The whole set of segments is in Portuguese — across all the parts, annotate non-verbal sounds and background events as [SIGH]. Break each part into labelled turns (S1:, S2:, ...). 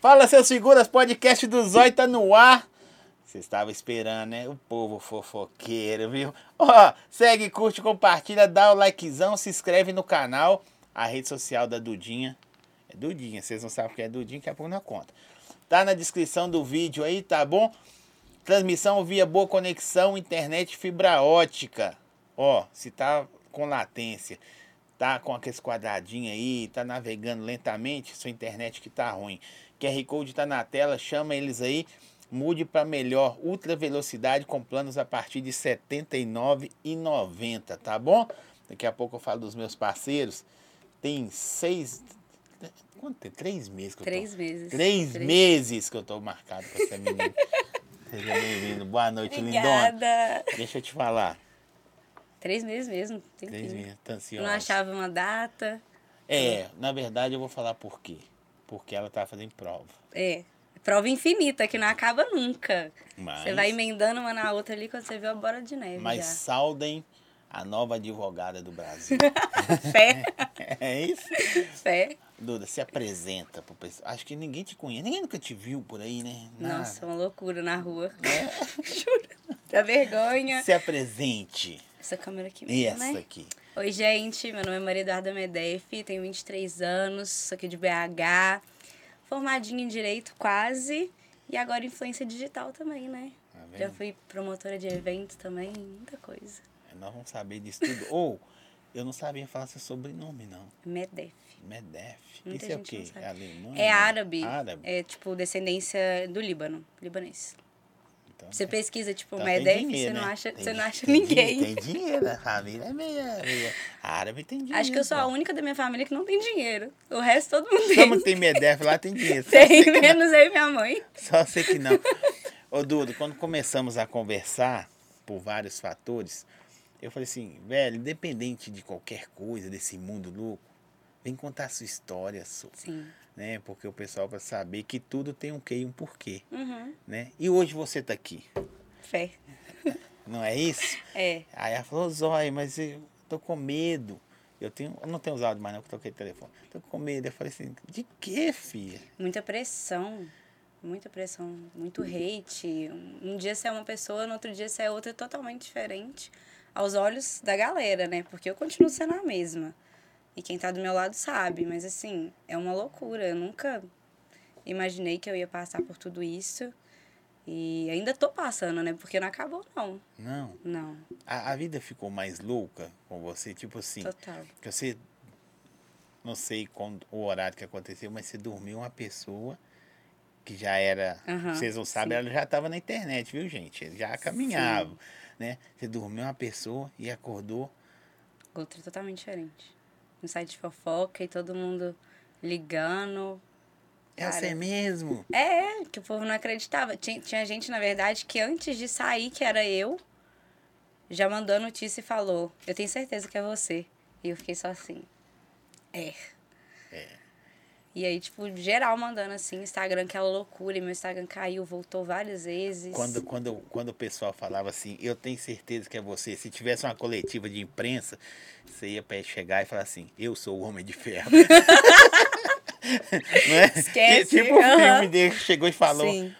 S1: Fala, seus figuras, podcast do Zói tá no ar. Você estava esperando, né? O povo fofoqueiro, viu? Ó, segue, curte, compartilha, dá o likezão, se inscreve no canal. A rede social da Dudinha. É Dudinha, vocês não sabem o que é Dudinha, daqui a pouco não conta. Tá na descrição do vídeo aí, tá bom? Transmissão via boa conexão, internet fibra ótica. Ó, se tá com latência, tá com aqueles quadradinhos aí, tá navegando lentamente, sua internet que tá ruim. QR Code tá na tela, chama eles aí. Mude para melhor, ultra velocidade com planos a partir de R$ 79,90, tá bom? Daqui a pouco eu falo dos meus parceiros. Tem seis. Quanto tem? Três meses que eu tô
S2: Três meses.
S1: Três, meses que eu tô marcado com essa
S2: [LAUGHS]
S1: menina. Seja bem-vindo. Boa noite, lindona.
S2: Obrigada.
S1: Deixa eu te falar.
S2: Três meses mesmo. Tem
S1: Três
S2: que-
S1: meses, tá
S2: Não
S1: ansiosa.
S2: achava uma data.
S1: É, na verdade eu vou falar por quê. Porque ela tá fazendo prova.
S2: É. Prova infinita, que não acaba nunca.
S1: Mas,
S2: Você vai emendando uma na outra ali quando você vê a bola de neve.
S1: mas
S2: já.
S1: saudem a nova advogada do
S2: [LAUGHS]
S1: Brasil. [LAUGHS]
S2: Fé,
S1: é isso?
S2: fé.
S1: Duda, se apresenta pro pessoal. Acho que ninguém te conhece. Ninguém nunca te viu por aí, né? Nada. É.
S2: Nossa, uma loucura na rua. [LAUGHS] Juro. Dá vergonha.
S1: Se apresente.
S2: Essa câmera aqui
S1: E
S2: mesmo,
S1: essa
S2: né?
S1: aqui.
S2: Oi, gente. Meu nome é Maria Eduarda Medef, tenho 23 anos, sou aqui de BH, formadinha em Direito quase, e agora influência digital também, né?
S1: Tá
S2: Já
S1: vendo?
S2: fui promotora de eventos também, muita coisa.
S1: Nós vamos saber disso tudo. Ou, eu não sabia falar seu sobrenome, não.
S2: Medef.
S1: Medef.
S2: Muita
S1: Isso é o
S2: gente não
S1: quê?
S2: sabe.
S1: É alemão?
S2: É árabe.
S1: Árabe.
S2: É tipo descendência do Líbano, libanês.
S1: Então,
S2: Você
S1: tem-
S2: pesquisa tipo
S1: então tem
S2: Medef, você
S1: dinheiro,
S2: não
S1: né?
S2: acha,
S1: Tem
S2: você não
S1: di-
S2: acha
S1: tem di-
S2: ninguém.
S1: Tem dinheiro, a família é meia, meia. Árabe tem dinheiro.
S2: Acho que eu sou a
S1: pô.
S2: única da minha família que não tem dinheiro. O resto todo mundo tem.
S1: Como tem Medef lá, tem dinheiro. Só
S2: Tem,
S1: você que não.
S2: menos eu e minha mãe.
S1: Só sei que não. Ô, Dudo, quando começamos a conversar por vários fatores, eu falei assim, velho, independente de qualquer coisa desse mundo louco, vem contar a sua história, sua,
S2: Sim.
S1: né? Porque o pessoal vai saber que tudo tem um quê e um porquê,
S2: Uhum.
S1: né? E hoje você tá aqui,
S2: Fé.
S1: não é isso?
S2: É.
S1: Aí ela falou, Zói, mas eu tô com medo. Eu tenho, eu não tenho usado mais não, que eu toquei o telefone. Tô com medo. Eu falei assim, de quê, filha?
S2: Muita pressão. Muita pressão. Muito hate. Um dia você é uma pessoa, no outro dia você é outra totalmente diferente. Aos olhos da galera, né? Porque eu continuo sendo a mesma. E quem tá do meu lado sabe. Mas assim, é uma loucura. Eu nunca imaginei que eu ia passar por tudo isso. E ainda tô passando, né? Porque não acabou, não.
S1: Não.
S2: Não,
S1: A, a vida ficou mais louca com você, tipo assim.
S2: total.
S1: que você não sei quando o horário que aconteceu, mas você dormiu uma pessoa que já era,
S2: Aham,
S1: vocês não sabem,
S2: sim.
S1: ela já estava na internet, viu, gente? Ele já caminhava, né? Você dormiu uma pessoa e acordou.
S2: Outro totalmente diferente. Um site de fofoca e todo mundo ligando.
S1: É você
S2: Cara.
S1: mesmo?
S2: É, que o povo não acreditava. Tinha, tinha gente, na verdade, que antes de sair, que era eu, já mandou a notícia e falou: Eu tenho certeza que é você. E eu fiquei só assim: É.
S1: É.
S2: E aí, tipo, geral mandando assim, Instagram, aquela loucura. E meu Instagram caiu, voltou várias vezes.
S1: Quando, quando, quando o pessoal falava assim, eu tenho certeza que é você. Se tivesse uma coletiva de imprensa, você ia pra chegar e falar assim, eu sou o homem de ferro. [LAUGHS] Né? Não é?
S2: Esquece,
S1: Tipo o filme
S2: aham.
S1: dele que chegou e falou,
S2: Sim.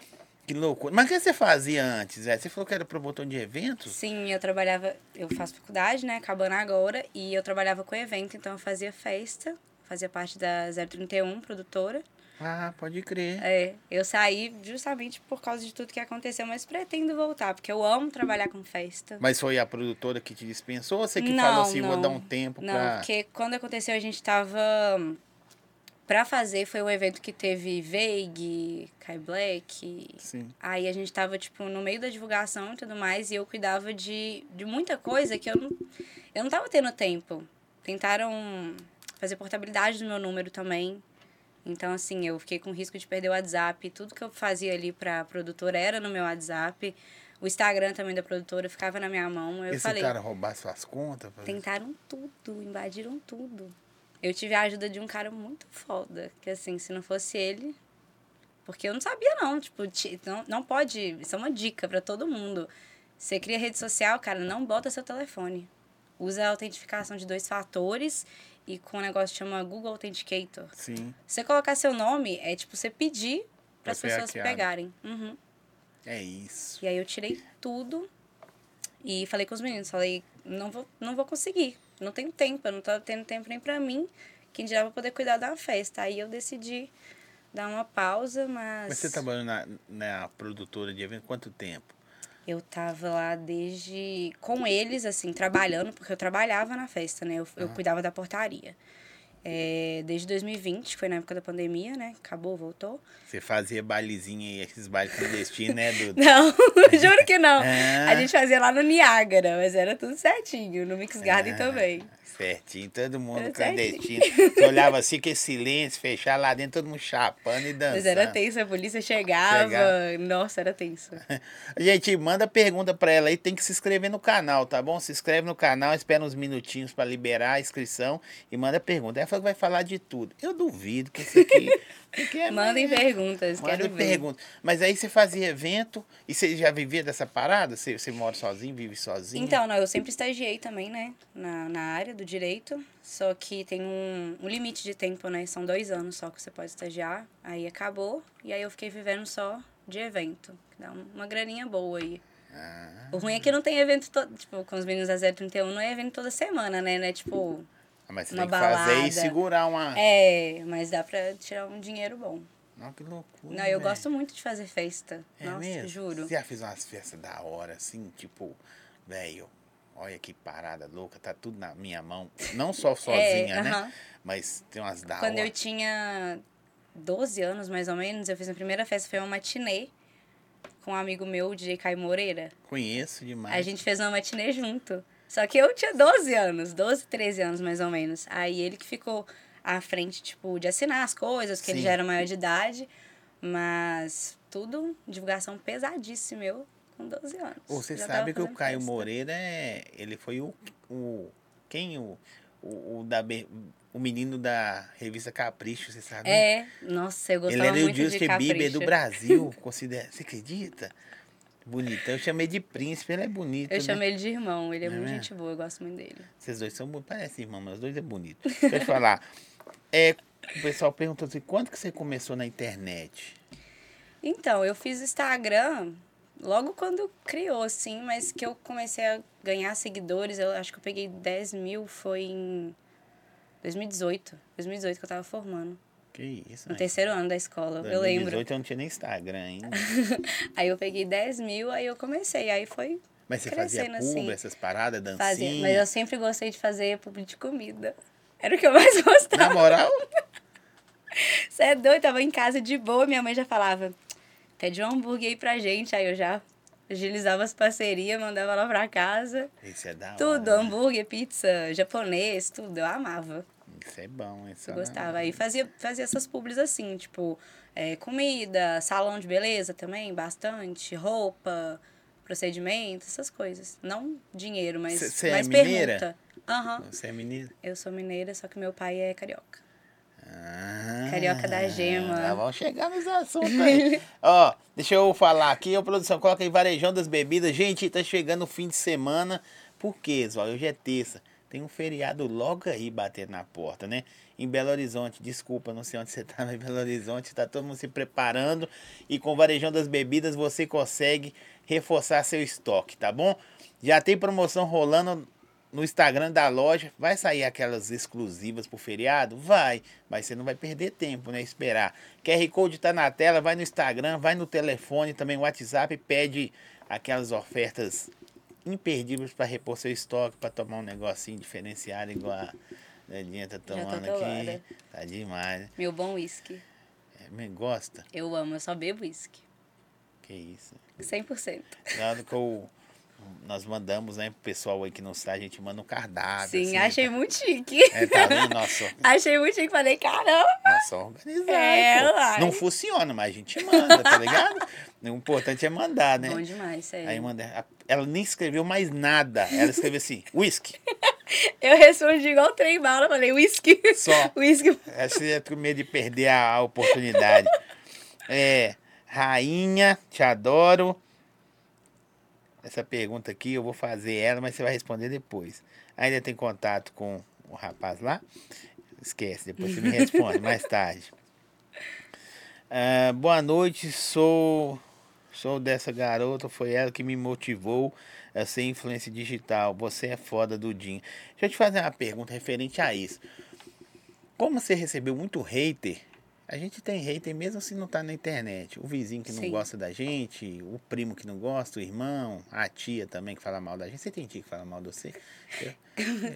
S1: Que loucura. Mas o que você fazia antes? velho? Você falou que era promotor de eventos?
S2: Sim, eu trabalhava, eu faço faculdade, né, acabando agora, e eu trabalhava com evento, então eu fazia festa, fazia parte da 031, produtora.
S1: Ah, pode crer.
S2: É, eu saí justamente por causa de tudo que aconteceu, mas pretendo voltar, porque eu amo trabalhar com festa.
S1: Mas foi a produtora que te dispensou ou você que
S2: Não,
S1: falou assim, vou
S2: não.
S1: dar um tempo
S2: Não,
S1: pra...
S2: porque quando aconteceu a gente tava pra fazer foi um evento que teve Veig, Kai Black,
S1: Sim.
S2: Aí a gente tava, tipo, no meio da divulgação e tudo mais, e eu cuidava de, de muita coisa que eu não, eu não tava tendo tempo. Tentaram fazer portabilidade do meu número também. Então, assim, eu fiquei com risco de perder o WhatsApp. Tudo que eu fazia ali pra produtora era no meu WhatsApp. O Instagram também da produtora ficava na minha mão. Eu
S1: Esse
S2: falei,
S1: cara roubar suas contas? fazer-
S2: tentaram tudo, invadiram tudo. Eu tive a ajuda de um cara muito foda, que assim, se não fosse ele. Porque eu não sabia, não. Tipo, ti- não, não pode. Isso é uma dica pra todo mundo. Você cria rede social, cara, não bota seu telefone. Usa a autentificação de dois fatores e com um negócio que chama Google Authenticator.
S1: Sim.
S2: Você colocar seu nome é tipo você pedir para
S1: Pra
S2: as
S1: ser
S2: pessoas
S1: hackeado.
S2: pegarem. Uhum.
S1: É isso.
S2: E aí eu tirei tudo e falei com os meninos, falei, não vou, não vou conseguir. Não tenho tempo, eu não tô tendo tempo nem pra mim, quem dirá pra poder cuidar da festa. Aí eu decidi dar uma pausa, mas
S1: Mas você trabalhou na, na produtora de evento quanto tempo?
S2: eu tava lá desde com eles assim, trabalhando, porque eu trabalhava na festa, né? Eu, eu cuidava da portaria. É, desde 2020, foi na época da pandemia, né? Acabou, voltou. [LAUGHS]
S1: Você fazia bailezinho aí, esses bailes clandestinos, né, Duda?
S2: Não, juro que [LAUGHS] não.
S1: Ah.
S2: A gente fazia lá no Niágara, mas era tudo certinho, no Mix Garden
S1: Ah,
S2: também.
S1: Certinho, todo mundo
S2: Era
S1: clandestino. Você olhava assim, que silêncio, fechar lá dentro, todo mundo chapando e dançando.
S2: Mas era tenso, a polícia chegava.
S1: é. Chegava.
S2: Nossa,
S1: [LAUGHS]
S2: era tenso.
S1: Gente, manda pergunta pra ela aí, tem que se inscrever no canal, tá bom? Se inscreve no canal, espera uns minutinhos pra liberar a inscrição e manda pergunta. Ela falou que vai falar de tudo. Eu duvido que isso
S2: [LAUGHS]
S1: aqui. Porque é
S2: Mandem perguntas,
S1: Manda
S2: quero ver.
S1: pergunta. Mas aí você fazia evento e você já vivia dessa parada? Você, você mora sozinho, vive sozinho?
S2: Então, não, eu sempre estagiei também, né? Na, na área do direito. Só que tem um, um limite de tempo, né? São dois anos só que você pode estagiar. Aí acabou. E aí eu fiquei vivendo só de evento. Que dá um- uma graninha boa aí.
S1: Ah,
S2: O ruim é que não tem evento todo. Tipo, com os meninos da 031 não é evento toda semana, né? Não
S1: [LAUGHS]
S2: é tipo.
S1: Ah, mas você
S2: Uma
S1: tem que fazer e
S2: balada.
S1: segurar uma.
S2: É, mas dá pra tirar um dinheiro bom.
S1: Não, que loucura.
S2: Não, eu
S1: né?
S2: gosto muito de fazer festa.
S1: É
S2: Nossa,
S1: mesmo?
S2: juro.
S1: Você já fez umas festas da hora, assim, tipo, velho, olha que parada louca, tá tudo na minha mão. Não
S2: [LAUGHS]
S1: só sozinha, né?
S2: É, aham.
S1: Mas tem umas da
S2: Quando
S1: hora.
S2: eu tinha 12 anos, mais ou menos, eu fiz a primeira festa, foi uma matinê com um amigo meu, o DJ Caio Moreira.
S1: Conheço demais.
S2: A gente fez uma matinê junto. Só que eu tinha 12 anos, 12, 13 anos, mais ou menos. Aí ele que ficou à frente, tipo, de assinar as coisas, que ele
S1: Sim.
S2: já era maior de idade. Mas tudo, divulgação pesadíssima, eu com 12 anos.
S1: Ô, Você
S2: Já tava
S1: sabe que o
S2: fazendo
S1: Caio
S2: festa.
S1: Moreira é. Ele foi o. o quem? O, o, o da, be- o menino da revista Capricho, você sabe?
S2: É, nossa, eu gostava
S1: né? Ele era o
S2: muito de
S1: Justin Bieber do
S2: Capricho. [LAUGHS]
S1: Brasil, considera. Você acredita? Bonitão. Eu chamei de príncipe, ele é bonito.
S2: Eu
S1: né?
S2: chamo ele de irmão, ele é
S1: Não
S2: muito
S1: é?
S2: gente boa, eu gosto muito dele.
S1: Vocês dois são bonitos. Parece irmão, mas os dois é bonito. Deixa eu te
S2: [LAUGHS]
S1: falar. É, o pessoal perguntou assim, quando que você começou na internet?
S2: Então, eu fiz Instagram logo quando criou, assim, mas que eu comecei a ganhar seguidores, eu acho que eu peguei 10 mil, foi em 2018. 2018 que eu tava formando,
S1: Que isso,
S2: no
S1: né?
S2: terceiro ano da escola, eu lembro.
S1: 2018 eu não tinha nem Instagram ainda.
S2: Aí eu peguei 10 mil, aí eu comecei, aí foi
S1: Mas você fazia
S2: Crescendo
S1: cuba,
S2: assim.
S1: essas paradas,
S2: fazer.
S1: dancinha?
S2: Mas eu sempre gostei de fazer publi de comida. Era o que eu mais [LAUGHS] gostava.
S1: Na moral,
S2: Você é doido, tava em casa de boa, minha mãe já falava, pede um hambúrguer aí pra gente. Aí eu já agilizava as parcerias, mandava lá pra casa.
S1: isso é da
S2: Tudo,
S1: hora, né?
S2: hambúrguer, pizza, japonês, tudo. Eu amava,
S1: Isso é bom, isso
S2: eu
S1: é
S2: gostava. Aí fazia, fazia essas publis assim, tipo, é, comida, salão de beleza também, bastante, roupa, procedimento, essas coisas. Não dinheiro, mas,
S1: Cê- cê é
S2: mas
S1: mineira?
S2: pergunta. Aham,
S1: Você é menino?
S2: eu sou mineira, só que meu pai é carioca.
S1: Ah,
S2: Carioca da gema.
S1: lá Ah, Vamos chegar nos assuntos aí.
S2: [LAUGHS]
S1: Ó, deixa eu falar aqui, ô produção, coloca aí varejão das bebidas. Gente, tá chegando o fim de semana. Por quê, Zó? Hoje é terça. Tem um feriado logo aí batendo na porta, né? Em Belo Horizonte, desculpa, não sei onde você tá, [LAUGHS] mas Belo Horizonte tá todo mundo se preparando. E com o Varejão das Bebidas você consegue reforçar seu estoque, tá bom? Já tem promoção rolando no Instagram da loja, vai sair aquelas exclusivas pro feriado? Vai, mas você não vai perder tempo, né? Esperar. QR Code tá na tela, vai no Instagram, vai no telefone, também o WhatsApp, pede aquelas ofertas imperdíveis para repor seu estoque, para tomar um negocinho diferenciado igual a Dedinha tá
S2: tô
S1: tomando
S2: adorando.
S1: aqui. Tá demais, né?
S2: Meu bom uísque.
S1: É, Me gosta?
S2: Eu amo, eu só bebo uísque.
S1: Que isso.
S2: 100%.
S1: Nada que eu- nós mandamos, né, pro pessoal aí que não sabe, a gente manda um cardápio.
S2: Sim,
S1: assim,
S2: achei
S1: tá-
S2: muito chique.
S1: É, tá vendo? Nossa,
S2: [LAUGHS] Achei muito chique, falei, caramba.
S1: Nós só organizamos.
S2: É,
S1: pô.
S2: uai.
S1: Não funciona, mas a gente manda, tá ligado? [LAUGHS] o importante é mandar, né?
S2: Bom demais, sério.
S1: Aí manda. a- Ela nem escreveu mais nada. Ela escreveu assim, whisky.
S2: Eu respondi igual trem bala, falei, whisky.
S1: Só.
S2: [LAUGHS] Whisky.
S1: Essa é com medo de perder a, a oportunidade. É, rainha, te adoro. Essa pergunta aqui eu vou fazer ela, mas você vai responder depois. Ainda tem contato com o rapaz lá. Esquece, depois você me responde mais tarde. Ah, boa noite, sou sou dessa garota, foi ela que me motivou a ser influência digital. Você é foda, Dudinho. Deixa eu te fazer uma pergunta referente a isso. Como você recebeu muito hater, a gente tem hater mesmo se não tá na internet. O vizinho que não
S2: Sim.
S1: gosta da gente, o primo que não gosta, o irmão, a tia também que fala mal da gente. Você tem tia que fala mal de você?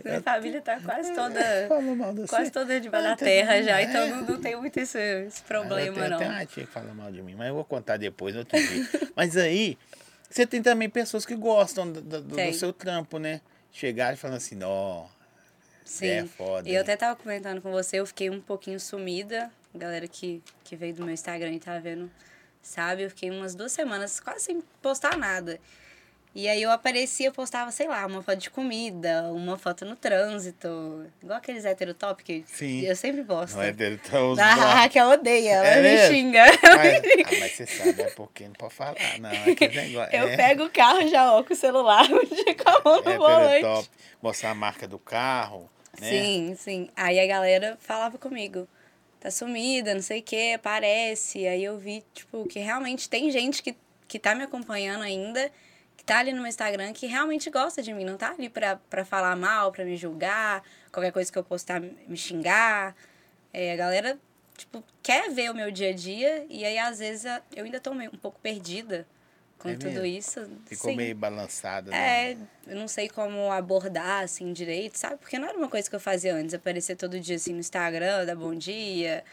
S2: Minha família tá quase toda.
S1: [LAUGHS] Fala mal de você.
S2: Quase toda de
S1: É. Ah,
S2: da
S1: tá- Ah,
S2: terra já, então não, não tem muito esse, esse problema,
S1: eu tenho, Eu tenho
S2: não.
S1: uma ah, tia que fala mal de mim, mas eu vou contar depois, outro dia. mas aí, você tem também pessoas que gostam do, do- do
S2: Tem.
S1: seu trampo, né? Chegaram e falando assim, ó,
S2: Sim.
S1: É foda,
S2: E eu
S1: hein?
S2: até tava comentando com você, eu fiquei um pouquinho sumida. A galera que, que veio do meu Instagram e tá vendo, sabe? Eu fiquei umas duas semanas quase sem postar nada. E aí eu aparecia, eu postava, sei lá, uma foto de comida, uma foto no trânsito. Igual aqueles heterotop que
S1: Sim.
S2: eu Ah, sempre posto.
S1: não é dele tão
S2: A [LAUGHS] Raquel odeia, ela
S1: É
S2: me
S1: mesmo?
S2: xinga.
S1: mas, ah, mas você sabe, é porque não pode falar, não. É que negócio.
S2: [LAUGHS] Eu
S1: é,
S2: pego o carro já, ó, com o celular, [LAUGHS] com a mão no
S1: é
S2: volante.
S1: top. Mostrar a marca do carro, né?
S2: Sim, sim. Aí a galera falava comigo, tá sumida, não sei o que, aparece. Aí eu vi, tipo, que realmente tem gente que, que tá me acompanhando ainda, que tá ali no meu Instagram, que realmente gosta de mim, não tá ali pra, pra falar mal, pra me julgar, qualquer coisa que eu postar me xingar. É, a galera, tipo, quer ver o meu dia a dia, e aí às vezes a- eu ainda tô meio, um pouco perdida com
S1: É
S2: tudo
S1: mesmo?
S2: isso.
S1: Ficou
S2: Sim.
S1: meio balançada. né?
S2: É, eu não sei como abordar, assim, direito, sabe? Porque não era uma coisa que eu fazia antes, aparecer todo dia, assim, no Instagram, dar bom dia.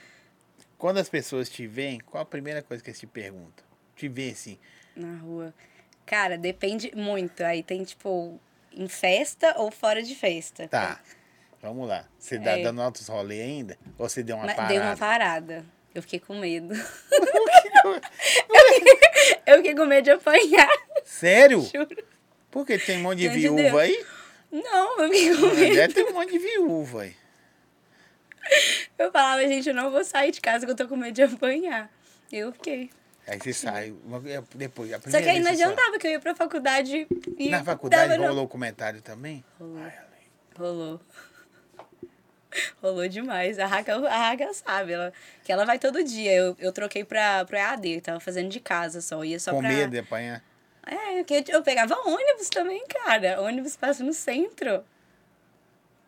S1: Quando as pessoas te veem, qual a primeira coisa que eles te perguntam? Te veem assim,
S2: na rua. Cara, depende muito. Aí tem, tipo, em festa ou fora de festa.
S1: Tá. Vamos lá. Você tá
S2: É.
S1: dando altos rolê ainda? Ou você deu uma
S2: Mas
S1: parada?
S2: dei uma parada. Eu fiquei com
S1: [LAUGHS]
S2: medo. eu fiquei com medo
S1: [LAUGHS]
S2: de apanhar,
S1: Sério?
S2: juro.
S1: Porque tem um monte de
S2: Gente,
S1: viúva
S2: deu. [LAUGHS]
S1: aí.
S2: Não, eu fiquei com medo.
S1: Deve ter um monte de viúva aí.
S2: Eu falava, gente, eu não vou sair de casa que eu tô com medo de apanhar. E Eu fiquei.
S1: Aí você sai. uma- é, Depois, a primeira
S2: Só que aí
S1: vez
S2: não
S1: você sai.
S2: adiantava que eu ia pra faculdade e.
S1: Na faculdade
S2: tava no-
S1: rolou comentário também?
S2: Rolou.
S1: Ai, Ale.
S2: Rolou. [LAUGHS] Rolou demais. A Raquel, a Raquel sabe, ela, que ela vai todo dia. Eu, eu troquei pra, pro EAD, tava fazendo de casa só. Ia só
S1: Com
S2: pra.
S1: medo de apanhar.
S2: É, porque eu pegava ônibus também, cara. Ônibus passa no centro.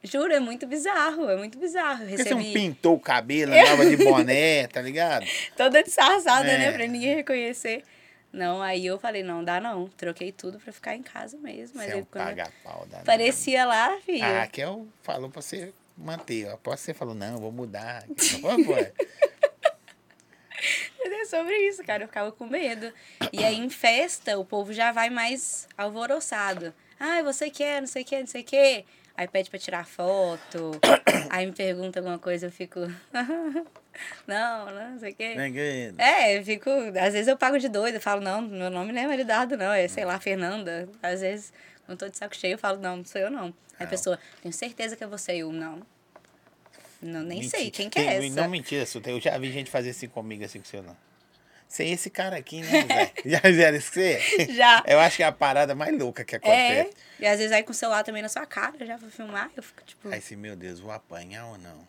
S2: Juro, é muito bizarro, é muito bizarro. Eu
S1: Porque você um não
S2: Recebi
S1: pintou o cabelo, andava de boné, tá ligado?
S2: toda disfarçada,
S1: É.
S2: né? Pra ninguém reconhecer. Não, aí eu falei, não, dá não. Troquei tudo pra ficar em casa mesmo. [LAUGHS] Mas
S1: você é
S2: aí
S1: um Ah,
S2: quando eu
S1: paga-pau da
S2: aparecia lá, filho.
S1: A Raquel falou pra você manter. Eu aposto que você falou, não, eu vou mudar. é Vamos, embora.
S2: [LAUGHS] Mas é sobre isso, cara. Eu ficava com medo. E aí, em festa, o povo já vai mais alvoroçado. Ai, você quer, não sei o que, não sei o que. Aí pede pra
S1: [COUGHS]
S2: tirar foto. aí me pergunta alguma coisa, eu fico. [LAUGHS] não, não, não sei o que.
S1: Ninguém-
S2: É, eu fico. Às vezes eu pago de doida, eu falo, não, meu nome não é Maridardo, não, é, sei lá, Fernanda. Às vezes, quando tô de saco cheio, eu falo, não, não sou eu, não. Aí a
S1: Não.
S2: pessoa, tenho certeza que é você, eu, não. Não, nem sei,
S1: Mentira.
S2: quem que
S1: Tem-
S2: é essa?
S1: Não, mentira, Suta. Eu já vi gente fazer assim comigo, assim com o seu não. Você é esse cara aqui, né,
S2: [LAUGHS]
S1: Zé? já fizeram isso com você?
S2: Já.
S1: Eu acho que é a parada mais louca que
S2: É,
S1: acontece.
S2: e às vezes aí com o celular também na sua cara, já vou filmar, eu fico tipo,
S1: Aí assim, meu Deus, vou apanhar ou não?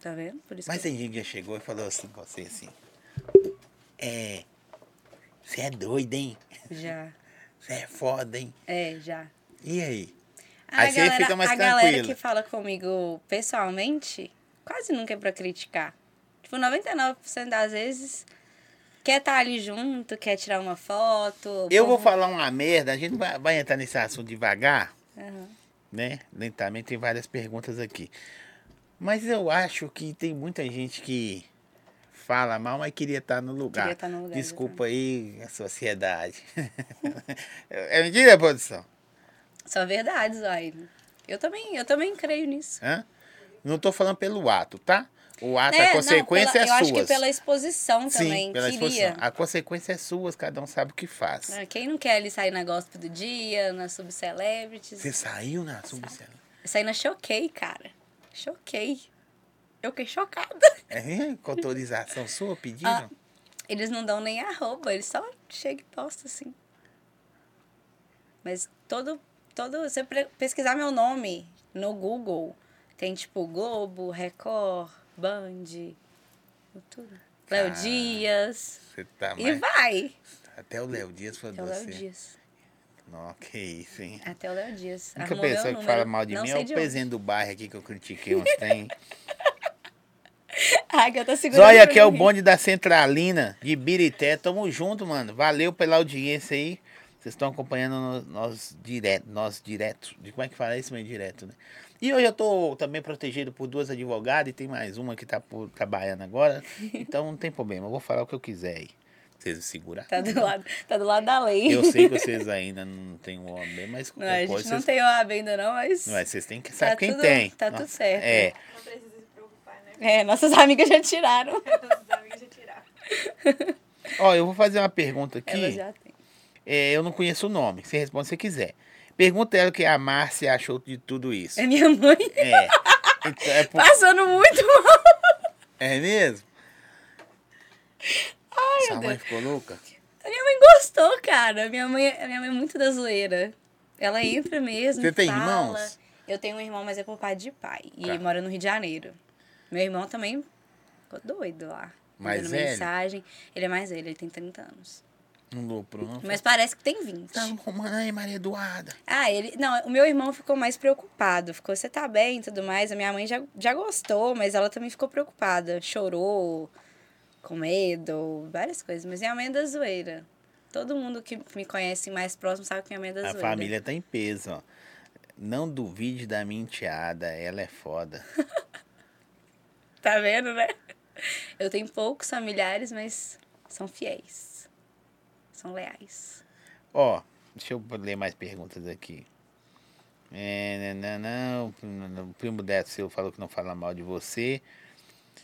S2: tá vendo? Por isso
S1: Mas
S2: que...
S1: tem gente que já chegou e falou assim com você, assim. É, você é doido, hein?
S2: eu- Já,
S1: Você é foda, hein?
S2: é, já.
S1: E aí?
S2: A
S1: Aí você
S2: galera,
S1: fica mais
S2: A galera
S1: tranquila.
S2: que fala comigo pessoalmente, quase nunca é pra criticar. Tipo, 99% das vezes quer estar ali junto, quer tirar uma foto. o
S1: Eu vou
S2: povo-
S1: falar uma merda, a gente vai, vai entrar nesse assunto devagar,
S2: Aham.
S1: né? Lentamente, tem várias perguntas aqui. Mas eu acho que tem muita gente que fala mal, mas queria estar no lugar.
S2: Queria tá no lugar,
S1: Desculpa aí a sociedade. [LAUGHS] é mentira, produção?
S2: Só verdades, uai. Eu também, eu também creio nisso.
S1: Hã? Não tô falando pelo ato, tá? O ato,
S2: É,
S1: a
S2: não,
S1: consequência é
S2: pela- Eu
S1: sua.
S2: acho que pela exposição também,
S1: Sim, pela
S2: queria.
S1: exposição. A consequência é sua, cada um sabe o que faz.
S2: Ah, Quem não quer ali sair na gospel do dia, na subcelebrities?
S1: Você saiu na subcela.
S2: Isso ainda choquei, cara. Choquei. Eu fiquei chocada.
S1: É, com autorização sua,
S2: Ah,
S1: pediram?
S2: eles não dão nem arroba, eles só chegam e postam assim. Mas todo. todo se você pre- pesquisar meu nome no Google, Tem tipo Globo, Record, Band, tudo.
S1: Cara.
S2: Léo Dias.
S1: Você tá
S2: E
S1: mais...
S2: vai!
S1: Até o Léo Dias falou de
S2: Até o Léo
S1: você. é?
S2: Dias.
S1: Não, que isso, hein?
S2: Até o Léo Dias.
S1: A única
S2: Arrumou meu
S1: pessoa que
S2: número.
S1: fala mal de
S2: Não
S1: mim é
S2: sei
S1: o
S2: de onde. [LAUGHS]
S1: pezinho do bairro aqui que eu critiquei ontem. trem.
S2: Ai, Ah, que eu tô segurando.
S1: Zóia,
S2: pra
S1: que é o
S2: mim.
S1: bonde da Centralina, de Birité. Tamo junto, mano. Valeu pela audiência aí. Vocês estão acompanhando no- nós direto, nós direto. De como é que fala isso, meu direto, né? E hoje eu tô também protegido por duas advogadas e tem mais uma que tá por, trabalhando
S2: [LAUGHS]
S1: agora. Então não tem problema, eu vou falar o que eu quiser aí. Vocês me segurar?
S2: Tá do lado, tá do lado da lei.
S1: Eu
S2: [LAUGHS]
S1: sei que vocês ainda não têm o OAB, mas
S2: Não, a
S1: qualquer
S2: gente
S1: coisa
S2: não
S1: vocês...
S2: tem OAB ainda não, mas...
S1: Não, é, vocês têm que saber quem
S2: tudo-
S1: tem.
S2: tá tudo certo.
S1: É,
S3: Não precisa se preocupar, né?
S2: É, nossas [LAUGHS] amigas já tiraram.
S3: Os amigos já tiraram.
S1: Ó, eu vou fazer uma pergunta aqui.
S2: Elas já têm.
S1: É, eu não conheço o nome. Você responde se quiser. Pergunta ela o que a Márcia achou de tudo isso.
S2: É minha mãe [LAUGHS]
S1: É. Então, é, por-
S2: passando muito mal.
S1: é mesmo? Ai, Sua
S2: meu
S1: mãe ficou louca?
S2: A minha mãe gostou, cara. Minha mãe, a minha mãe é muito da zoeira. Ela entra mesmo.
S1: Você tem
S2: fala.
S1: irmãos?
S2: Eu tenho um irmão, mas é por pai de pai. E
S1: Tá.
S2: mora no Rio de Janeiro. Meu irmão também ficou doido lá.
S1: Mais
S2: mandando
S1: velho?
S2: mensagem. Ele é mais velho, ele tem 30 anos.
S1: Não lucro, não.
S2: Mas parece que tem 20.
S1: Tá arrumando aí, Maria Eduarda.
S2: Ah, ele. Não, o meu irmão ficou mais preocupado. Ficou, você tá bem e tudo mais. A minha mãe já, já gostou, mas ela também ficou preocupada. Chorou, com medo, várias coisas. Mas minha mãe é da zoeira. Todo mundo que me conhece mais próximo sabe que minha mãe é da
S1: a
S2: zoeira.
S1: família tá em peso, ó. Não duvide da minha enteada, ela é foda.
S2: Tá vendo, né? Eu tenho poucos familiares, mas são fiéis. São leais.
S1: Ó, deixa eu ler mais perguntas aqui. É, não, não, não, o primo Deto seu falou que não fala mal de você.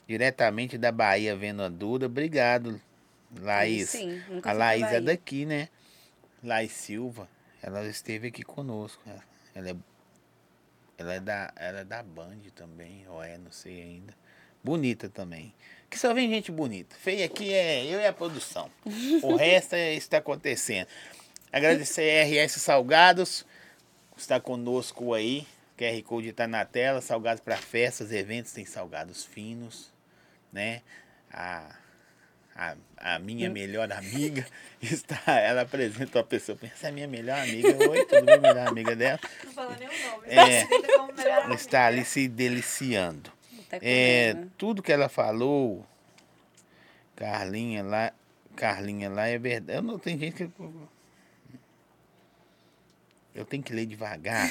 S1: Diretamente da Bahia, vendo a Duda. Obrigado, Laís.
S2: Sim, nunca
S1: a
S2: fui pra
S1: Laís é
S2: Bahia.
S1: daqui, né? Laís Silva. Ela esteve aqui conosco. né? Ela é, ela é, da, ela é da Band também, ou é, não sei ainda. Bonita também. Que só vem gente bonita. Feia aqui é eu e a produção. O resto é isso que está acontecendo. Agradecer a RS Salgados, que está conosco aí. QR Code está na tela. Salgados para festas, eventos, tem salgados finos, né? A, a, a minha melhor amiga [LAUGHS] está. Ela apresenta uma pessoa. Pensa, é minha melhor amiga. Oi, tudo bem, melhor amiga dela?
S3: Não fala nem o nome.
S1: É.
S3: Tá escrito como melhor
S1: Ela
S3: amigo.
S1: está ali se deliciando.
S2: Tá
S1: É,
S2: comendo.
S1: tudo que ela falou, Carlinha lá, Carlinha lá é verdade. Eu não tem gente que eu tenho que ler devagar.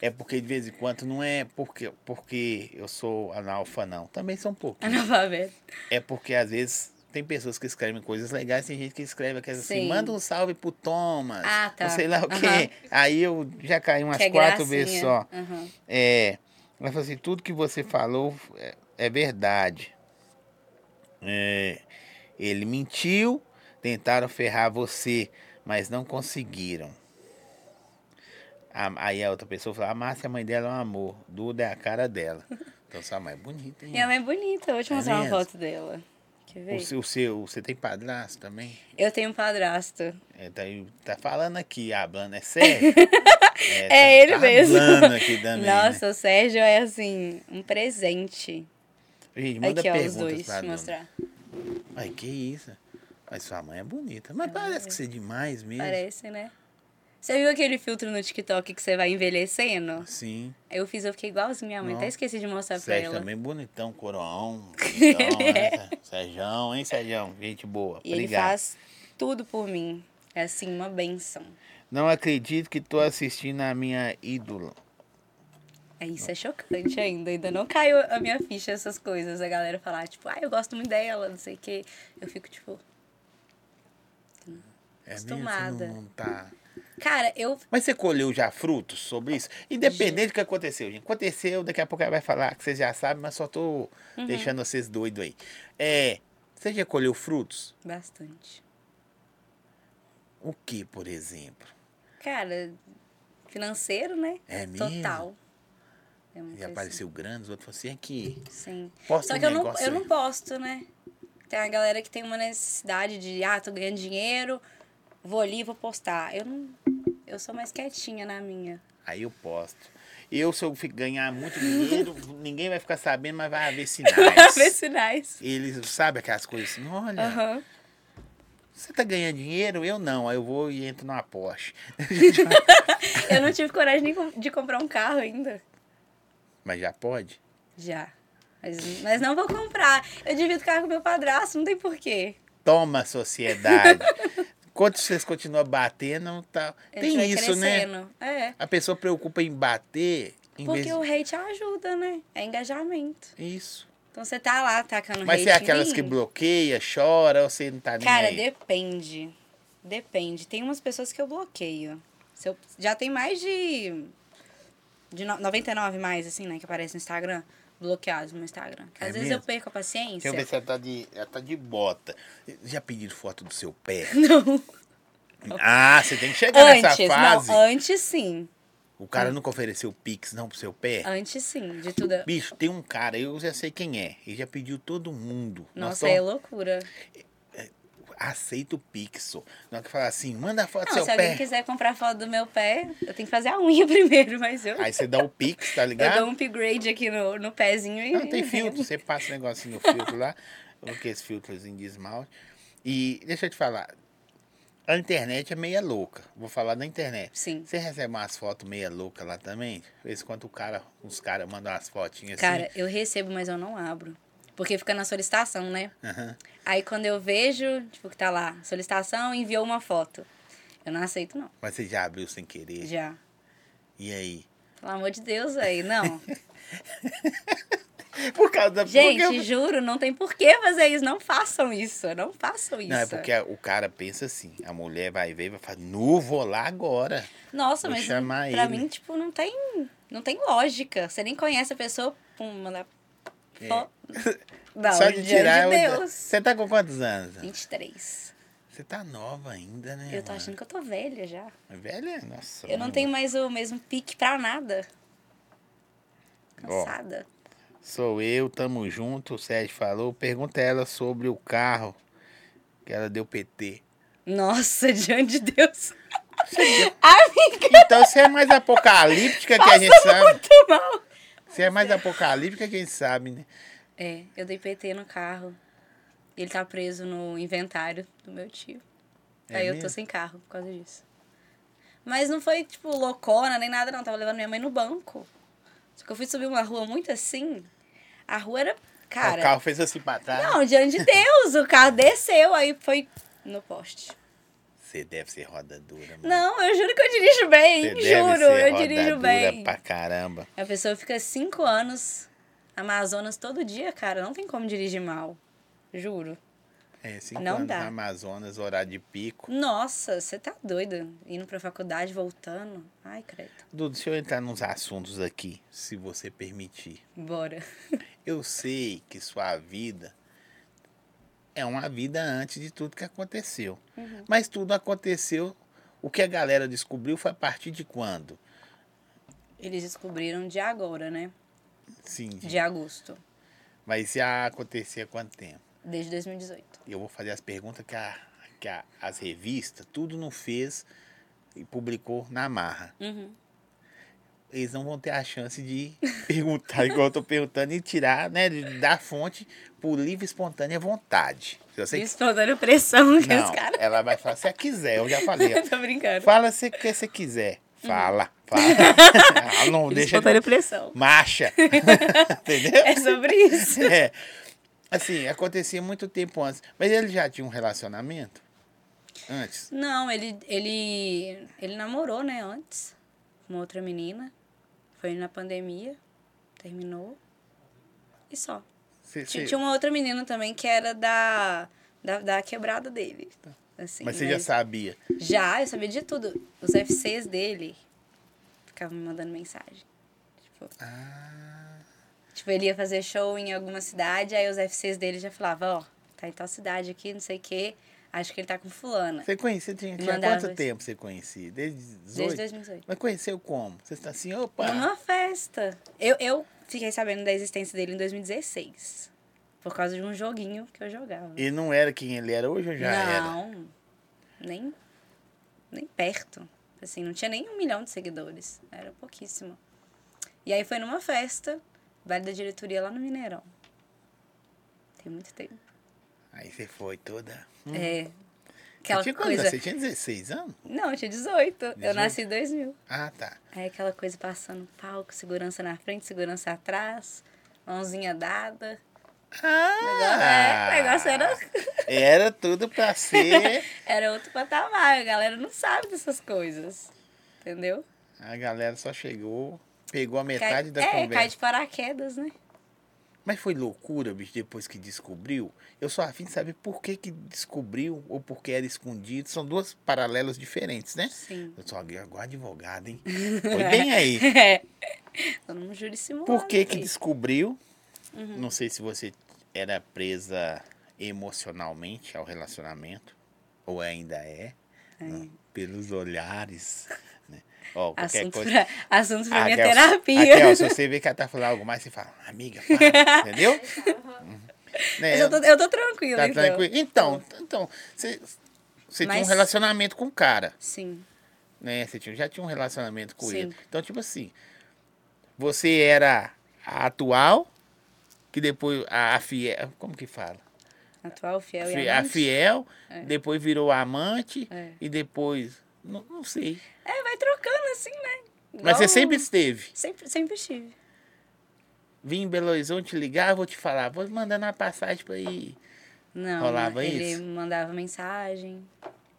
S1: é porque de vez em quando não é porque porque eu sou analfa não. Também sou um pouco.
S2: Analfabeto.
S1: É porque às vezes tem pessoas que escrevem coisas legais, tem gente que escreve aquelas assim,
S2: Sim.
S1: manda um salve pro Thomas.
S2: Ah, tá.
S1: Não sei lá o quê.
S2: Aham.
S1: Aí eu já caí umas
S2: que é
S1: quatro
S2: gracinha.
S1: vezes só.
S2: Aham.
S1: É, ela falou assim, tudo que você falou é, é verdade. É, ele mentiu, tentaram ferrar você, mas não conseguiram. A- aí a outra pessoa falou, a Márcia, a mãe dela é um amor, Duda é a cara
S2: [LAUGHS]
S1: dela. Então sua mãe é bonita, hein?
S2: Minha mãe é bonita. Eu vou te
S1: É
S2: mostrar uma
S1: mesmo?
S2: foto dela. Quer ver?
S1: O seu, o seu- você tem padrasto também?
S2: Eu tenho um padrasto.
S1: É, tá, aí- tá falando aqui, a Blana
S2: [LAUGHS]
S1: é tá, sério?
S2: É ele mesmo.
S1: hablando
S2: [LAUGHS]
S1: aqui também, né?
S2: Nossa, o Sérgio é assim, um presente.
S1: Gente, manda
S2: Aqui, ó, os
S1: perguntas
S2: dois.
S1: pra
S2: Deixa eu
S1: Blana.
S2: mostrar.
S1: Ai, que isso. Mas sua mãe é bonita. Mas parece que você é demais mesmo.
S2: Parece, né? Você viu aquele filtro no TikTok que você vai envelhecendo?
S1: Sim.
S2: Eu fiz, eu fiquei igualzinho minha mãe.
S1: Não.
S2: Até esqueci de mostrar pra
S1: Sérgio
S2: ela.
S1: também bonitão,
S2: [LAUGHS]
S1: coroão. bonitão, né? Sérgio, hein, Sérgio? Gente boa.
S2: É. E ele
S1: Obrigado.
S2: faz tudo por mim. É assim, uma benção.
S1: Não acredito que tô assistindo a minha ídola.
S2: É, Isso é chocante ainda. Ainda não caiu a minha ficha essas coisas. A galera falar, tipo, ah, eu gosto muito dela, não sei o quê. Eu fico, tipo...
S1: É mesmo? Você
S2: Acostumada.
S1: não, não tá...
S2: Cara, eu...
S1: Mas você colheu já frutos sobre isso? Independente do que aconteceu, gente. Aconteceu, daqui a pouco ela vai falar que vocês já sabem, mas só tô
S2: Uhum.
S1: deixando vocês doidos aí. É, você já colheu frutos?
S2: Bastante.
S1: O que, por exemplo?
S2: Cara, financeiro, né?
S1: É mesmo?
S2: Total. É uma
S1: E
S2: coisa
S1: apareceu grandes, outro falou assim, aqui.
S2: assim. Sim.
S1: Posta
S2: Só
S1: um
S2: que eu não,
S1: negócio
S2: eu
S1: aí.
S2: não posto, né? Tem uma galera que tem uma necessidade de, ah, tô ganhando dinheiro, vou ali e vou postar. Eu não. Eu sou mais quietinha na minha.
S1: Aí eu posto. Eu, se eu fi- ganhar muito
S2: [LAUGHS]
S1: dinheiro, ninguém vai ficar sabendo, mas vai haver sinais.
S2: Vê sinais.
S1: Eles sabem aquelas coisas assim, olha,
S2: Aham.
S1: você tá ganhando dinheiro? Eu não, aí eu vou e entro numa Porsche.
S2: Eu não tive coragem nem com- de comprar um carro ainda.
S1: mas já pode?
S2: Já. Mas, mas não vou comprar. Eu divido carro com meu padrasto, não tem porquê.
S1: Toma,
S2: [LAUGHS]
S1: sociedade. Enquanto vocês continuam batendo, tá...
S2: A gente
S1: tem
S2: vai
S1: isso, né?
S2: crescendo. É.
S1: A pessoa preocupa em bater, em
S2: Porque
S1: vez
S2: o hate ajuda, né? É engajamento.
S1: Isso.
S2: Então você tá lá atacando
S1: Mas
S2: hate.
S1: tem aquelas
S2: em
S1: que
S2: mim.
S1: bloqueia, chora, ou você não tá nem
S2: Cara,
S1: aí.
S2: depende. Depende. Tem umas pessoas que eu bloqueio. Se eu- já tem mais de. De no- 99 mais, assim, né? Que aparece no Instagram. Bloqueados no meu Instagram. Que Às
S1: É
S2: vezes
S1: mesmo?
S2: eu perco a
S1: Deixa
S2: paciência.
S1: eu ver se ela tá de, ela tá de bota. Já pediram foto do seu pé?
S2: [LAUGHS] Não.
S1: Ah, você tem que chegar nessa
S2: Antes,
S1: fase.
S2: não. Antes sim.
S1: O cara nunca ofereceu pix não pro seu pé?
S2: Antes sim. De tudo.
S1: Bicho, tem um cara, eu já sei quem é. Ele já pediu todo mundo. Nós
S2: Nossa, é
S1: tamo-
S2: loucura.
S1: Aceita o pix. só. Na hora que fala assim, manda a foto
S2: Não,
S1: do seu
S2: se
S1: pé.
S2: alguém quiser comprar foto do meu pé, eu tenho que fazer a [LAUGHS] unha primeiro, mas eu,
S1: Aí você dá o pix, tá
S2: eu
S1: ligado?
S2: dou um upgrade aqui no, no pezinho e.
S1: Ah, Não,
S2: [LAUGHS]
S1: tem filtro, você passa o negocinho no filtro lá, porque esse filtrozinho de esmalte. E deixa eu te falar, a internet é meia louca. Vou falar da internet.
S2: Sim.
S1: Você recebe umas fotos meia louca lá também? De vez em quando o cara, os caras mandam umas fotinhas
S2: Cara,
S1: assim.
S2: eu recebo, mas eu não abro. Porque fica na solicitação, né?
S1: Aham.
S2: Aí quando eu vejo, tipo, que tá lá, solicitação, enviou uma foto. Eu não aceito, não.
S1: Mas você já abriu sem querer.
S2: Já.
S1: E aí?
S2: Pelo amor de Deus,
S1: [LAUGHS]
S2: aí. Não.
S1: Por causa da
S2: Gente,
S1: É porque-
S2: juro, não tem por que fazer isso. Não façam isso. Não façam isso.
S1: Não, é porque a- o cara pensa assim, a mulher vai ver e vai falar, nu, vou lá agora.
S2: Nossa,
S1: Vou
S2: mas
S1: chamar
S2: pra
S1: ele.
S2: mim, tipo, não tem, não tem lógica. Você nem conhece a pessoa, pum, mandar
S1: [LAUGHS]
S2: foto. Não,
S1: É. Só de tirar.
S2: de
S1: eu-
S2: Deus.
S1: Você tá com quantos anos?
S2: 23.
S1: Você tá nova ainda, né?
S2: Eu tô
S1: mano?
S2: achando que eu tô velha já.
S1: Velha? Nossa.
S2: Eu não
S1: mano.
S2: tenho mais o mesmo pique pra nada.
S1: Ó.
S2: Cansada.
S1: Sou eu, tamo junto. O Sérgio falou. Pergunta a ela sobre o carro que ela deu PT.
S2: Nossa, [LAUGHS] diante de Deus.
S1: Então você é mais apocalíptica que a gente sabe.
S2: Muito mal.
S1: Você é mais apocalíptica que a gente sabe, né?
S2: É, eu dei PT no carro. Ele tá preso no inventário do meu tio.
S1: É
S2: Aí eu
S1: mesmo?
S2: tô sem carro por causa disso. Mas não foi, tipo, loucona nem nada, não. Tava levando minha mãe no banco. Só que eu fui subir uma rua muito assim. A rua era.
S1: Ah, o
S2: Cara.
S1: carro fez assim pra trás.
S2: Não, diante de Deus, o carro desceu, aí foi no poste.
S1: Você deve ser roda dura, mano.
S2: Não, eu juro que eu dirijo bem.
S1: Você
S2: juro, eu
S1: roda
S2: dirijo
S1: dura
S2: bem.
S1: pra caramba.
S2: A pessoa fica cinco anos Amazonas todo dia, cara. Não tem como dirigir mal. Juro.
S1: É, cinco
S2: Não
S1: anos
S2: dá.
S1: na Amazonas, horário de pico.
S2: Nossa, você tá doida. Indo pra faculdade, voltando. Ai, credo.
S1: Dudu, deixa eu entrar nos assuntos aqui, se você permitir.
S2: Bora.
S1: Eu sei que sua vida é uma vida antes de tudo que aconteceu. Mas tudo aconteceu. O que a galera descobriu foi a partir de quando?
S2: Eles descobriram de agora, né?
S1: Sim, de-
S2: De agosto.
S1: mas já acontecia há quanto tempo?
S2: Desde 2018.
S1: Eu vou fazer as perguntas que, a, que a- as revistas, tudo não fez e publicou na marra.
S2: Uhum.
S1: Eles não vão ter a chance de [LAUGHS] perguntar igual eu tô perguntando e tirar, né, de- da fonte por livre e espontânea vontade. Se você
S2: Isso tô dando pressão que os
S1: Não,
S2: caras.
S1: ela vai falar se ela quiser, eu já falei. ó.
S2: [LAUGHS] tô brincando.
S1: Fala se que você quiser. Fala,
S2: [LAUGHS]
S1: fala. Ela não
S2: Uhum. Eles
S1: deixa.
S2: estão dando pressão. [LAUGHS]
S1: Marcha. Entendeu?
S2: É sobre isso.
S1: É. Assim, acontecia muito tempo antes. Mas ele já tinha um relacionamento? Antes?
S2: Não, ele, ele, ele namorou, né, antes. Uma outra menina. Foi na pandemia. Terminou. E só.
S1: Cê-
S2: Tinha,
S1: cê-
S2: tinha uma outra menina também que era da, da, da quebrada dele. Assim,
S1: Tá. Mas você já sabia.
S2: Já, eu sabia de tudo. Os FCs dele ficavam me mandando mensagem. Tipo,
S1: Ah,
S2: tipo, ele ia fazer show em alguma cidade, aí os FCs dele já falavam, ó, tá em tal cidade aqui, não sei o quê. Acho que ele tá com fulana.
S1: você conhecia? Tinha, tinha
S2: Mandava
S1: quanto
S2: isso.
S1: tempo você conhecia? Desde 18?
S2: Desde 2018.
S1: Mas conheceu como? Você está assim, opa.
S2: Numa festa. Eu, eu fiquei sabendo da existência dele em 2016. Por causa de um joguinho que eu jogava.
S1: E não era quem ele era hoje ou já era?
S2: não, nem nem perto. Assim, não tinha nem um milhão de seguidores. Era pouquíssimo. E aí foi numa festa, Vale da Diretoria lá no Mineirão. Tem muito tempo.
S1: Aí você foi toda.
S2: É.
S1: Você Hum.
S2: Aquela
S1: tinha assim? quantos
S2: coisa.
S1: anos? Você tinha 16 anos?
S2: Não, eu tinha 18. Eu
S1: 18?
S2: nasci em 2000.
S1: Ah, tá.
S2: Aí aquela coisa passando palco, segurança na frente, segurança atrás, mãozinha dada.
S1: Ah!
S2: É, o negócio era,
S1: Era tudo pra
S2: [LAUGHS]
S1: ser.
S2: era outro patamar. A galera não sabe dessas coisas. Entendeu?
S1: A galera só chegou, pegou a
S2: Cai-
S1: metade da
S2: é, cai
S1: conversa.
S2: de paraquedas, né?
S1: Mas foi loucura, bicho, depois que descobriu. Eu só afim de saber por que, que descobriu ou por que era escondido. São duas paralelas diferentes, né?
S2: Sim.
S1: Eu sou agora advogado, hein? Foi bem aí.
S2: Todo mundo jura simulado.
S1: Por que que
S2: aqui.
S1: descobriu?
S2: Uhum.
S1: Não sei se você era presa emocionalmente ao relacionamento, ou ainda é, né? pelos olhares, né? Ó, qualquer
S2: Assunto
S1: coisa.
S2: pra, assunto pra minha
S1: Raquel,
S2: terapia. [LAUGHS]
S1: Raquel, se você vê que ela tá falando algo mais, você fala, amiga, para, entendeu?
S2: Mas
S1: Né?
S2: eu, tô, eu tô tranquila,
S1: Tá
S2: então.
S1: tranquilo? Então, então, você, você tinha um
S2: Mas-
S1: relacionamento com o cara
S2: Sim.
S1: né? Você tinha, já tinha um relacionamento com
S2: Sim.
S1: ele. Então, tipo assim, você era a atual, que depois a, a fiel, como que fala?
S2: Atual, fiel
S1: Fi-
S2: e
S1: a
S2: amante.
S1: fiel, depois virou a amante
S2: É.
S1: e depois, não, não sei.
S2: É, vai trocando assim, né?
S1: Mas você
S2: Igual-
S1: sempre esteve.
S2: Sempre, sempre estive.
S1: Vim em Belo Horizonte ligar, vou te falar, vou mandando uma passagem pra ir.
S2: Não,
S1: Rolava
S2: ele
S1: isso?
S2: mandava mensagem.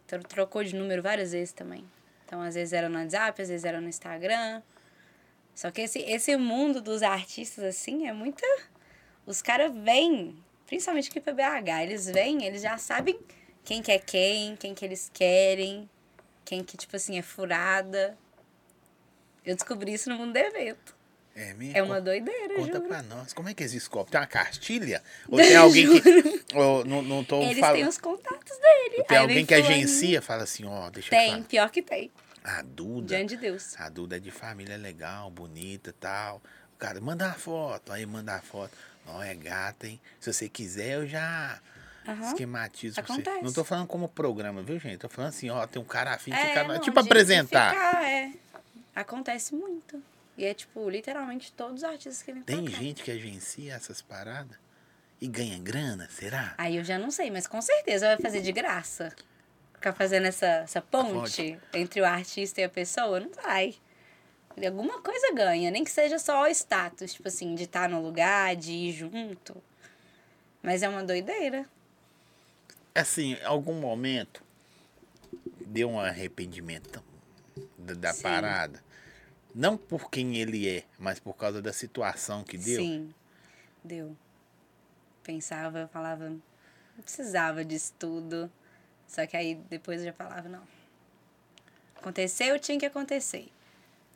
S2: tro- Trocou de número várias vezes também. Então, às vezes era no WhatsApp, às vezes era no Instagram. Só que esse, esse mundo dos artistas, assim, é muita... Os caras vêm, principalmente aqui pra BH, eles vêm, eles já sabem quem que é quem, quem que eles querem, quem que, tipo assim, é furada. Eu descobri isso no mundo do evento.
S1: É mesmo?
S2: É uma doideira,
S1: Conta
S2: juro.
S1: pra nós, como é que eles descobrem? Tem uma cartilha? Ou
S2: [LAUGHS]
S1: tem alguém que. Ou, não, não tô
S2: Eles têm
S1: falando.
S2: os contatos
S1: Tem
S2: dele. Aí vem
S1: alguém que é
S2: fulaninho.
S1: agencia, fala assim, ó, deixa eu te
S2: Tem,
S1: falar.
S2: pior que tem.
S1: A Duda.
S2: Diante de Deus.
S1: A Duda é de família legal, bonita e tal. O cara, manda uma foto. Aí manda a foto. Não, é gata, hein? Se você quiser, eu já
S2: Aham.
S1: esquematizo pra você.
S2: Acontece.
S1: Não tô falando como programa, viu, gente? Tô falando assim, ó, tem um cara afim de
S2: É,
S1: ficar. no-
S2: não,
S1: tipo
S2: de
S1: apresentar.
S2: ficar, é. Acontece muito. E é tipo, literalmente todos os artistas que vêm pra
S1: Tem
S2: cá.
S1: gente que agencia essas paradas e ganha grana, será?
S2: Aí eu já não sei, mas com certeza vai fazer de graça. Ficar fazendo essa, essa ponte entre o artista e a pessoa, não vai. Alguma coisa ganha, nem que seja só o status, tipo assim, de estar no lugar, de ir junto. Mas é uma doideira.
S1: Assim, em algum momento deu um arrependimento da, da
S2: Sim.
S1: parada. Não por quem ele é, mas por causa da situação que deu.
S2: Sim, deu. Pensava, eu falava, não precisava disso tudo. Só que aí depois eu já falava, não. Aconteceu, tinha que acontecer.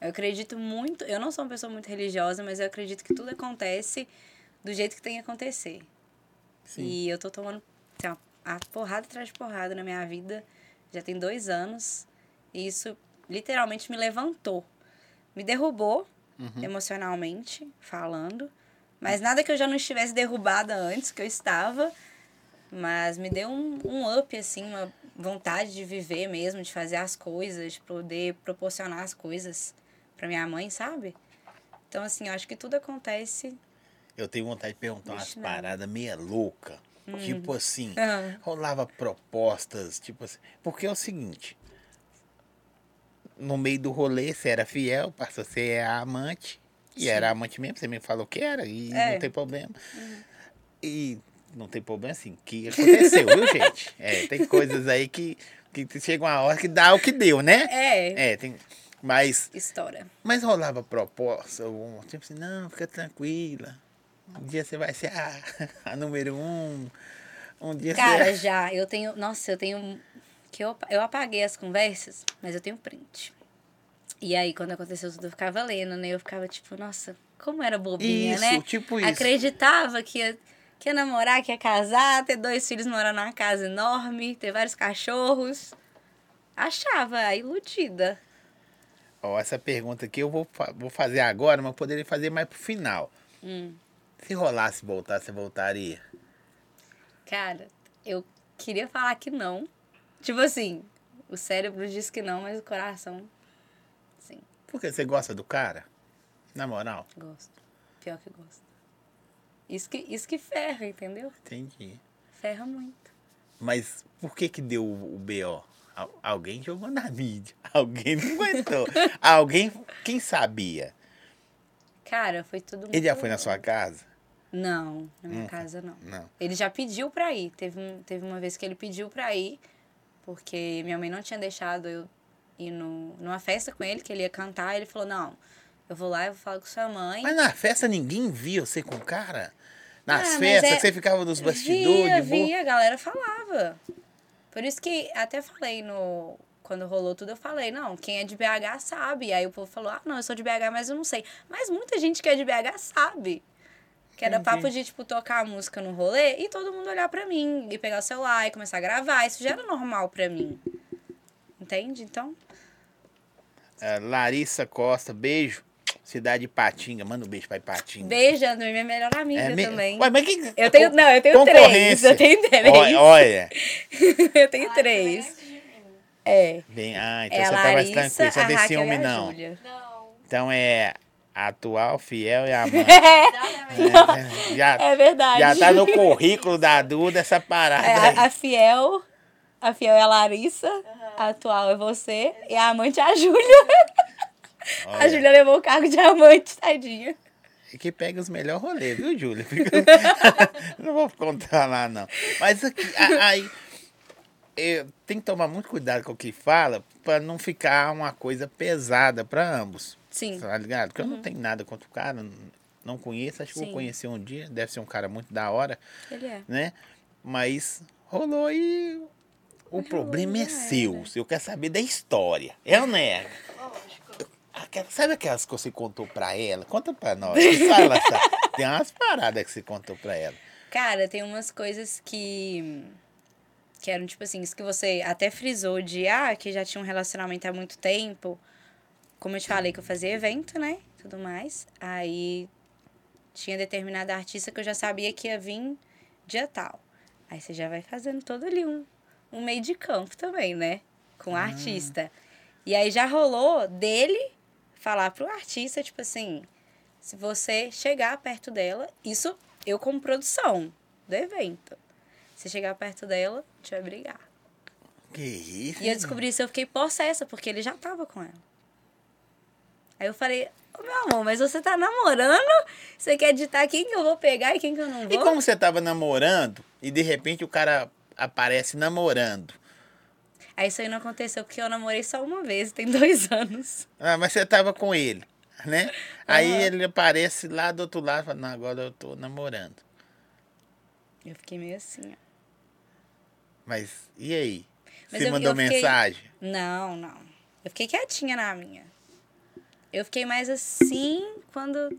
S2: Eu acredito muito, eu não sou uma pessoa muito religiosa, mas eu acredito que tudo acontece do jeito que tem que acontecer. E eu tô tomando assim, uma- a porrada atrás de porrada na minha vida. Já tem dois anos. E isso literalmente me levantou. Me derrubou emocionalmente, falando. Mas nada que eu já não estivesse derrubada antes, que eu estava. Mas me deu um, um up, assim, uma vontade de viver mesmo, de fazer as coisas, de poder proporcionar as coisas pra minha mãe, sabe? Então, assim, eu acho que tudo acontece.
S1: Eu tenho vontade de perguntar umas
S2: Vixe, não.
S1: paradas meia louca. Tipo assim,
S2: Ah.
S1: rolava propostas, tipo assim. Porque é o seguinte, no meio do rolê você era fiel, passou a ser a amante. E era amante mesmo, você me falou que era, e
S2: É. Hum.
S1: não tem problema. E não tem problema assim, que aconteceu, viu, gente? [LAUGHS] É, tem coisas aí que, que chega uma hora que dá o que deu, né?
S2: É,
S1: É, tem. Mas
S2: história.
S1: mas rolava proposta, um, tipo assim, não, fica tranquila. Um dia você vai ser a, a [LAUGHS] número um. Um dia
S2: Cara,
S1: [LAUGHS] você.
S2: já, eu tenho. Nossa, eu tenho. um, que eu, eu apaguei as conversas, mas eu tenho print. E aí, quando aconteceu tudo, eu ficava lendo, né? Eu ficava tipo, nossa, como era bobinha,
S1: Isso,
S2: né?
S1: tipo isso.
S2: Acreditava que ia, que ia namorar, que ia casar, ter dois filhos morar numa casa enorme, ter vários cachorros. Achava, iludida.
S1: Ó, essa pergunta aqui eu vou, fa- vou fazer agora, mas eu poderia fazer mais pro final.
S2: Hum.
S1: Se rolasse voltar, você voltaria?
S2: Cara, eu queria falar que não. Tipo assim, o cérebro diz que não, mas o coração. Sim.
S1: Porque você gosta do cara? Na moral.
S2: Gosto. Pior que gosto. Isso que, isso que ferra, entendeu?
S1: Entendi.
S2: Ferra muito.
S1: Mas por que que deu o o BO? Al- alguém jogou na mídia. [LAUGHS] Alguém não aguentou. alguém, quem sabia?
S2: Cara, foi tudo muito.
S1: Ele já foi na sua Hum, tá. casa?
S2: Não, na minha
S1: Nunca.
S2: casa não.
S1: Não.
S2: Ele já pediu pra ir. Teve, um- teve uma vez que ele pediu pra ir, porque minha mãe não tinha deixado eu ir no, numa festa com ele, que ele ia cantar. Ele falou: Não, eu vou lá, eu vou falar com sua mãe.
S1: Mas na festa ninguém via você com o cara?
S2: Ah,
S1: Nas
S2: mas
S1: festas
S2: é-
S1: que você ficava nos bastidores?
S2: Via,
S1: de boa?
S2: via, a galera falava. Por isso que até falei no. Quando rolou tudo, eu falei, não, quem é de BH sabe. Aí o povo falou, ah, não, eu sou de BH, mas eu não sei. Mas muita gente que é de BH sabe. Que era
S1: Entendi.
S2: papo de, tipo, tocar a música no rolê e todo mundo olhar pra mim. E pegar o celular e começar a gravar. Isso já era normal pra mim. Entende? Então,
S1: Ah, Larissa Costa, beijo. Cidade de Patinga. Manda um beijo pra Patinga. É
S2: beijo, André, minha melhor amiga
S1: me-
S2: também.
S1: Ué, mas quem...
S2: Eu tenho, não, eu tenho três.
S1: Concorrência.
S2: Eu tenho três.
S1: Olha, olha.
S2: [LAUGHS] eu tenho
S3: Ela
S2: três.
S3: também é de mim.
S2: É.
S1: Vem, ah, então
S2: É a
S1: você tá mais
S2: Larissa,
S1: tranquilo. Você
S2: a
S1: não tem
S2: Raquel
S1: ciúme,
S2: e a
S1: não.
S2: Júlia.
S3: Não,
S1: Então é a atual,
S2: [LAUGHS]
S1: fiel e a mãe.
S3: exatamente.
S1: já,
S2: [LAUGHS] É verdade.
S1: já tá no currículo da Duda essa parada
S2: É,
S1: aí.
S2: a, a Fiel, a Fiel é a Larissa,
S3: Aham.
S2: a atual é você, e a amante é a Júlia. A
S1: Olha,
S2: Júlia levou o cargo de amante, tadinha.
S1: é que pega os melhores rolês, viu,
S2: [LAUGHS]
S1: Júlia? [LAUGHS] não vou contar lá, não. Mas aqui, a- aí. eu- Tem que tomar muito cuidado com o que fala pra não ficar uma coisa pesada pra ambos.
S2: Sim. Uhum.
S1: Tá ligado? Porque eu não tenho nada contra o cara, não- não conheço, acho que
S2: Sim.
S1: vou conhecer um dia, deve ser um cara muito da hora,
S2: Ele é.
S1: né? Mas rolou e o problema é
S2: já era.
S1: seu. Eu quero saber da história. É ou não é?
S3: Lógico.
S1: Aquela- sabe aquelas que você contou pra ela? Conta pra nós. Me Fala,
S2: [LAUGHS]
S1: essa- Tem umas paradas que você contou pra ela.
S2: Cara, tem umas coisas que. Que eram, tipo assim, isso que você até frisou de ah, que já tinha um relacionamento há muito tempo. Como eu te falei que eu fazia evento, né? Tudo mais. Aí tinha determinada artista que eu já sabia que ia vir dia tal. Aí você já vai fazendo todo ali um, um meio de campo também, né? Com o artista. E aí já rolou dele falar pro artista, tipo assim, se você chegar perto dela, isso eu como produção do evento. Se chegar perto dela, a gente vai brigar.
S1: Que isso?
S2: E eu descobri isso, eu fiquei possessa, porque ele já tava com ela. Aí eu falei, ô meu amor, mas você tá namorando? Você quer ditar quem que eu vou pegar e quem que eu não
S1: E
S2: vou?
S1: como você tava namorando e de repente o cara aparece namorando?
S2: Aí isso aí não aconteceu, porque eu namorei só uma vez, tem [LAUGHS] dois anos.
S1: Ah, mas você tava com ele, né? Aí
S2: Aham.
S1: ele aparece lá do outro lado e fala, não, agora eu tô namorando.
S2: Eu fiquei meio assim, ó.
S1: Mas e aí?
S2: Mas
S1: você
S2: eu-
S1: mandou
S2: eu fiquei-
S1: mensagem?
S2: Não, não. Eu fiquei quietinha na minha. Eu fiquei mais assim quando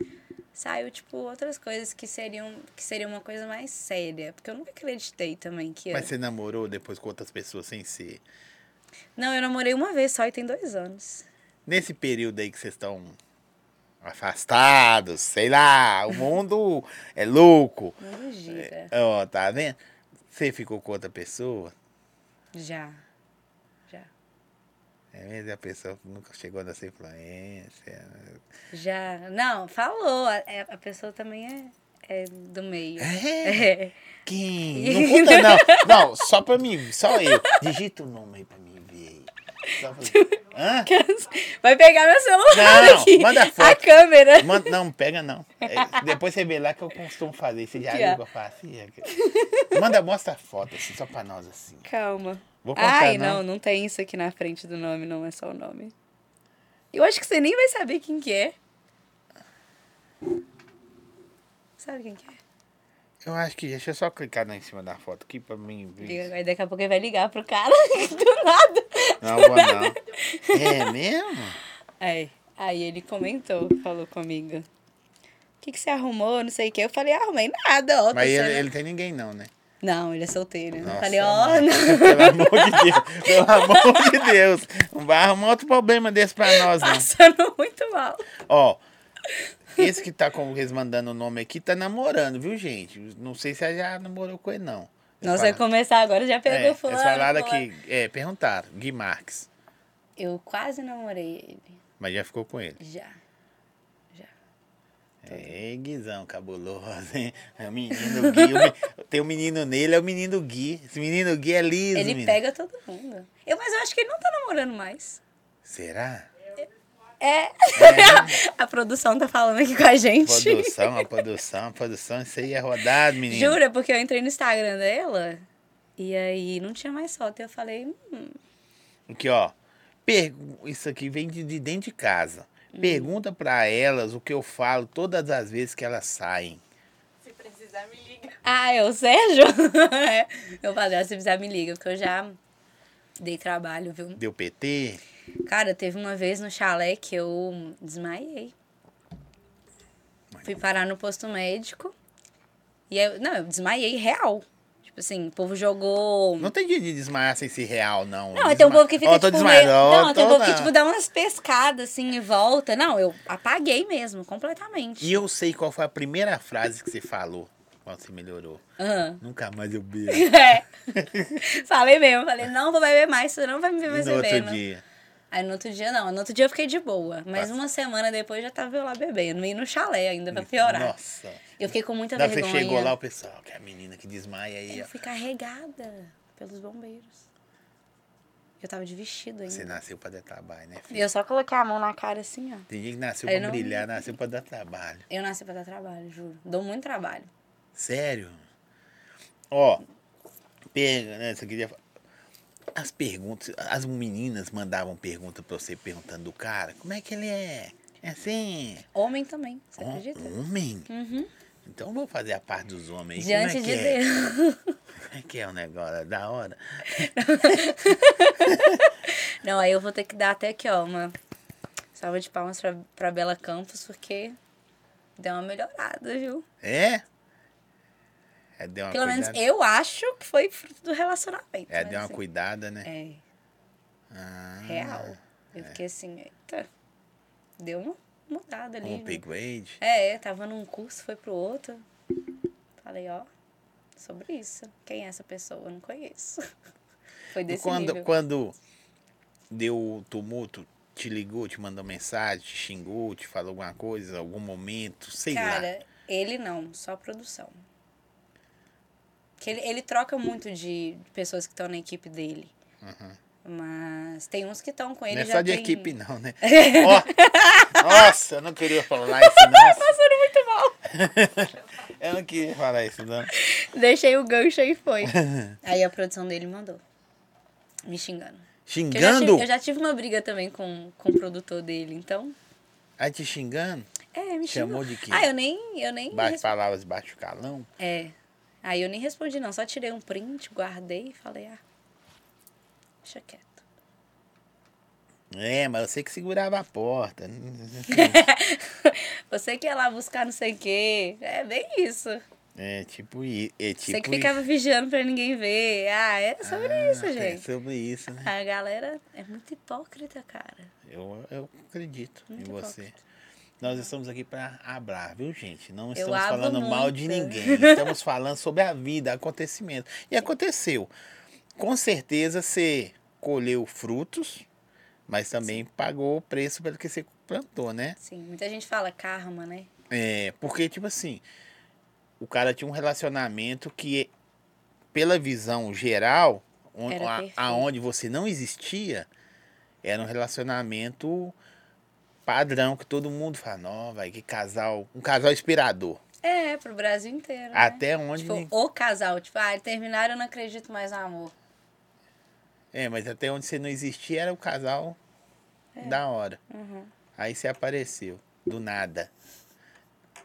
S2: saiu, tipo, outras coisas que seriam que seria uma coisa mais séria. Porque eu nunca acreditei também que. Eu...
S1: Mas você namorou depois com outras pessoas sem ser.
S2: Não, eu namorei uma vez só e tem dois anos.
S1: Nesse período aí que vocês estão afastados, sei lá, o mundo [LAUGHS] é louco.
S2: Não gira.
S1: Ó, tá vendo? Você ficou com outra pessoa?
S2: Já. Já.
S1: É mesmo? A pessoa nunca chegou nessa influência.
S2: Já. Não, falou. A, é- a pessoa também é, é do meio.
S1: É?
S2: É.
S1: Quem? Não conta, não. Não, só pra mim, só eu. Digita o nome aí pra mim ver. aí. Só pra...
S2: [LAUGHS]
S1: Hã?
S2: Vai pegar meu celular
S1: Não,
S2: aqui.
S1: manda
S2: a
S1: foto.
S2: câmera.
S1: Manda, não, pega não. É, depois você vê lá que eu costumo fazer. Você já
S2: Que é?
S1: liga, eu faço. e é que- Manda, mostra a foto, assim, só pra nós, assim.
S2: Calma.
S1: Vou né? contar,
S2: Ai,
S1: não.
S2: não. não, tem isso aqui na frente do nome, não é só o nome. Eu acho que você nem vai saber quem que é. Sabe quem que é?
S1: Eu acho que... Deixa eu só clicar lá em cima da foto aqui pra mim
S2: Liga-
S1: ver.
S2: Aí daqui a pouco ele vai ligar pro cara [LAUGHS] do nada.
S1: Não, vou não.
S2: [LAUGHS]
S1: É mesmo?
S2: Aí, aí ele comentou, falou comigo. O que, que você arrumou? Não sei o que. Eu falei, "Ah, arrumei nada, ó. tô
S1: Mas ele,
S2: sendo-
S1: ele tem ninguém não, né?
S2: Não, ele é solteiro. Eu
S1: Nossa, é.
S2: falei, ó, [LAUGHS]
S1: mãe.
S2: não.
S1: [LAUGHS] Pelo amor de Deus. Pelo amor de Deus. Não vai arrumar outro problema desse pra nós, não.
S2: passando muito mal.
S1: Ó, esse que tá com eles mandando o nome aqui tá namorando, viu, gente? Não sei se ela já namorou com ele, não. Eles
S2: Nossa, vai
S1: falaram-
S2: começar agora, já
S1: é,
S2: pegou
S1: eles
S2: fulano.
S1: falaram
S2: fulano.
S1: que. É, perguntaram, Gui Marques.
S2: Eu quase namorei ele.
S1: Mas já ficou com ele.
S2: Já. Já. tudo.
S1: É, Guizão, cabuloso, hein? É o menino Gui. o me- [LAUGHS] Tem um menino nele, é o menino Gui. Esse menino Gui é liso,
S2: ele
S1: menino.
S2: pega todo mundo. Eu, mas eu acho que ele não tá namorando mais. [LAUGHS]
S1: Será?
S2: É. a produção tá falando aqui com a gente.
S1: Produção, a produção, a produção. Isso aí é rodado, menino.
S2: Jura, porque eu entrei no Instagram dela e aí não tinha mais foto. Eu falei, hum,
S1: Aqui, ó. Pergu- Isso aqui vem de, de dentro de casa.
S2: Hum.
S1: Pergunta pra elas o que eu falo todas as vezes que elas saem.
S3: Se precisar, me liga.
S2: ah, é o Sérgio? [LAUGHS] É. eu falei, ó, se precisar me liga, porque eu já dei trabalho, viu?
S1: Deu PT?
S2: Cara, teve uma vez no chalé que eu desmaiei. Fui parar no posto médico. E eu, não, eu desmaiei real. Tipo assim, o povo jogou.
S1: Não tem dia de desmaiar sem ser real, não.
S2: Não, tem um povo que fica,
S1: Ó, tô
S2: tipo, meio...
S1: desmaiando. Ó,
S2: Não, tem um
S1: tô
S2: povo que,
S1: na-
S2: tipo, dá umas pescadas, assim, e volta. Não, eu apaguei mesmo, completamente.
S1: E eu sei qual foi a primeira frase que você falou quando você melhorou.
S2: Aham. [LAUGHS]
S1: Nunca mais eu bebo. E
S2: É. falei mesmo, falei, não vou beber mais, você não vai [LAUGHS] me ver mais
S1: no outro
S2: bebendo.
S1: dia. Tá.
S2: Aí no outro dia, não. No outro dia eu fiquei de boa. Mas
S1: Nossa.
S2: uma semana depois já tava eu lá bebendo. E no chalé ainda, pra piorar.
S1: Nossa.
S2: Eu fiquei com muita
S1: Na hora que
S2: vergonha.
S1: você chegou lá, o pessoal, que é a menina que desmaia aí,
S2: Eu
S1: ó.
S2: fui carregada pelos bombeiros. Eu tava de vestido ainda.
S1: Você nasceu pra dar trabalho, né,
S2: E
S1: filho?
S2: eu só coloquei a mão na cara assim, ó.
S1: Tem gente que nasceu
S2: Aí
S1: pra
S2: não-
S1: brilhar, nasceu pra dar trabalho.
S2: Eu nasci pra dar trabalho, juro. Dou muito trabalho.
S1: Sério? Ó, pega, né? Você queria. As perguntas, as meninas mandavam pergunta pra você perguntando do cara, como é que ele é? É assim.
S2: Homem também, você
S1: hom-
S2: acredita?
S1: Homem?
S2: Uhum.
S1: Então eu vou fazer a parte dos homens. aí,
S2: Diante
S1: como é que
S2: de
S1: é?
S2: Deus. [LAUGHS]
S1: Como é que é o negócio? É Da hora.
S2: Não, aí eu vou ter que dar até aqui, ó, uma salva de palmas pra, pra Bela Campos, porque deu uma melhorada, viu?
S1: É? É deu uma
S2: Pelo menos
S1: cuidada.
S2: eu acho que foi fruto do relacionamento.
S1: É,
S2: mas
S1: deu uma
S2: assim,
S1: cuidada, É. né?
S2: É,
S1: Ah,
S2: real. Eu fiquei assim, eita, deu uma mudada ali.
S1: Um
S2: né?
S1: upgrade.
S2: É, é, tava num curso, foi pro outro. Falei, ó, sobre isso. Quem é essa pessoa? Eu não conheço. [LAUGHS] Foi
S1: E
S2: É desse
S1: quando,
S2: nível.
S1: quando deu o tumulto, te ligou, te mandou mensagem, te xingou, te falou alguma coisa, algum momento, sei lá.
S2: Cara, ele não, só a produção. Que ele, ele troca muito de pessoas que estão na equipe dele. Mas tem uns que estão com ele
S1: Uhum. não é
S2: já
S1: só de
S2: tem-
S1: equipe, não, né? Ó, nossa, eu não queria falar isso, não.
S2: Tá Passando muito mal.
S1: [LAUGHS] Eu não queria falar isso, não.
S2: [LAUGHS] Deixei o gancho e foi.
S1: [LAUGHS]
S2: Aí a produção dele mandou. Me xingando. Que eu, já
S1: Xingando?
S2: tive, eu já tive uma briga também com, com o produtor dele, então.
S1: Aí te xingando?
S2: É, me xingou.
S1: Chamou de quê?
S2: Ah, eu nem. Eu nem
S1: Baixo,
S2: res-
S1: palavras baixo calão?
S2: É. Aí eu nem respondi, não. Só tirei um print, guardei e falei, ah. Deixa quieto.
S1: É, mas você que segurava a porta.
S2: Você que ia lá buscar não sei o quê. É bem isso.
S1: É tipo, i- é tipo
S2: Você que
S1: isso.
S2: ficava vigiando pra ninguém ver. Ah, é sobre
S1: Ah,
S2: isso,
S1: é
S2: gente.
S1: sobre isso, né?
S2: A galera é muito hipócrita, cara.
S1: Eu, eu acredito em
S2: Muito
S1: você.
S2: hipócrita.
S1: Nós estamos aqui para hablar, viu, gente? Não estamos
S2: abro
S1: falando mal de
S2: muito.
S1: ninguém. Estamos falando sobre a vida, acontecimento. E aconteceu. Com certeza você colheu frutos, mas também pagou o preço pelo que você plantou, né?
S2: Sim, Assim, muita gente fala karma, né?
S1: É, porque, tipo assim, o cara tinha um relacionamento que, pela visão geral, on-
S2: Era
S1: a-
S2: perfeito.
S1: aonde você não existia, era um relacionamento padrão que todo mundo fala, não, vai, que casal, um casal inspirador.
S2: É, pro Brasil inteiro. né?
S1: Até onde.
S2: Tipo,
S1: nem-
S2: o casal, tipo, ah, terminaram, eu não acredito mais no amor.
S1: É, mas até onde você não existia era o casal
S2: É.
S1: da hora.
S2: Uhum.
S1: Aí você apareceu, do nada.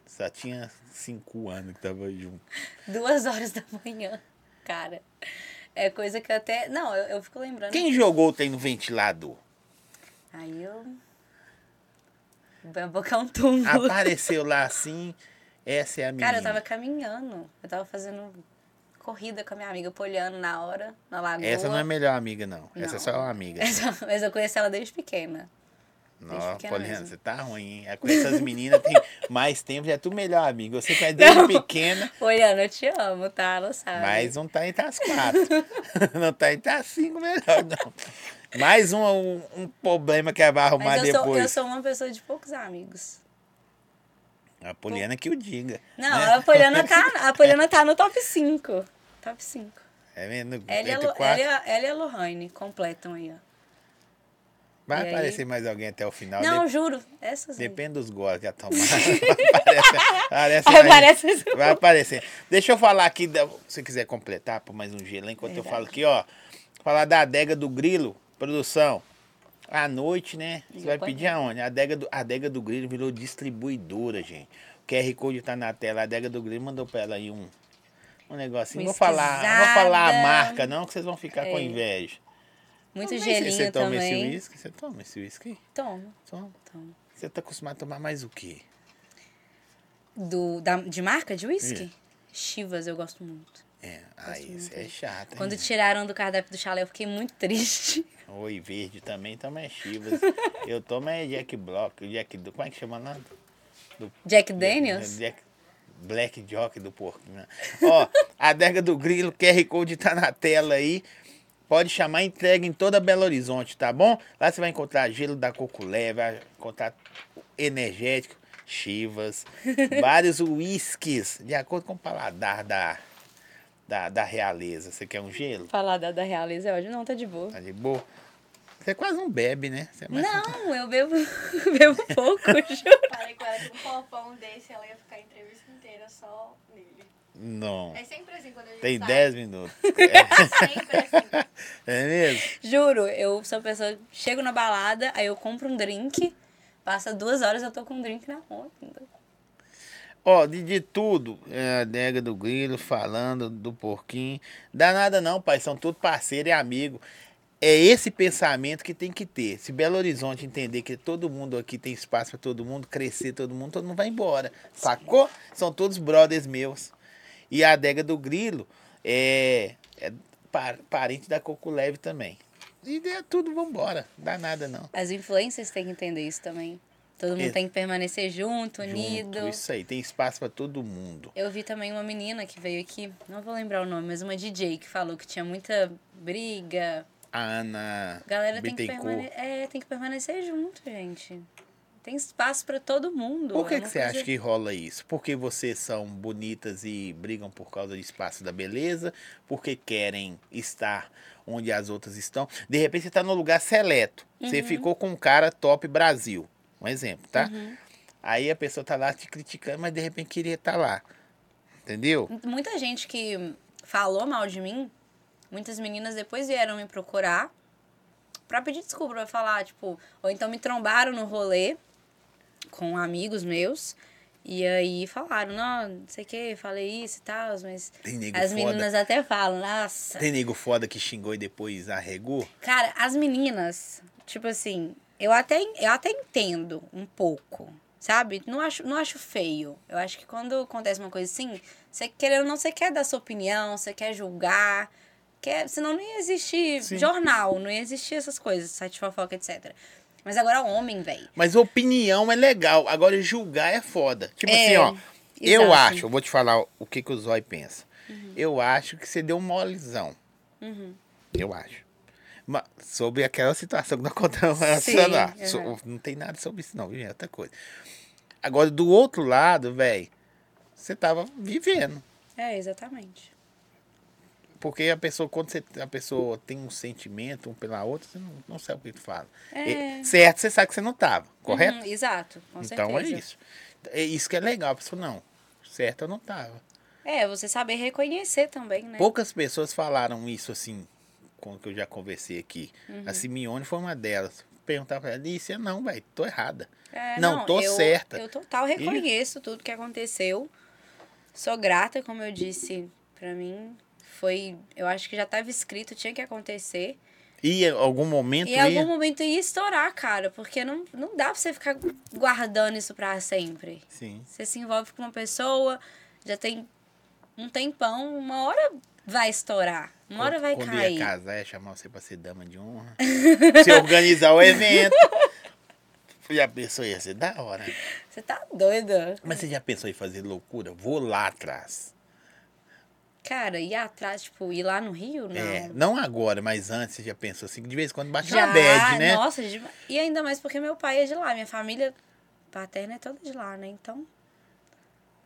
S1: Só tinha cinco anos que tava junto.
S2: Duas horas da manhã, cara. É coisa que eu até. Não, eu, eu fico lembrando.
S1: Quem jogou tem no ventilador?
S2: Aí eu. Vai bocar um
S1: Ah,
S2: túmulo.
S1: tá. apareceu lá assim, essa é a menina.
S2: Cara, eu tava caminhando. Eu tava fazendo corrida com a minha amiga, polhando na hora, na lagoa.
S1: Essa não é a melhor amiga, não. Essa é
S2: Não.
S1: só uma amiga.
S2: Essa- Mas eu conheci ela desde pequena.
S1: Nossa,
S2: pequena
S1: Poliana,
S2: mesmo.
S1: você tá ruim, hein? É, Com essas meninas tem mais tempo, já é tu melhor amiga. Você
S2: [LAUGHS]
S1: conhece desde
S2: Não.
S1: pequena,
S2: Poliana, eu te amo, tá? Ela sabe.
S1: mas não tá entre as quatro. [LAUGHS] não tá entre as cinco melhor, não. Mais um, um, um problema que ela vai arrumar
S2: Mas eu sou,
S1: depois.
S2: eu sou uma pessoa de poucos amigos.
S1: A Poliana que o diga.
S2: Não,
S1: né?
S2: a,
S1: [LAUGHS]
S2: Poliana tá, a Poliana tá no top 5. Top 5.
S1: É mesmo? no-
S2: Ela é e a
S1: entre
S2: Lo-
S1: quatro.
S2: ela e a- ela e a Lohane completam aí, ó.
S1: Vai
S2: e aí?
S1: aparecer mais alguém até o final.
S2: Não,
S1: de-
S2: juro. Essas [LAUGHS] aí.
S1: Depende dos gols que a tomada. Aparece,
S2: Aí
S1: mais-
S2: aparece esse
S1: Vai aparecer. Deixa eu falar aqui, da- se quiser completar, pôr mais um gelo aí, enquanto eu
S2: Verdade.
S1: falo aqui, ó. Falar da adega do Grilo, produção. À noite, né? Você
S2: Já
S1: vai
S2: pode.
S1: pedir aonde? A adega, do, a adega do Grilo virou distribuidora, gente. O QR Code tá na tela. A adega do Grilo mandou pra ela aí um, um negocinho.
S2: Uma
S1: Não vou falar, não vou falar a
S2: esquisada.
S1: marca, não, que vocês vão ficar com
S2: É.
S1: inveja.
S2: Muito
S1: Não, mas
S2: gelinho
S1: Você toma esse
S2: também.
S1: uísque? Você toma esse uísque?
S2: Toma.
S1: Toma.
S2: toma.
S1: Você tá acostumado a tomar mais o quê?
S2: Do, da, de marca de uísque? Chivas, eu gosto muito.
S1: É, aí você é chata. hein?
S2: um Quando tiraram do cardápio do chalé, eu fiquei muito triste. [LAUGHS]
S1: Oi, verde também, toma é Chivas. Eu tomo é Jack Block, Jack do. Como é que chama lá?
S2: Jack Daniels?
S1: Jack, Black Jock do porquinho. né? Ó, a adega do Grilo, QR Code tá na tela aí. Pode chamar, entrega em toda Belo Horizonte, tá bom? Lá você vai encontrar gelo da Coculé, vai encontrar energético,
S2: [LAUGHS]
S1: chivas, vários uísques, de acordo com o paladar da, da, da realeza. Você quer um gelo?
S2: Falar da, da realeza é ótimo. Não, tá de boa.
S1: Tá de boa? Você quase não bebe, né? Você é mais-
S2: Não, eu bebo, [LAUGHS] bebo pouco, [LAUGHS] juro.
S3: Falei com ela que um copão desse ela ia ficar a entrevista inteira só nele.
S1: Não.
S3: É sempre assim quando a gente
S1: Tem
S3: sai. É
S1: 10 minutos.
S3: Sempre assim.
S1: É mesmo?
S2: Juro, eu sou a pessoa. Chego na balada, aí eu compro um drink, passa duas horas eu tô com um drink na mão ainda.
S1: Ó, de, de tudo, é, a adega do grilo, falando do porquinho. Dá nada não, pai, são tudo parceiro e amigo. É esse pensamento que tem que ter. Se Belo Horizonte entender que todo mundo aqui tem espaço para todo mundo, crescer todo mundo, todo mundo vai embora. Sacou? São todos brothers meus. E a adega do grilo é, é par- parente da Coco Leve também. E é tudo, vambora. Dá nada não.
S2: As influências têm que entender isso também. Todo mundo
S1: Ex-
S2: tem que permanecer junto, unido.
S1: Junto, isso aí, tem espaço pra todo mundo.
S2: Eu vi também uma menina que veio aqui, não vou lembrar o nome, mas uma DJ que falou que tinha muita briga.
S1: A Ana
S2: A galera tem que,
S1: Bittencourt.
S2: permane- é, tem que permanecer junto, gente. Tem espaço pra todo mundo.
S1: Por que,
S2: é
S1: que
S2: uma
S1: você
S2: coisa-
S1: acha que rola isso? Porque vocês são bonitas e brigam por causa do espaço da beleza? Porque querem estar onde as outras estão? De repente você tá num lugar seleto.
S2: Uhum.
S1: Você ficou com um cara top Brasil. Um exemplo, tá?
S2: Uhum.
S1: Aí a pessoa tá lá te criticando, mas de repente queria estar lá. Entendeu?
S2: Muita gente que falou mal de mim, muitas meninas depois vieram me procurar pra pedir desculpa, pra falar, tipo, ou então me trombaram no rolê com amigos meus. E aí falaram, não, não sei o que, falei isso e tal, mas
S1: Tem nego
S2: as
S1: foda.
S2: meninas até falam, nossa,
S1: Tem nego foda que xingou e depois arregou?
S2: Cara, as meninas, tipo assim, eu até, eu até entendo um pouco, sabe? Não acho, não acho feio. Eu acho que quando acontece uma coisa assim, você querendo ou não, você quer dar sua opinião, você quer julgar. Quer, senão não ia existir
S1: Sim.
S2: jornal, não ia existir essas coisas, site de fofoca, etc. Mas agora homem, velho.
S1: Mas opinião é legal. Agora, julgar é foda. Tipo
S2: É,
S1: assim, ó. Eu
S2: exato. Uhum.
S1: acho, eu vou te falar o que, que o Zói pensa. Eu acho que você deu um molezão. Eu acho. Mas sobre aquela situação que nós contamos
S2: Sim,
S1: sei lá, so-
S2: aham.
S1: Não tem nada sobre isso, não, viu? É outra coisa. Agora, do outro lado, velho, você tava vivendo.
S2: É, exatamente.
S1: Porque a pessoa, quando você, a pessoa tem um sentimento um pela outra, você não, não sabe o que tu fala.
S2: É.
S1: E- certo, você sabe que você não tava, correto?
S2: Uhum, exato, com certeza.
S1: Então é isso. É isso que é legal. A pessoa, não, certo eu não tava.
S2: É, você saber reconhecer também, né?
S1: Poucas pessoas falaram isso assim, com o que eu já conversei aqui.
S2: Uhum.
S1: A Simeone foi uma delas. Perguntava pra ela, disse, "Ah, não, velho, tô errada.
S2: É,
S1: Não, tô
S2: eu,
S1: certa.
S2: Eu total reconheço tudo que aconteceu. Sou grata, como eu disse, pra mim foi, eu acho que já tava escrito, tinha que acontecer.
S1: E em algum momento
S2: E em
S1: ia-
S2: algum momento ia estourar, cara, porque não, não dá pra você ficar guardando isso pra sempre.
S1: Sim.
S2: Você se envolve com uma pessoa, já tem um tempão, uma hora vai estourar, uma hora vai
S1: quando
S2: cair.
S1: ia casar, ia chamar você pra ser dama de honra. se organizar o
S2: [LAUGHS]
S1: evento. Já pensou, ia ser da hora.
S2: Você tá doida?
S1: Mas você já pensou em fazer loucura? Vou lá atrás.
S2: Cara, ir atrás, tipo, ir lá no Rio? Não.
S1: É, não agora, mas antes você já pensou assim, que de vez em quando baixa
S2: Já,
S1: uma bad, né?
S2: nossa, de- e ainda mais porque meu pai é de lá, minha família paterna é toda de lá, né? Então,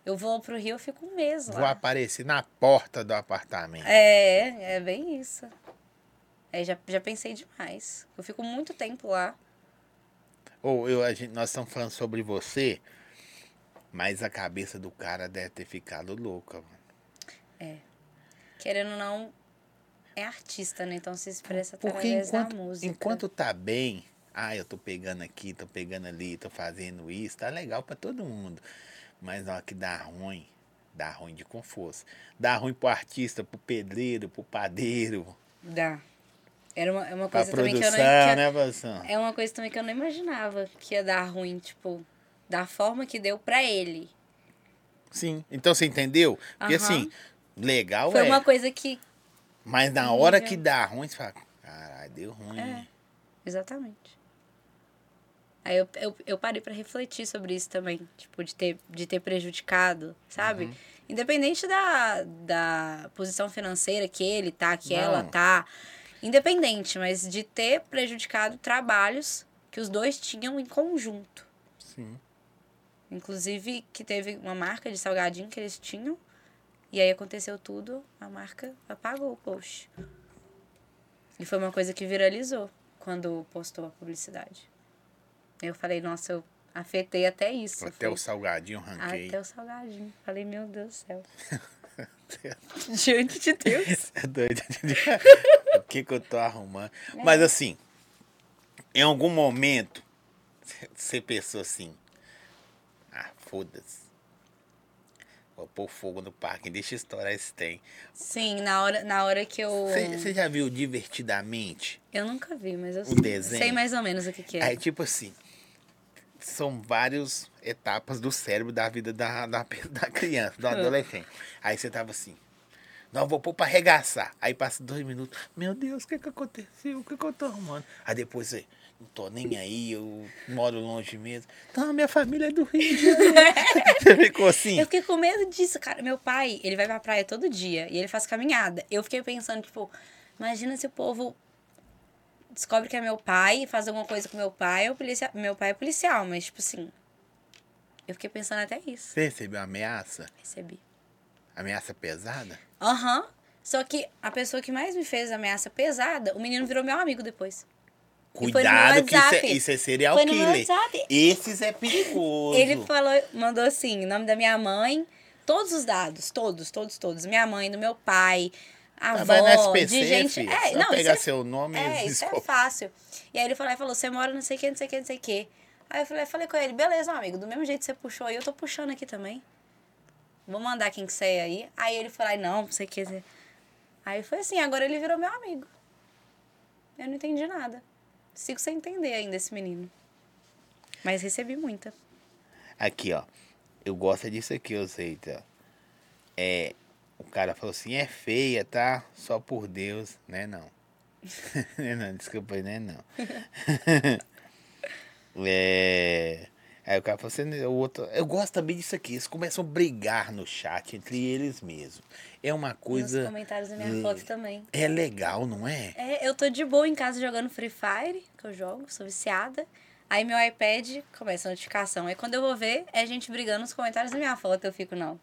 S2: Eu vou pro Rio, eu fico um mês
S1: Vou
S2: lá.
S1: aparecer na porta do apartamento.
S2: É, é bem isso. É, já, já pensei demais. Eu fico muito tempo lá.
S1: Ou eu, a gente, nós estamos falando sobre você, mas a cabeça do cara deve ter ficado louca. mano.
S2: Querendo ou não, é artista, né? Então se expressa
S1: Porque
S2: através
S1: enquanto,
S2: da música.
S1: enquanto tá bem, ah, eu tô pegando aqui, tô pegando ali, tô fazendo isso, tá legal pra todo mundo. Mas na hora que dá ruim, dá ruim de com força. Dá ruim pro artista, pro pedreiro, pro padeiro,
S2: Dá. Era uma, é uma
S1: pra
S2: coisa também
S1: produção,
S2: que eu não. que eu-
S1: né, produção?
S2: É uma coisa também que eu não imaginava que ia dar ruim, tipo, da forma que deu pra ele.
S1: Sim. Então você entendeu? Porque
S2: Aham.
S1: assim, legal
S2: Foi
S1: é.
S2: uma coisa que.
S1: Mas na
S2: Amiga.
S1: hora que dá ruim, você fala, caralho, deu ruim.
S2: É.
S1: né?"
S2: Exatamente. Aí eu, eu, eu parei pra refletir sobre isso também, tipo, de ter, de ter prejudicado, sabe? Independente da, da posição financeira que ele tá, que
S1: Não.
S2: ela tá. Independente, mas de ter prejudicado trabalhos que os dois tinham em conjunto.
S1: Sim.
S2: Inclusive, que teve uma marca de salgadinho que eles tinham. E aí aconteceu tudo, a marca apagou o post. E foi uma coisa que viralizou quando postou a publicidade. Eu falei, nossa, eu afetei até isso.
S1: Até o
S2: Foi-
S1: salgadinho ranquei. [LAUGHS]
S2: até o salgadinho. Falei, meu Deus do céu. Diante de Deus.
S1: É doido.
S2: [LAUGHS]
S1: o que que eu tô arrumando?
S2: É.
S1: Mas assim, em algum momento, você pensou assim, ah, foda-se. Vou pôr fogo no parque, deixa estourar esse tem.
S2: Sim, na hora, na hora que eu.
S1: Você já viu divertidamente?
S2: Eu nunca vi, mas eu
S1: O desenho.
S2: sei mais ou menos o que, que é.
S1: É tipo assim, são várias etapas do cérebro da vida da, da, [LAUGHS] pe- da criança, do adolescente. Aí você tava assim, não, vou pôr pra arregaçar. Aí passa dois minutos, meu Deus, o que que aconteceu? O que que eu tô arrumando? Aí depois você, não tô nem aí, eu moro longe mesmo. Não, minha família é do Rio de
S2: [LAUGHS]
S1: Janeiro. Você ficou assim?
S2: Eu fiquei com medo disso, cara. Meu pai, ele vai pra praia todo dia e ele faz caminhada. Eu fiquei pensando, tipo, imagina se o povo descobre que é meu pai e faz alguma coisa com meu pai. Eu policia... Meu pai é policial, mas, tipo assim. Eu fiquei pensando até isso.
S1: Você recebeu uma ameaça?
S2: Recebi.
S1: Ameaça pesada?
S2: Aham. Só que a pessoa que mais me fez ameaça pesada, o menino virou meu amigo depois. E foi no meu
S1: Cuidado que isso é,
S2: WhatsApp.
S1: isso é serial
S2: Foi no meu
S1: killer.
S2: WhatsApp.
S1: Esses é perigoso.
S2: Ele falou, mandou assim, o nome da minha mãe, todos os dados, todos, todos, todos. Minha mãe, do meu pai, a
S1: Ah,
S2: avó,
S1: vai no SPC,
S2: de gente.
S1: filho.
S2: É,
S1: Só
S2: não, isso
S1: pegar
S2: é,
S1: seu nome
S2: é,
S1: e
S2: isso é
S1: desculpa.
S2: fácil. E aí ele falou, ele falou, você mora não sei o que, não sei o que, não sei o que. Aí eu falei, falei com ele, beleza, meu amigo, do mesmo jeito que você puxou aí, eu tô puxando aqui também. Vou mandar quem que você é aí. Aí ele falou, ai, não, não sei o que. Aí foi assim, agora ele virou meu amigo. Eu não entendi nada. Sigo sem entender ainda esse menino. Mas recebi muita.
S1: Aqui, ó. Eu gosto disso aqui, eu sei, tá? É. O cara falou assim, é feia, tá? Só por Deus, né não. [LAUGHS] Né, não, desculpa, né não. [LAUGHS] é. Aí o cara falou assim, o outro. Eu gosto também disso aqui. Eles começam a brigar no chat entre eles mesmos. É uma
S2: Nos
S1: coisa.
S2: comentários da
S1: Hum.
S2: minha foto também.
S1: É legal, não é?
S2: É, eu tô de boa em casa jogando Free Fire, que eu jogo, sou viciada. Aí meu iPad começa a notificação. Aí quando eu vou ver, é gente brigando nos comentários da minha foto. Eu fico, não.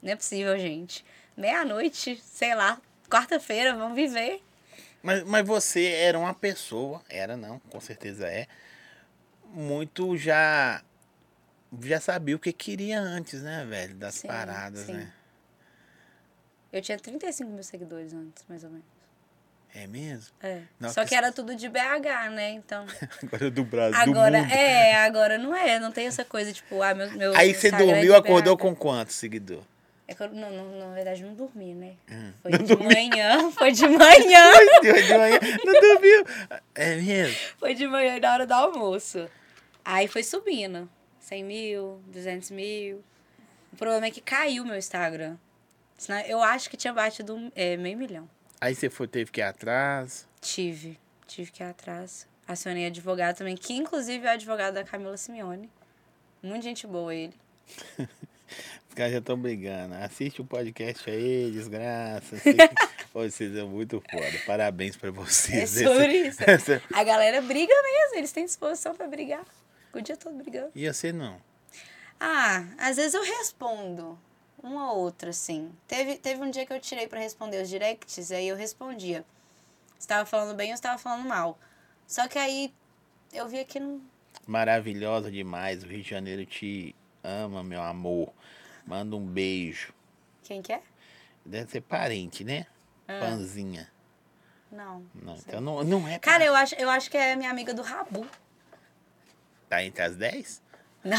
S2: Não é possível, gente. Meia-noite, sei lá, quarta-feira, vamos viver.
S1: Mas, mas você era uma pessoa, era não, com certeza é, muito já já sabia o que queria antes, né, velho? Das
S2: Sim,
S1: paradas,
S2: sim.
S1: né?
S2: Eu tinha 35 mil seguidores antes, mais ou menos.
S1: É mesmo? [LAUGHS]
S2: É.
S1: Não,
S2: Só
S1: que-
S2: que era tudo de BH, né? Então.
S1: Agora [LAUGHS] do Brasil,
S2: Agora, é, agora não é. Não tem essa coisa, tipo, ah, meu. meu
S1: Aí você
S2: Instagram é de
S1: dormiu, acordou
S2: BH.
S1: com quantos seguidor? [LAUGHS]
S2: É que eu, não, não, na verdade, não dormi, né? Foi
S1: É. Não
S2: de
S1: dormi.
S2: manhã, [LAUGHS] foi de manhã.
S1: De de manhã, não dormiu. É mesmo?
S2: Foi de manhã na hora do almoço. Aí foi subindo. 100 mil, 200 mil. O problema é que caiu meu Instagram. Senão eu acho que tinha batido um, é, meio milhão.
S1: Aí você foi, teve que ir atrás.
S2: Tive. Tive que ir atrás. Acionei advogado também, que inclusive é o advogado da Camila Simeone. Muita gente boa ele.
S1: Os caras já estão brigando. Assiste o podcast aí, desgraça.
S2: [LAUGHS]
S1: Fica- Pô, Vocês são muito foda. Parabéns pra
S2: É
S1: vocês.
S2: sobre isso.
S1: Esse- esse-
S2: A galera briga mesmo, eles têm disposição pra brigar. O dia todo brigando.
S1: E você não?
S2: Ah, às vezes eu respondo. Uma ou outra, assim. Teve, teve um dia que eu tirei pra responder os directs, aí eu respondia. Se tava falando bem ou se tava falando mal. Só que aí eu vi que não.
S1: Maravilhosa demais. O Rio de Janeiro te ama, meu amor. Manda um beijo.
S2: Quem que é?
S1: Deve ser parente, né? Panzinha.
S2: Não.
S1: Não, então não, não é.
S2: Cara, eu acho, eu acho que é minha amiga do Rabu.
S1: Tá entre as 10?
S2: Não.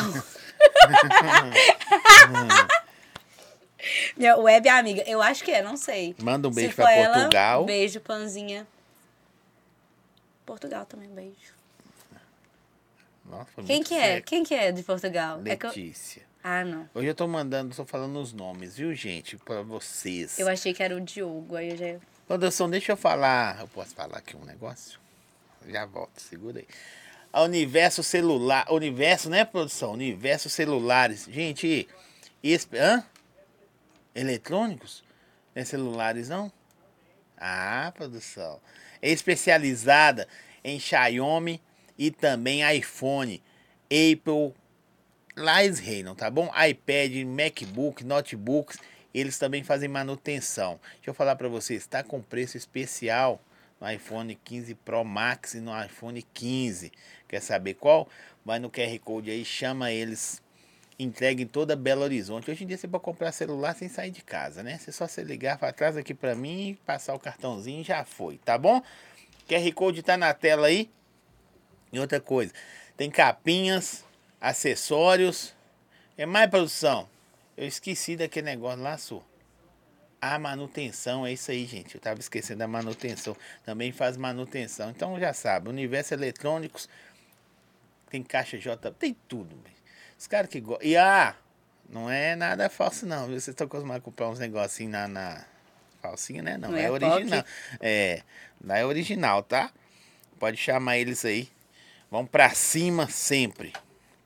S2: [LAUGHS] Minha web amiga, eu acho que é, não sei.
S1: Manda um
S2: Se
S1: beijo
S2: for
S1: pra
S2: ela,
S1: Portugal.
S2: Beijo, Panzinha. Portugal também, beijo.
S1: Nossa, foi
S2: Quem
S1: muito
S2: que é?
S1: certo.
S2: Quem que é de Portugal? É que eu-
S1: Letícia.
S2: Ah, não.
S1: Hoje eu tô mandando, tô falando os nomes, viu, gente? Pra vocês.
S2: Eu achei que era o Diogo, aí eu já...
S1: Anderson, deixa eu falar. Eu posso falar aqui um negócio? Já volto, segura aí. A Universo Celular. Universo, né, produção? Universo Celulares. Gente, esp... hã? Eletrônicos? Não é celulares, não? Ah, produção. É especializada em Xiaomi e também iPhone, Apple, lá eles reinam, tá bom? iPad, MacBook, notebooks, eles também fazem manutenção. Deixa eu falar para vocês, está com preço especial no iPhone 15 Pro Max e no iPhone 15. Quer saber qual? Vai no QR Code aí, chama eles. Entrega em toda Belo Horizonte. Hoje em dia você pode comprar celular sem sair de casa, né? Você só se ligar para trás aqui para mim, passar o cartãozinho e já foi, tá bom? QR Code tá na tela aí. E outra coisa, tem capinhas, acessórios. É mais produção. Eu esqueci daquele negócio lá, Su. A manutenção, é isso aí, gente. Eu tava esquecendo da manutenção. Também faz manutenção. Então já sabe, Universo Eletrônicos tem caixa J, tem tudo. bicho. Os caras que gostam. E ah, não é nada falso, não. viu? Vocês estão acostumados a comprar uns negocinhos na, na falsinha, né? Não,
S2: Não
S1: é,
S2: é
S1: original. É, não é original, tá? Pode chamar eles aí. Vão pra cima sempre.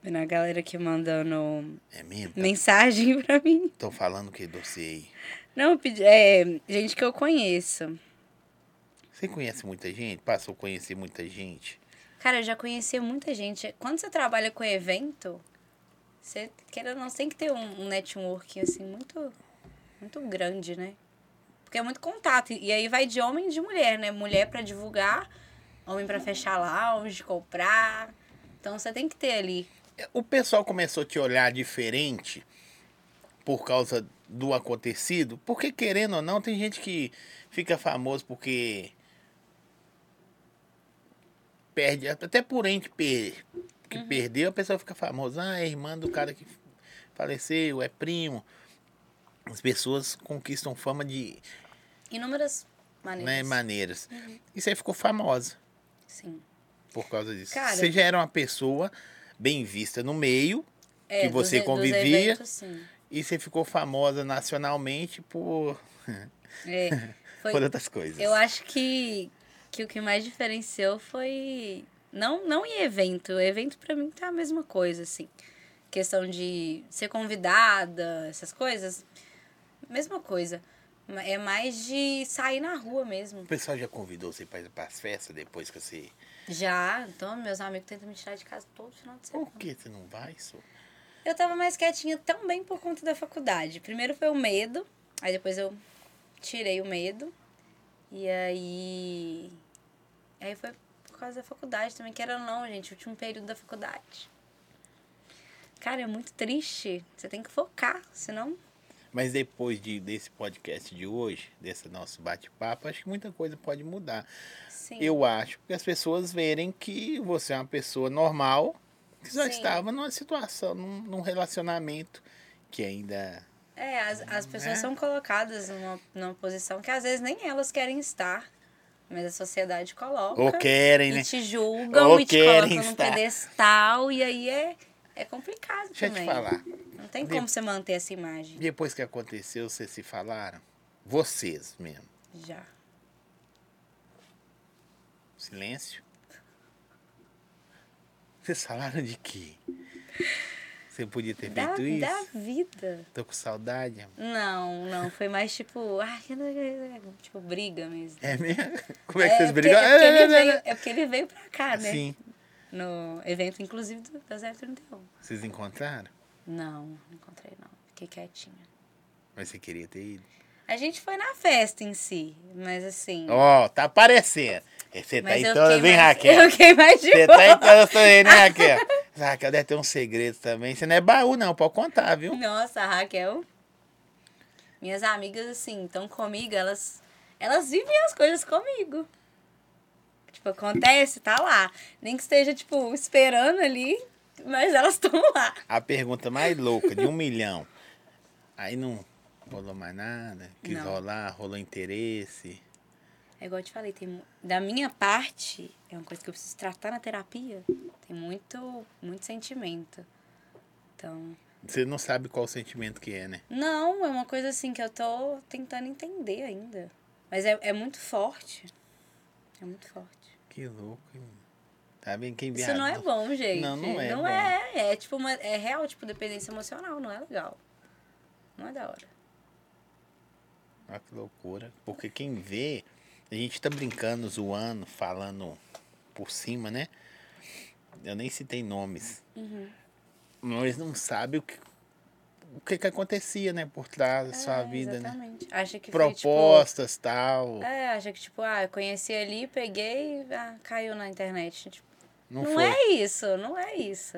S2: Vendo a galera aqui mandando
S1: É mesmo?
S2: mensagem [LAUGHS] pra mim.
S1: Tô falando que de você aí.
S2: Não, pedi- é gente que eu conheço.
S1: Você conhece muita gente? Passou a conhecer muita gente?
S2: Cara, eu já conhecia muita gente. Quando você trabalha com evento, você, querendo ou não, você tem que ter um, um networking, assim, muito, muito grande, né? Porque é muito contato. E aí vai de homem e de mulher, né? Mulher pra divulgar, homem pra fechar lounge, comprar. Então você tem que ter ali.
S1: É, O pessoal começou a te olhar diferente por causa do acontecido? Porque, querendo ou não, tem gente que fica famoso porque. Perde. Até por ente per, que perdeu, a pessoa fica famosa. Ah, é irmã do cara que faleceu, é primo. As pessoas conquistam fama de
S2: Inúmeras
S1: né,
S2: maneiras.
S1: maneiras. E você ficou famosa.
S2: Sim.
S1: por causa disso.
S2: Cara-
S1: você já era uma pessoa bem vista no meio
S2: É,
S1: Que você
S2: e-
S1: convivia.
S2: eventos, sim.
S1: e você ficou famosa nacionalmente por, [LAUGHS]
S2: É, foi,
S1: por outras coisas.
S2: Eu acho que, que o que mais diferenciou foi. Não, não em evento. Evento pra mim tá a mesma coisa, assim. Questão de ser convidada, essas coisas. Mesma coisa. Ma- É mais de sair na rua mesmo.
S1: O pessoal já convidou você para as festas depois que você.
S2: Já, então, meus amigos tentam me tirar de casa todo final de semana.
S1: Por que você não vai, Su?
S2: Eu tava mais quietinha também por conta da faculdade. Primeiro foi o medo, aí depois eu tirei o medo. E aí. Aí foi por causa da faculdade também, que era não, gente, o último período da faculdade. Cara, é muito triste. Você tem que focar, senão.
S1: Mas depois de, desse podcast de hoje, desse nosso bate-papo, acho que muita coisa pode mudar.
S2: Sim.
S1: Eu acho que as pessoas verem que você é uma pessoa normal, que já
S2: Sim.
S1: estava numa situação, num, num relacionamento que ainda.
S2: É, as, as pessoas
S1: Né?
S2: são colocadas numa, numa posição que às vezes nem elas querem estar, mas a sociedade coloca.
S1: Ou querem, né?
S2: E te julgam
S1: Ou
S2: e te
S1: querem
S2: colocam num
S1: estar.
S2: pedestal. E aí é, é complicado
S1: Deixa eu
S2: também.
S1: te falar.
S2: Não tem como você manter essa imagem.
S1: Depois que aconteceu, vocês se falaram? Vocês mesmo.
S2: Já.
S1: Silêncio. Vocês falaram de quê? Você podia ter
S2: Da,
S1: feito isso?
S2: da vida.
S1: Tô com saudade, amor.
S2: Não, não. Foi mais tipo. Ai, eu não- eu não- tipo, briga mesmo.
S1: É
S2: [LAUGHS]
S1: mesmo? Como é que vocês
S2: porque-
S1: brigaram?
S2: É porque, ele veio, é porque ele veio pra cá, né?
S1: Sim.
S2: No evento, inclusive, do, da 031.
S1: Vocês encontraram?
S2: Não, não encontrei não. Fiquei quietinha.
S1: Mas você queria ter ido.
S2: A gente foi na festa em si, mas assim.
S1: Ó, tá aparecendo. Você tá
S2: mas
S1: em todas, hein,
S2: mais,
S1: Raquel?
S2: [LAUGHS] eu fiquei mais de
S1: Você
S2: boa.
S1: tá em todas também,
S2: [LAUGHS]
S1: né, Raquel? Raquel deve ter um segredo também. Você não é baú, não, pode contar, viu?
S2: Nossa, a Raquel. Minhas amigas, assim, estão comigo, elas, elas vivem as coisas comigo. Tipo, acontece, tá lá. Nem que esteja, tipo, esperando ali, mas elas estão lá.
S1: A pergunta mais louca, de um milhão. Aí não rolou mais nada, quis
S2: Não.
S1: rolar, rolou interesse.
S2: É igual eu te falei, tem, mu- da minha parte, é uma coisa que eu preciso tratar na terapia. Tem muito, muito sentimento. Então,
S1: Você não sabe qual o sentimento que é, né?
S2: não, é uma coisa assim que eu tô tentando entender ainda. Mas é, é muito forte. É muito forte.
S1: Que louco, hein? Tá vendo quem
S2: Isso não é bom, gente.
S1: Não, não é
S2: Não
S1: bom.
S2: é. É tipo uma, é real, tipo, dependência emocional, não é legal. Não é da hora.
S1: Olha Ah, que loucura. Porque quem vê, a gente tá brincando, zoando, falando por cima, né? Eu nem citei nomes.
S2: Uhum.
S1: Mas não sabe o que, o que que acontecia, né? Por trás da sua
S2: É,
S1: vida, né?
S2: exatamente. Acha que foi,
S1: Propostas, tal.
S2: tipo, É, acha que, tipo, ah, eu conheci ali, peguei, ah, caiu na internet. Tipo,
S1: Não,
S2: não
S1: foi.
S2: é isso, não é isso.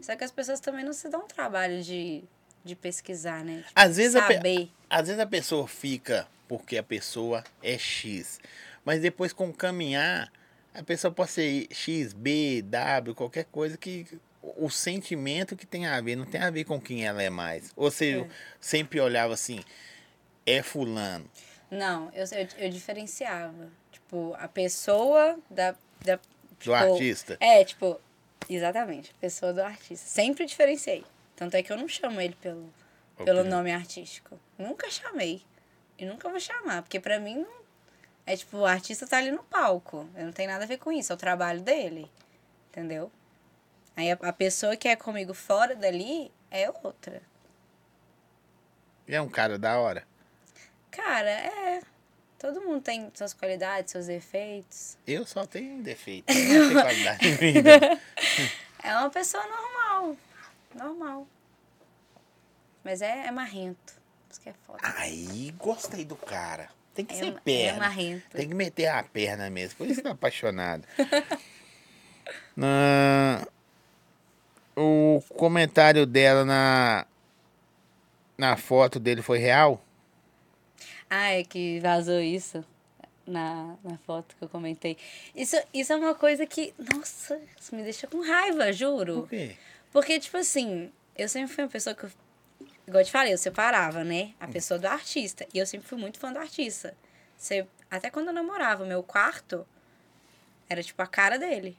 S2: Só que as pessoas também não se dão o trabalho de, de pesquisar, né? Tipo,
S1: Às vezes, a, pe-
S2: saber.
S1: Às vezes a pessoa fica porque a pessoa é X, mas depois com o caminhar, a pessoa pode ser X, B, W, qualquer coisa que o o sentimento que tem a ver, não tem a ver com quem ela é mais. Ou seja, eu sempre olhava assim, é fulano.
S2: Não, eu, eu, eu diferenciava. Tipo, a pessoa da. da tipo,
S1: artista.
S2: É, tipo, exatamente, a pessoa do artista. Sempre diferenciei. Tanto é que eu não chamo ele pelo, pelo
S1: Ok.
S2: nome artístico. Nunca chamei. E nunca vou chamar, porque pra mim não. É tipo, o artista tá ali no palco. Eu não tenho nada a ver com isso, é o trabalho dele. Entendeu? Aí a, a pessoa que é comigo fora dali é outra.
S1: Ele é um cara da hora.
S2: Cara, é. Todo mundo tem suas qualidades, seus defeitos.
S1: Eu só tenho
S2: [LAUGHS]
S1: defeito, eu não tenho qualidade de vida.
S2: É uma pessoa normal. Normal. Mas é, é marrento. Isso que é foda.
S1: Aí gostei do cara. Tem que
S2: É,
S1: ser
S2: ma- é
S1: Ah, perna.
S2: marrento.
S1: Tem que meter a perna mesmo, por isso que eu tô apaixonado. [LAUGHS] Na- Ah, O comentário dela na... na foto dele foi real?
S2: Ah, é que vazou isso na, na foto que eu comentei. Isso, isso é uma coisa que. Nossa, isso me deixa com raiva, juro.
S1: quê?
S2: Porque, tipo assim, eu sempre fui uma pessoa que. Eu, igual eu te falei, eu separava, né?
S1: Hum.
S2: A pessoa do artista. E eu sempre fui muito fã do artista. Você, até quando eu namorava, meu quarto era tipo a cara dele.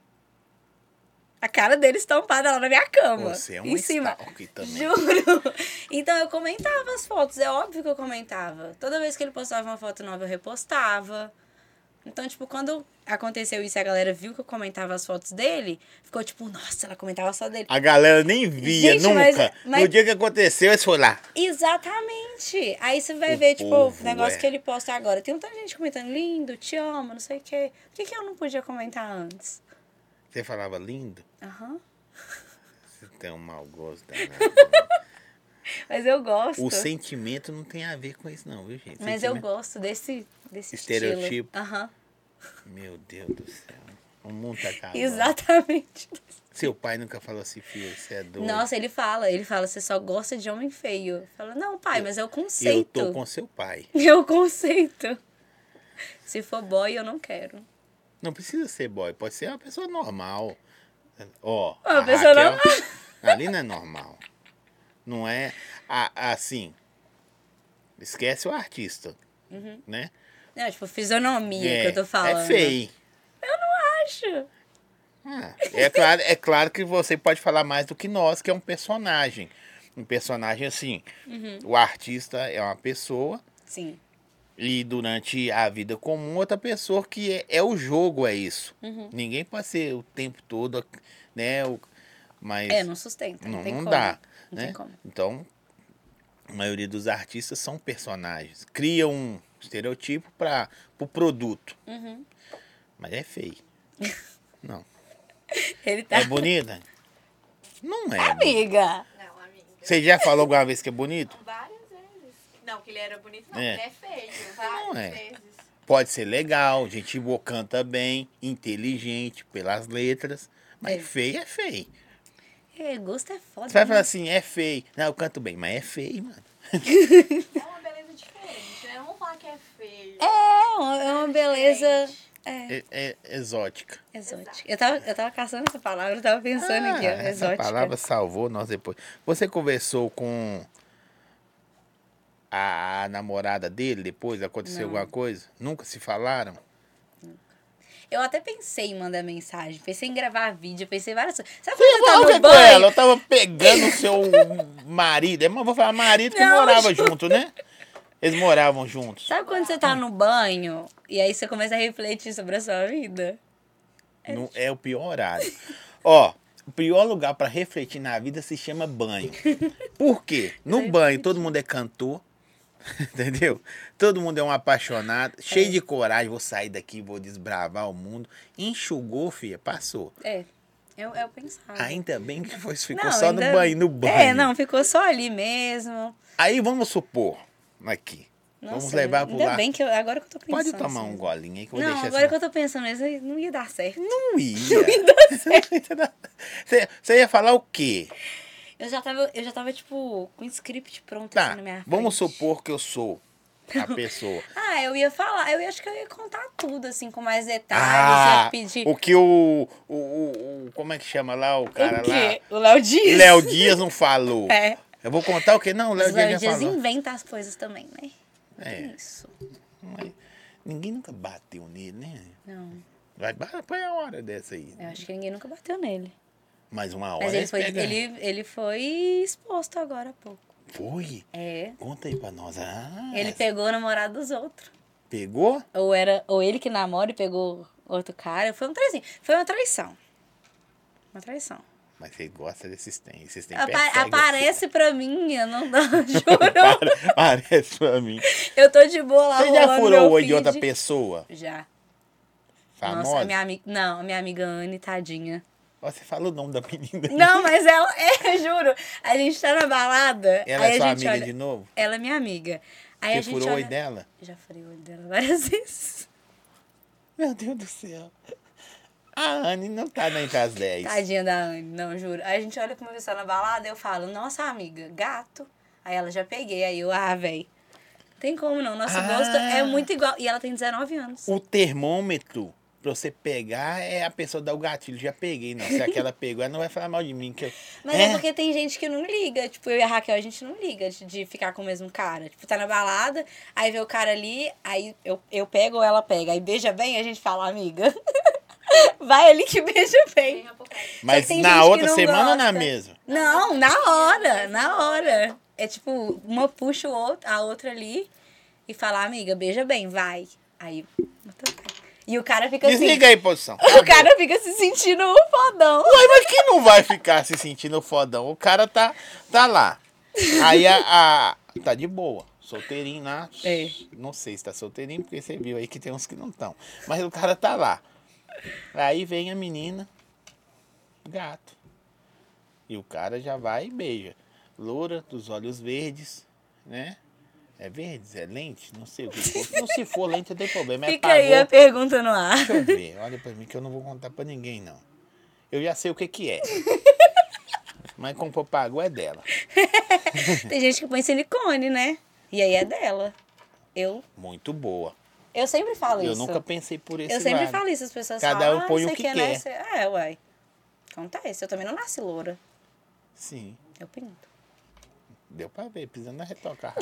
S2: A cara dele estampada lá na minha cama.
S1: Você é um
S2: em cima.
S1: stalker também.
S2: Juro. [LAUGHS] Então eu comentava as fotos, é óbvio que eu comentava. Toda vez que ele postava uma foto nova, eu repostava. Então, tipo, quando aconteceu isso e a galera viu que eu comentava as fotos dele, ficou tipo, nossa, ela comentava só dele.
S1: A galera nem via,
S2: Gente, mas-
S1: nunca.
S2: mas-
S1: No dia que aconteceu, eles foram lá.
S2: Exatamente. Aí você vai
S1: O
S2: ver, tipo,
S1: povo,
S2: o negócio
S1: é.
S2: que ele posta agora. Tem um tanto de gente comentando, lindo, te amo, não sei o quê. Por que, que eu não podia comentar antes?
S1: Você falava lindo?
S2: Aham.
S1: Você tem um mau gosto
S2: [LAUGHS]
S1: danado.
S2: Mas eu gosto.
S1: o sentimento não tem a ver com isso, não, viu, gente?
S2: Mas eu
S1: Sentimento-
S2: gosto desse, desse
S1: Estereotipo.
S2: estilo. Aham.
S1: Meu Deus do céu. O mundo tá acabando.
S2: Exatamente.
S1: Seu pai nunca falou assim, filho, você é [LAUGHS] doido.
S2: Nossa, ele fala, ele fala, você só gosta de homem feio. Fala, não, pai, mas é o
S1: eu
S2: conceito. [LAUGHS]
S1: tô com seu pai.
S2: É o conceito. Se for boy, eu não quero.
S1: Não precisa ser boy, pode ser uma pessoa normal. Ó,
S2: Uma
S1: a
S2: pessoa
S1: Raquel-
S2: normal.
S1: Ali não é normal. Não é a- assim. Esquece o artista,
S2: Uhum.
S1: né?
S2: Não, tipo, fisionomia
S1: é,
S2: que eu tô falando.
S1: É feio.
S2: Acho.
S1: Ah, é, claro, é claro que você pode falar mais do que nós, que é um personagem. Um personagem assim.
S2: Uhum.
S1: O artista é uma pessoa
S2: Sim.
S1: e durante a vida comum outra pessoa que é, é o jogo é isso.
S2: Uhum.
S1: Ninguém pode ser o tempo todo, né? o- mas
S2: É, não sustenta. Não,
S1: Não,
S2: tem
S1: não
S2: como.
S1: dá.
S2: Não
S1: né?
S2: tem como.
S1: Então, a maioria dos artistas são personagens. Criam um estereotipo para o pro produto.
S2: Uhum.
S1: Mas é
S2: [LAUGHS]
S1: feio. Não.
S2: Ele tá.
S1: É bonita? Não é.
S2: [LAUGHS] Amiga!
S3: Não, amigo.
S1: Você já falou alguma vez que é bonito?
S3: Várias vezes. Não, que ele era bonito, não.
S1: É.
S3: Ele é feio. Várias
S1: Não é.
S3: vezes.
S1: Pode ser legal, gente boa, canta bem, inteligente pelas letras, mas
S2: É.
S1: feio é feio.
S2: É, gosto é foda.
S1: Você vai
S2: né?
S1: falar assim, é feio. Não, eu canto bem, mas é feio, mano.
S3: É uma beleza diferente, né? Não vamos falar que é feio.
S2: É uma, é uma beleza
S1: É, é exótica.
S2: exótica. Eu tava, eu tava caçando essa palavra, eu tava pensando aqui, ó,
S1: Ah, essa
S2: exótica.
S1: palavra salvou nós depois. Você conversou com a, a namorada dele depois? Aconteceu
S2: Não.
S1: alguma coisa? Nunca se falaram?
S2: Eu até pensei em mandar mensagem, pensei em gravar vídeo, pensei em várias coisas. Sabe
S1: Eu
S2: quando
S1: tava
S2: você tá no
S1: com ela,
S2: banho?
S1: eu tava pegando o seu marido. É, Eu vou falar marido que
S2: [LAUGHS] Não,
S1: morava junto, né? Eles moravam juntos.
S2: Sabe quando você tá no banho e aí você começa a refletir sobre a sua vida?
S1: Não, é o pior horário. Ó, o pior lugar pra refletir na vida se chama banho. Por quê? No banho todo mundo é cantor, [LAUGHS] entendeu? Todo mundo é um apaixonado, cheio de coragem. Vou sair daqui, vou desbravar o mundo. Enxugou, filha, passou.
S2: É, eu, eu pensava.
S1: Ainda bem que foi, ficou
S2: Não,
S1: só
S2: ainda-
S1: no banho, no banho.
S2: É, não, ficou só ali mesmo.
S1: Aí vamos supor, aqui.
S2: Nossa,
S1: vamos levar pro
S2: ainda
S1: lá.
S2: bem que eu, agora que eu tô pensando.
S1: Pode tomar
S2: assim.
S1: um golinho aí que eu vou
S2: Não,
S1: deixar
S2: agora que
S1: assim.
S2: eu tô pensando mesmo, não ia dar certo.
S1: Não
S2: [LAUGHS]
S1: ia. [LAUGHS] Você- Você ia falar o quê?
S2: Eu já tava, eu já tava tipo, com o script pronto
S1: Tá,
S2: assim na minha frente.
S1: vamos supor que eu sou a pessoa.
S2: Ah, eu ia falar, eu ia- acho que eu ia contar tudo, assim, com mais detalhes,
S1: ah,
S2: ia pedir.
S1: o que o, o, o, o- Como é que chama lá o cara
S2: o
S1: lá?
S2: quê? O Léo Dias?
S1: Léo Dias não falou.
S2: É.
S1: Eu vou contar o quê? Não, o Léo
S2: Mas Léo
S1: Dias já
S2: Dias
S1: falou.
S2: inventa as coisas também, né?
S1: É.
S2: Isso.
S1: Mas Ninguém nunca bateu nele, né?
S2: Não,
S1: Vai, ba- põe a hora dessa aí.
S2: eu acho que ninguém nunca bateu nele.
S1: Mais uma hora.
S2: Mas ele foi,
S1: pega.
S2: ele, ele foi exposto agora há pouco.
S1: Foi?
S2: É.
S1: Conta aí pra nós. Ah,
S2: Ele pegou o namorado dos outros.
S1: pegou?
S2: Ou era, ou ele que namora e pegou outro cara. Foi um traizinho. Foi uma traição. Uma traição.
S1: Mas você gosta desses tem. Vocês têm
S2: Apa-
S1: persegue [LAUGHS]
S2: aparece pra mim, eu não dá,
S1: você.
S2: juro.
S1: Pare- Parece pra mim.
S2: Eu tô de boa lá.
S1: Você já
S2: Tá rolando
S1: furou
S2: meu
S1: o olho de outra
S2: feed.
S1: pessoa?
S2: Já. Nossa,
S1: Famosa?
S2: a minha amiga. Não, a minha amiga Anne, tadinha.
S1: Ó, Você fala o nome da menina.
S2: Não, mas ela. [LAUGHS] É, juro. A gente tá na balada.
S1: [LAUGHS] Ela
S2: aí
S1: é sua
S2: a gente
S1: amiga
S2: olha-
S1: de novo?
S2: Ela é minha amiga. Aí a
S1: Você
S2: gente
S1: furou o
S2: olha-
S1: olho dela?
S2: Já furei o olho dela várias [LAUGHS] vezes.
S1: Meu Deus do céu. A Anne não tá nem das 10.
S2: Tadinha da Anne, não, juro. Aí a gente olha pra uma pessoa na balada, eu falo, nossa amiga, gato. Aí ela já peguei, aí eu, ah, véi. Tem como não, nosso
S1: Ah.
S2: gosto é muito igual. E ela tem 19 anos.
S1: O termômetro pra você pegar é a pessoa dar o gatilho. Já peguei, não. Se
S2: [LAUGHS]
S1: aquela pegou, ela não vai falar mal de mim. Que eu... Né?
S2: Mas é. porque tem gente que não liga. Tipo, eu e a Raquel, a gente não liga de, de ficar com o mesmo cara. Tipo, tá na balada, aí vê o cara ali, aí eu, eu pego ou ela pega. Aí beija bem, a gente fala, amiga. [LAUGHS] Vai ali que beija
S3: Tem
S2: bem.
S3: rapaz.
S1: Mas
S2: tem gente
S1: na
S2: que
S1: outra
S2: não
S1: semana ou na
S2: gosta.
S1: mesma?
S2: Não, na hora, na hora. É tipo, uma puxa o outro, a outra ali e fala, amiga, beija bem, vai. Aí. E o cara fica
S1: Desliga aí, posição.
S2: assim. [LAUGHS] O cara fica se sentindo um fodão.
S1: Ué, mas quem não vai ficar se sentindo fodão? O cara tá, tá lá. Aí a, a- Tá de boa. Solteirinho lá.
S2: É.
S1: Não sei se tá solteirinho, porque você viu aí que tem uns que não estão. Mas o cara tá lá. Aí vem a menina. Gato. E o cara já vai e beija. Loura, dos olhos verdes, né? É verdes? É lente? Não sei o que for. Não se for lente, não tem problema. É
S2: Fica aí a
S1: pagou.
S2: pergunta no ar. [LAUGHS]
S1: Deixa eu ver, olha pra mim que eu não vou contar pra ninguém, não. Eu já sei o que que é. Mas com pago é dela.
S2: Tem gente que põe silicone, né? E aí é dela. Eu,
S1: Muito boa.
S2: eu sempre falo
S1: Eu
S2: isso.
S1: nunca pensei por esse
S2: eu sempre
S1: lado.
S2: falo isso, as pessoas
S1: Cada
S2: falam.
S1: um
S2: "Ah,
S1: põe o
S2: você
S1: que
S2: né?
S1: quer."
S2: Você- Ah, é, uai. Acontece. Eu também não nasci loura.
S1: Sim,
S2: Eu pinto.
S1: deu pra ver, pisando na
S2: [LAUGHS]
S1: retoca.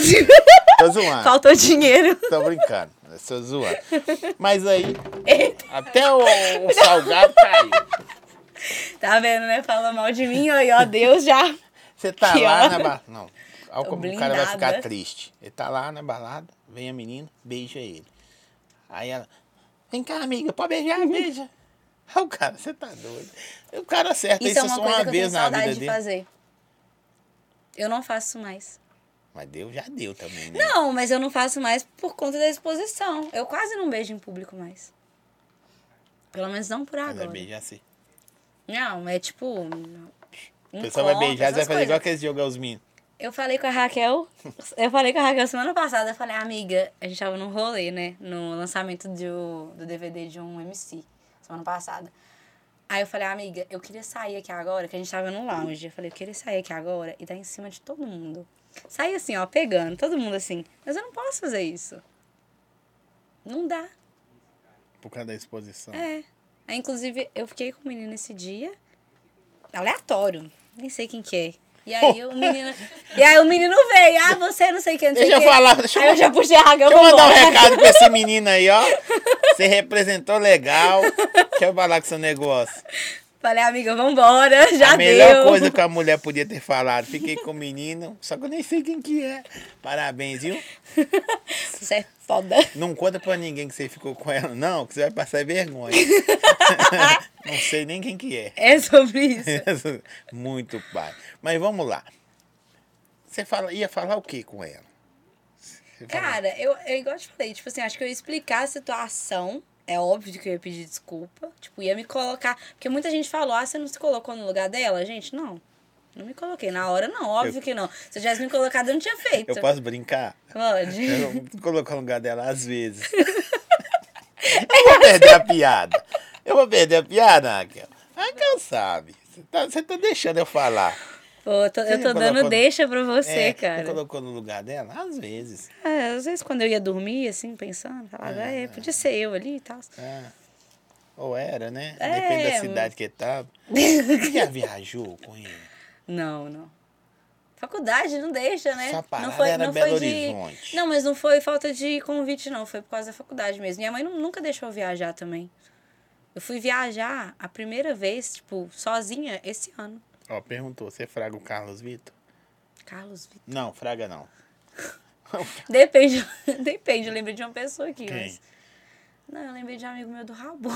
S1: Tô zoando,
S2: Faltou dinheiro.
S1: tô brincando. Tô
S2: [LAUGHS]
S1: zoando. Mas aí, até o, o salgado caiu.
S2: Tá vendo, né? Fala mal de mim, aí, ó, Deus já.
S1: Você tá
S2: Que
S1: lá
S2: ó.
S1: na balada. Não, olha
S2: Tô
S1: como o cara vai ficar
S2: blindada.
S1: triste. Ele tá lá na balada, vem a menina, beija ele. Aí ela, vem cá, amiga, pode beijar,
S2: Uhum.
S1: beija. [LAUGHS] Aí o cara, você tá doido. O cara acerta isso,
S2: Isso é uma
S1: só
S2: coisa
S1: uma
S2: que eu tenho
S1: vez na vida
S2: saudade de
S1: dele.
S2: fazer. Eu não faço mais.
S1: Mas deu, já deu também, né?
S2: Não, mas eu não faço mais por conta da exposição. Eu quase não beijo em público mais. Pelo menos não por
S1: Mas vai
S2: agora.
S1: beijar assim.
S2: Não, é tipo. não-
S1: A
S2: não
S1: pessoa vai
S2: conta,
S1: beijar, você vai
S2: essas
S1: fazer igual
S2: coisas.
S1: aqueles jogar os meninos.
S2: Eu falei com a Raquel, eu falei com a Raquel semana passada, eu falei, amiga, a gente tava num rolê, né? No lançamento do, do DVD de um MC, semana passada. Aí eu falei, amiga, eu queria sair aqui agora, que a gente tava no lounge. Eu falei, eu queria sair aqui agora e dar em cima de todo mundo. Sair assim, ó, pegando, todo mundo assim. Mas eu não posso fazer isso. Não dá.
S1: Por causa da exposição.
S2: É. Aí, inclusive, eu fiquei com o menino esse dia. Aleatório. Nem sei quem que é. E aí o menino. e aí o menino veio. Ah, você não sei quem, não sei
S1: Deixa eu
S2: quem.
S1: falar, deixa eu,
S2: Aí eu já puxei a ragão.
S1: deixa eu mandar um recado pra esse menino aí, ó. Você representou
S2: [LAUGHS]
S1: legal. Deixa eu falar com seu negócio.
S2: Falei, amiga, vambora, já
S1: a
S2: deu.
S1: melhor coisa que a mulher podia ter falado. Fiquei com o menino, só que eu nem sei quem que é. Parabéns, viu?
S2: Você é foda.
S1: Não conta pra ninguém que você ficou com ela, não, que você vai passar vergonha.
S2: [LAUGHS]
S1: não sei nem quem que é. [LAUGHS]
S2: É sobre isso.
S1: Muito pai. Mas vamos lá. Você fala, ia falar o que com ela? Você fala-
S2: Cara, eu, eu igual eu te falei, tipo assim, acho que eu ia explicar a situação. É óbvio que eu ia pedir desculpa. Tipo, ia me colocar. Porque muita gente falou, ah, você não se colocou no lugar dela? Gente, não. Não me coloquei. Na hora, não, óbvio que não. Se eu tivesse me colocado, eu não tinha feito.
S1: eu posso brincar?
S2: Pode.
S1: Eu não colocar no lugar dela às
S2: [LAUGHS]
S1: vezes. Eu vou perder a piada. Eu vou perder a piada, Raquel. Raquel sabe. Você tá, você tá deixando eu falar.
S2: Pô, eu tô, eu
S1: Você
S2: tô
S1: colocou
S2: dando
S1: no-
S2: deixa pra você,
S1: É,
S2: cara.
S1: Você colocou no lugar dela? Às vezes.
S2: É, às vezes quando eu ia dormir, assim, pensando, falava, é, podia ser eu ali e tal.
S1: Ah, Ou era, né?
S2: É,
S1: Depende da
S2: mas-
S1: cidade que
S2: [LAUGHS]
S1: tava. Você já viajou com ele?
S2: Não, não. Faculdade não deixa, né?
S1: Sua parada
S2: não foi,
S1: era
S2: não
S1: Belo
S2: foi de...
S1: Horizonte.
S2: Não, mas não foi falta de convite, não. Foi por causa da faculdade mesmo. Minha mãe nu- nunca deixou eu viajar também. Eu fui viajar a primeira vez, tipo, sozinha, esse ano.
S1: Ó, perguntou, você fraga o Carlos Vitor?
S2: Carlos Vitor. [LAUGHS]
S1: Não, fraga não.
S2: Depende, [LAUGHS] depende. Eu lembrei de uma pessoa aqui,
S1: Quem?
S2: mas... Não, eu lembrei de um amigo meu do Rabo.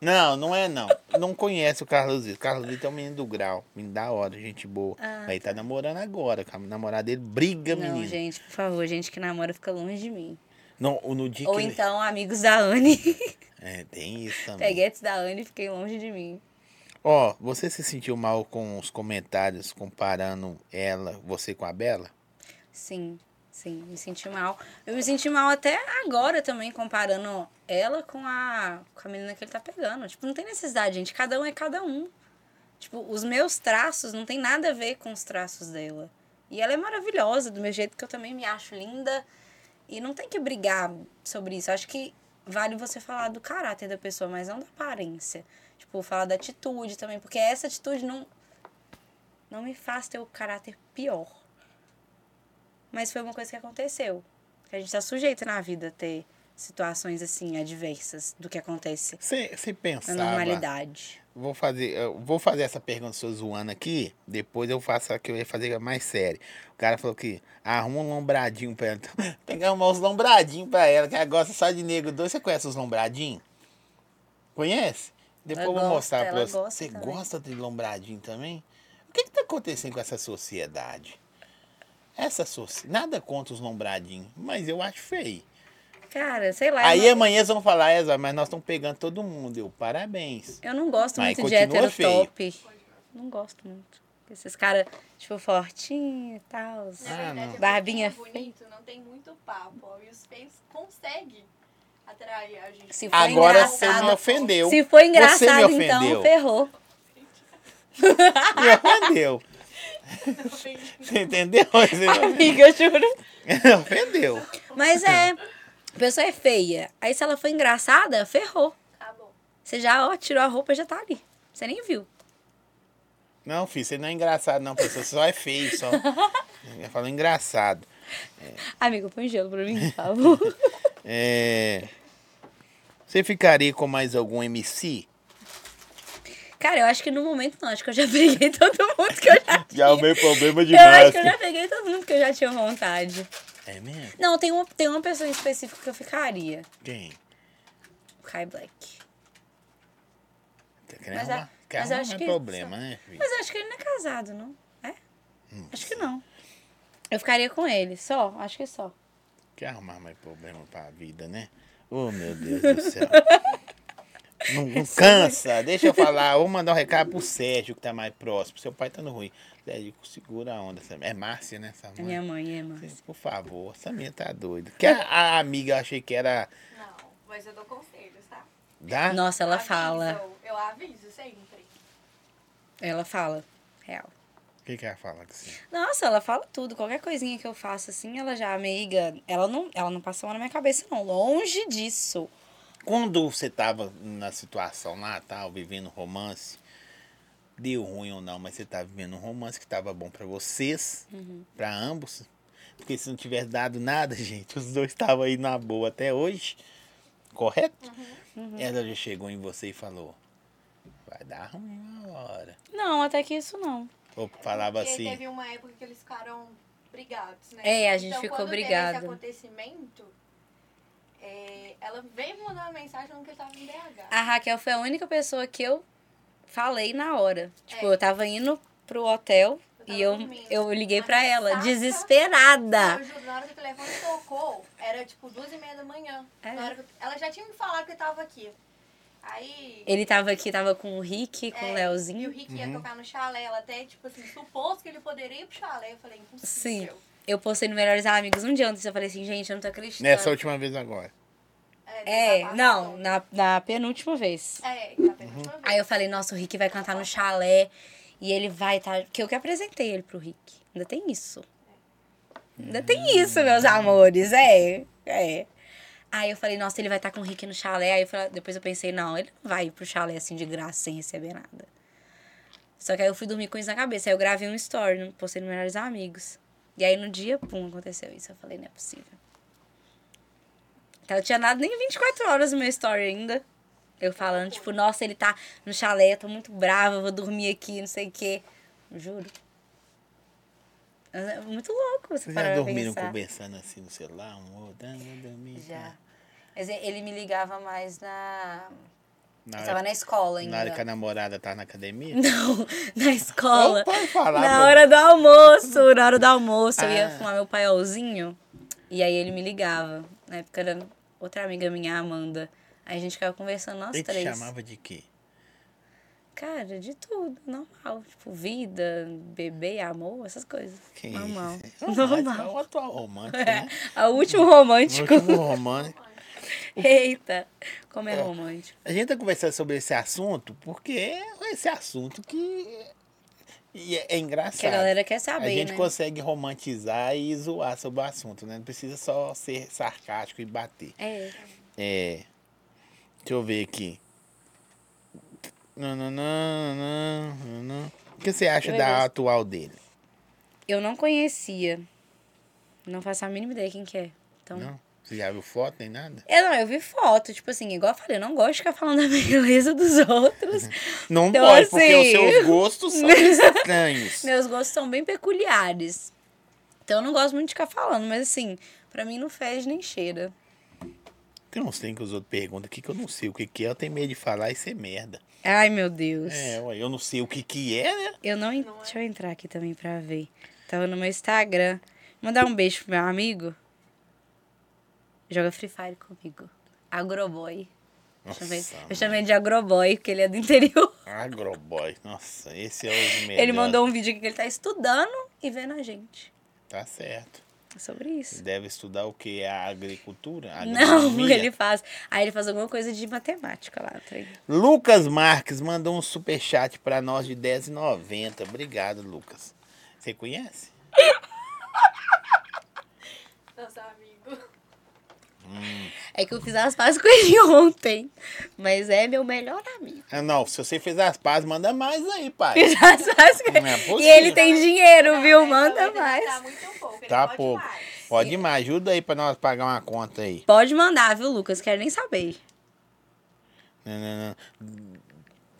S1: Não, não é não. Não conhece o Carlos Vitor. O Carlos Vitor é um menino do grau. Menino da hora, gente boa. Mas ele tá namorando agora. com A namorada dele briga,
S2: Ah. Não,
S1: menino.
S2: gente, por favor, gente que namora fica longe de mim.
S1: Não, o- no dia
S2: Ou
S1: que ele-
S2: então amigos da Anne. [LAUGHS]
S1: É, tem isso também.
S2: Peguetes da Anne, fiquem longe de mim.
S1: Ó, você se sentiu mal com os comentários comparando ela, você com a Bela?
S2: Sim, sim, me senti mal. Eu me senti mal até agora também, comparando ela com a, com a menina que ele tá pegando. Tipo, não tem necessidade, gente. Cada um é cada um. Tipo, os meus traços não tem nada a ver com os traços dela. E ela é maravilhosa, do meu jeito que eu também me acho linda. E não tem que brigar sobre isso. Acho que vale você falar do caráter da pessoa, mas não da aparência. Tipo, falar da atitude também, porque essa atitude não não me faz ter o caráter pior. Mas foi uma coisa que aconteceu. Que a gente tá sujeito na vida a ter situações assim adversas do que acontece
S1: Você você
S2: na
S1: pensava...
S2: normalidade.
S1: Vou fazer, eu vou fazer essa pergunta sua zoando aqui, depois eu faço a que eu ia fazer que é mais séria. O cara falou que arruma um lombradinho pra ela. [LAUGHS] Então, Tem que arrumar uns lombradinhos pra ela, que ela gosta só de negro doce. Você conhece os lombradinhos? Conhece? Depois eu
S2: Ela
S1: vou
S2: gosta,
S1: mostrar pra
S2: ela
S1: você.
S2: gosta
S1: Você
S2: também.
S1: gosta de lombradinho também? O que que tá acontecendo com essa sociedade? Essa sociedade, nada contra os lombradinhos, mas eu acho feio.
S2: Cara, sei lá.
S1: Aí
S2: eu, não,
S1: amanhã eles vão falar, "É, Zóia, mas nós estamos pegando todo mundo. Eu, parabéns.
S2: eu não gosto
S1: Mas
S2: muito de
S1: continua
S2: hétero
S1: feio.
S2: top. Não gosto muito. Esses caras, tipo, fortinho e tal.
S1: Ah, não.
S2: Barbinha
S3: muito bonito, não tem muito papo. ó, E os feios conseguem atrair a gente.
S2: Se for
S1: Agora você
S2: engraçado.
S1: [LAUGHS] me
S3: [LAUGHS]
S1: ofendeu.
S2: Se for
S1: Você
S2: engraçado,
S1: me ofendeu.
S2: então,
S1: [LAUGHS]
S2: ferrou.
S1: Me ofendeu.
S3: Não,
S1: Você
S2: [LAUGHS]
S1: entendeu? Você
S2: Amiga, juro.
S1: me ofendeu.
S2: Mas é. A pessoa é feia. Aí se ela for engraçada, ferrou.
S3: Acabou.
S2: Você já, ó, tirou a roupa já tá ali. Você nem viu.
S1: Não, filho, você não é engraçado, não, pessoa. Você só é feio, só. Eu falo engraçado.
S2: Amigo, põe gelo pra mim, por favor.
S1: É... Você ficaria com mais algum MC?
S2: Cara, eu acho que no momento não. Acho que eu já [LAUGHS] peguei todo mundo que eu já tinha.
S1: meu problema
S2: Eu acho que eu já peguei todo mundo que eu já tinha vontade.
S1: É mesmo?
S2: Não, tem uma, tem uma pessoa em específico que eu ficaria.
S1: Quem?
S2: O Kai Black.
S1: Tá querendo
S2: Mas
S1: arrumar?
S2: a-
S1: Quer
S2: mas eu
S1: arrumar
S2: acho
S1: é
S2: que-
S1: problema, né, filho?
S2: Mas eu acho que ele não é casado, não? É? Acho que não. Eu ficaria com ele. Só? Acho que só.
S1: Quer arrumar mais problema pra vida, né? Oh, meu Deus do céu. Não, não cansa. Deixa eu falar. Vou mandar um recado pro Sérgio, que tá mais próximo. Seu pai tá no ruim. Sérgio, segura a onda. Samir. É Márcia, né? Essa
S2: É minha mãe, é, mãe.
S1: Por favor, essa minha tá doida. Que a, a amiga, eu achei que era.
S3: Não, mas eu dou conselhos, tá?
S1: Da?
S2: Nossa, ela
S3: Aviso,
S2: fala.
S3: Eu aviso sempre.
S2: Ela fala. Real.
S1: O que, que ela fala com você?
S2: Nossa, ela fala tudo. Qualquer coisinha que eu faço assim, ela já, amiga. Ela não, ela não passa uma na minha cabeça, não. Longe disso.
S1: Quando você tava na situação lá, tal, vivendo um romance, deu ruim ou não, mas você tá vivendo um romance que tava bom pra vocês,
S2: Uhum.
S1: pra ambos. Porque se não tivesse dado nada, [LAUGHS] gente, os dois estavam aí na boa até hoje. Correto?
S2: Uhum.
S1: Ela já chegou em você e falou: vai dar ruim uma hora.
S2: Não, até que isso não.
S1: Ou falava
S3: Porque
S1: assim.
S3: teve uma época que eles ficaram brigados, né?
S2: É, a gente ficou
S3: quando teve
S2: brigado.
S3: esse acontecimento, é, ela veio me mandar uma mensagem falando que ele tava em BH.
S2: A Raquel foi a única pessoa que eu falei na hora. Tipo, eu tava indo pro hotel
S3: É. Eu tava
S2: e eu,
S3: dormindo.
S2: eu liguei
S3: Mas
S2: pra ela,
S3: saca.
S2: desesperada.
S3: Eu juro, na hora que o telefone tocou, era tipo duas e meia da manhã.
S2: É.
S3: Na hora que eu- ela já tinha me falado que eu tava aqui. Aí.
S2: Ele tava aqui, tava com o Rick, com
S3: é,
S2: o
S3: E o
S2: Leozinho.
S3: Rick
S1: Uhum.
S3: ia tocar no chalé. Ela até, tipo assim, supôs que ele poderia ir pro chalé. Eu falei,
S2: Sim.
S3: impossível.
S2: Eu postei no Melhores Amigos um dia antes. Eu falei assim, gente, eu não tô acreditando.
S1: Nessa última vez agora.
S3: É,
S2: É,
S3: dessa
S2: não,
S3: parte.
S2: na, na penúltima vez.
S3: É, tá pegando uma
S1: Uhum.
S2: Aí
S3: vez.
S2: eu falei, nossa, o Rick vai cantar no chalé. E ele vai estar. Tá... Porque eu que apresentei ele pro Rick. Ainda tem isso. Ainda tem isso, meus amores. É, é. Aí eu falei, nossa, ele vai estar com o Rick no chalé. Aí eu falei- depois eu pensei, não, ele não vai ir pro chalé assim de graça sem receber nada. Só que aí eu fui dormir com isso na cabeça. Aí eu gravei um story, não postei nos melhores amigos. E aí no dia, pum, aconteceu isso. Eu falei, não é possível. Que ela tinha dado nem 24 horas no meu story ainda. Eu falando, tipo, nossa, ele tá no chalé, eu tô muito brava, eu vou dormir aqui, não sei o quê. Juro. Mas É muito louco você
S1: Vocês
S2: parar
S1: já
S2: pra
S1: dormiram
S2: pensar.
S1: conversando assim no celular, um outro, ah, eu dormi,
S2: Já.
S1: tá?
S2: Mas e- ele me ligava mais na.
S1: Na
S2: eu
S1: hora,
S2: tava na escola ainda.
S1: na hora que a namorada tá na academia?
S2: [LAUGHS] Não, na escola.
S1: Não pode falar,
S2: na
S1: pô.
S2: hora do almoço, na hora do almoço. Eu
S1: Ah.
S2: ia fumar meu paiolzinho. E aí ele me ligava. Na época era outra amiga minha, a Amanda. Aí a gente ficava conversando nós
S1: Ele te
S2: três.
S1: chamava de quê?
S2: Cara, de tudo, normal. Tipo, vida, bebê, amor, essas coisas.
S1: Que
S2: normal.
S1: isso? Mas É
S2: Normal.
S1: o atual romântico, né?
S2: É, o último romântico.
S1: O último romântico.
S2: Eita, como é romântico.
S1: A gente tá conversando sobre esse assunto porque é esse assunto que e é, é engraçado.
S2: Que a galera quer
S1: A
S2: saber,
S1: gente
S2: né?
S1: consegue romantizar e zoar sobre o assunto, né? Não precisa só ser sarcástico e bater.
S2: É.
S1: É. Deixa eu ver aqui. Não, não, não, não, não, não. O que você acha
S2: Meu
S1: da
S2: Deus.
S1: atual dele?
S2: Eu não conhecia. Não faço a mínima ideia quem que é. Então.
S1: Não? Você já viu foto nem nada?
S2: Eu É, não, eu vi foto, tipo assim, igual eu falei, eu não gosto de ficar falando [LAUGHS] da beleza dos outros.
S1: Não
S2: Então,
S1: pode, porque os
S2: assim-
S1: seus gostos
S2: [LAUGHS]
S1: são estranhos.
S2: Meus gostos são bem peculiares. Então eu não gosto muito de ficar falando, mas assim, pra mim não fez nem cheira.
S1: Tem uns tem que os outros perguntam o que, que eu não sei o que, que é, eu tenho medo de falar e ser merda.
S2: Ai, meu Deus.
S1: É, ué, eu não sei o que, que é, né?
S2: Eu não. en-
S3: Não é?
S2: Deixa eu entrar aqui também pra ver. Tava no meu Instagram. Mandar um beijo pro meu amigo. Joga Free Fire comigo. Agroboy. Eu chamei, eu chamei de Agroboy, porque ele é do interior.
S1: Agroboy. Nossa, esse é o melhor.
S2: Ele mandou um vídeo aqui que ele tá estudando e vendo a gente.
S1: Tá certo.
S2: É sobre isso.
S1: Deve estudar o que? É A agricultura? A
S2: Não, [LAUGHS]
S1: agronomia?
S2: ele faz. Aí ele faz alguma coisa de matemática lá. tá peraí.
S1: Lucas Marques mandou um superchat pra nós de R$10,90. Obrigado, Lucas. Você conhece?
S3: Nosso amigo.
S2: [LAUGHS] É que eu fiz as pazes [LAUGHS] com ele ontem. Mas é meu melhor amigo. [LAUGHS]
S1: Ah, não, se você fez as pazes, manda mais aí, pai.
S2: Fiz as pazes com
S1: Não é
S2: ele. E
S1: possível.
S2: ele tem dinheiro, viu?
S3: Mas
S2: Manda
S3: talvez ele
S2: mais.
S3: Tá muito pouco. ele
S1: Tá
S3: pode
S1: pouco.
S3: mais.
S1: Pode ir, mais, ajuda aí pra nós pagar uma conta aí.
S2: Pode mandar, viu, Lucas? Quero nem saber.
S1: Não, não, não. Né,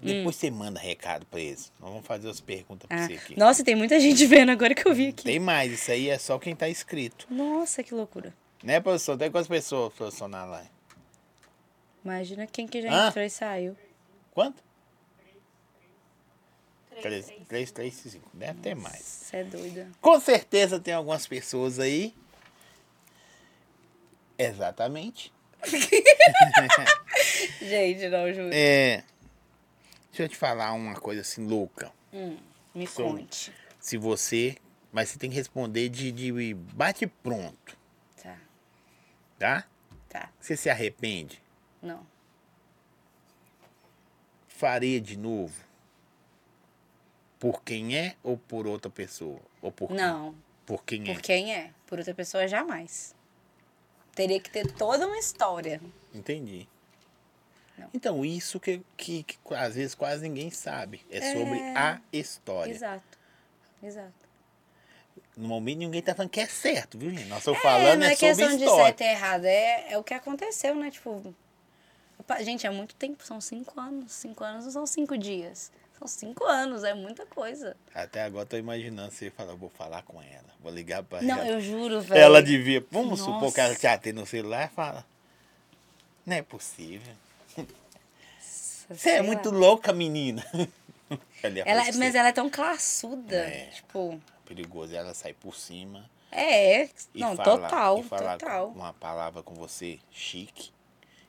S1: Depois você manda recado pra eles. Nós vamos fazer as perguntas pra
S2: Hum. Ah,
S1: você aqui.
S2: nossa, tem muita gente [LAUGHS] vendo agora que eu vi aqui.
S1: Tem mais, isso aí é só quem tá inscrito.
S2: Nossa, que loucura.
S1: Né, professor? Tem quantas pessoas, professor, na live?
S2: Imagina quem que já
S1: Hã?
S2: entrou e saiu.
S1: Quanto?
S3: Três,
S1: Três,
S3: três.
S1: três, três, cinco. Deve ter mais.
S2: Você é doida.
S1: Com certeza tem algumas pessoas aí. Exatamente.
S2: Gente, não, juro.
S1: É. Deixa eu te falar uma coisa assim louca.
S2: Me
S1: Sim.
S2: conte.
S1: Se você. Mas você tem que responder de, de bate-pronto,
S2: Tá,
S1: tá?
S2: tá.
S1: Você se arrepende?
S2: Não.
S1: Faria de novo? Por quem é ou por outra pessoa? Ou por
S2: Não.
S1: Por quem é?
S2: Por quem é? Por outra pessoa, jamais. Teria que ter toda uma história.
S1: Entendi.
S2: Não.
S1: Então, isso que, que, que às vezes quase ninguém sabe. É,
S2: É.
S1: sobre a história.
S2: Exato. Exato.
S1: No momento, ninguém tá falando que é certo, viu, gente? Nós estamos
S2: é,
S1: falando
S2: não
S1: é,
S2: é
S1: sobre
S2: questão
S1: a
S2: de certo
S1: história.
S2: ter errado, é, é o que aconteceu, né? Tipo, opa, gente, é muito tempo, são cinco anos. Cinco anos não são cinco dias. São cinco anos, é muita coisa.
S1: Até agora, eu tô imaginando você falar, vou falar com ela, vou ligar pra
S2: Não,
S1: ela.
S2: eu juro, velho.
S1: Tá Ela devia, vamos supor
S2: Nossa.
S1: que ela já tem no celular e fala, não é possível. Você é
S2: Sei
S1: muito
S2: lá.
S1: louca, menina. [LAUGHS] Ela, ia
S2: Ela,
S1: falar, "Você
S2: mas ela é tão classuda.
S1: É.
S2: Tipo,
S1: é perigoso, ela sai por cima
S2: é.
S1: e
S2: não,
S1: fala,
S2: total,
S1: e fala
S2: total.
S1: uma palavra com você chique,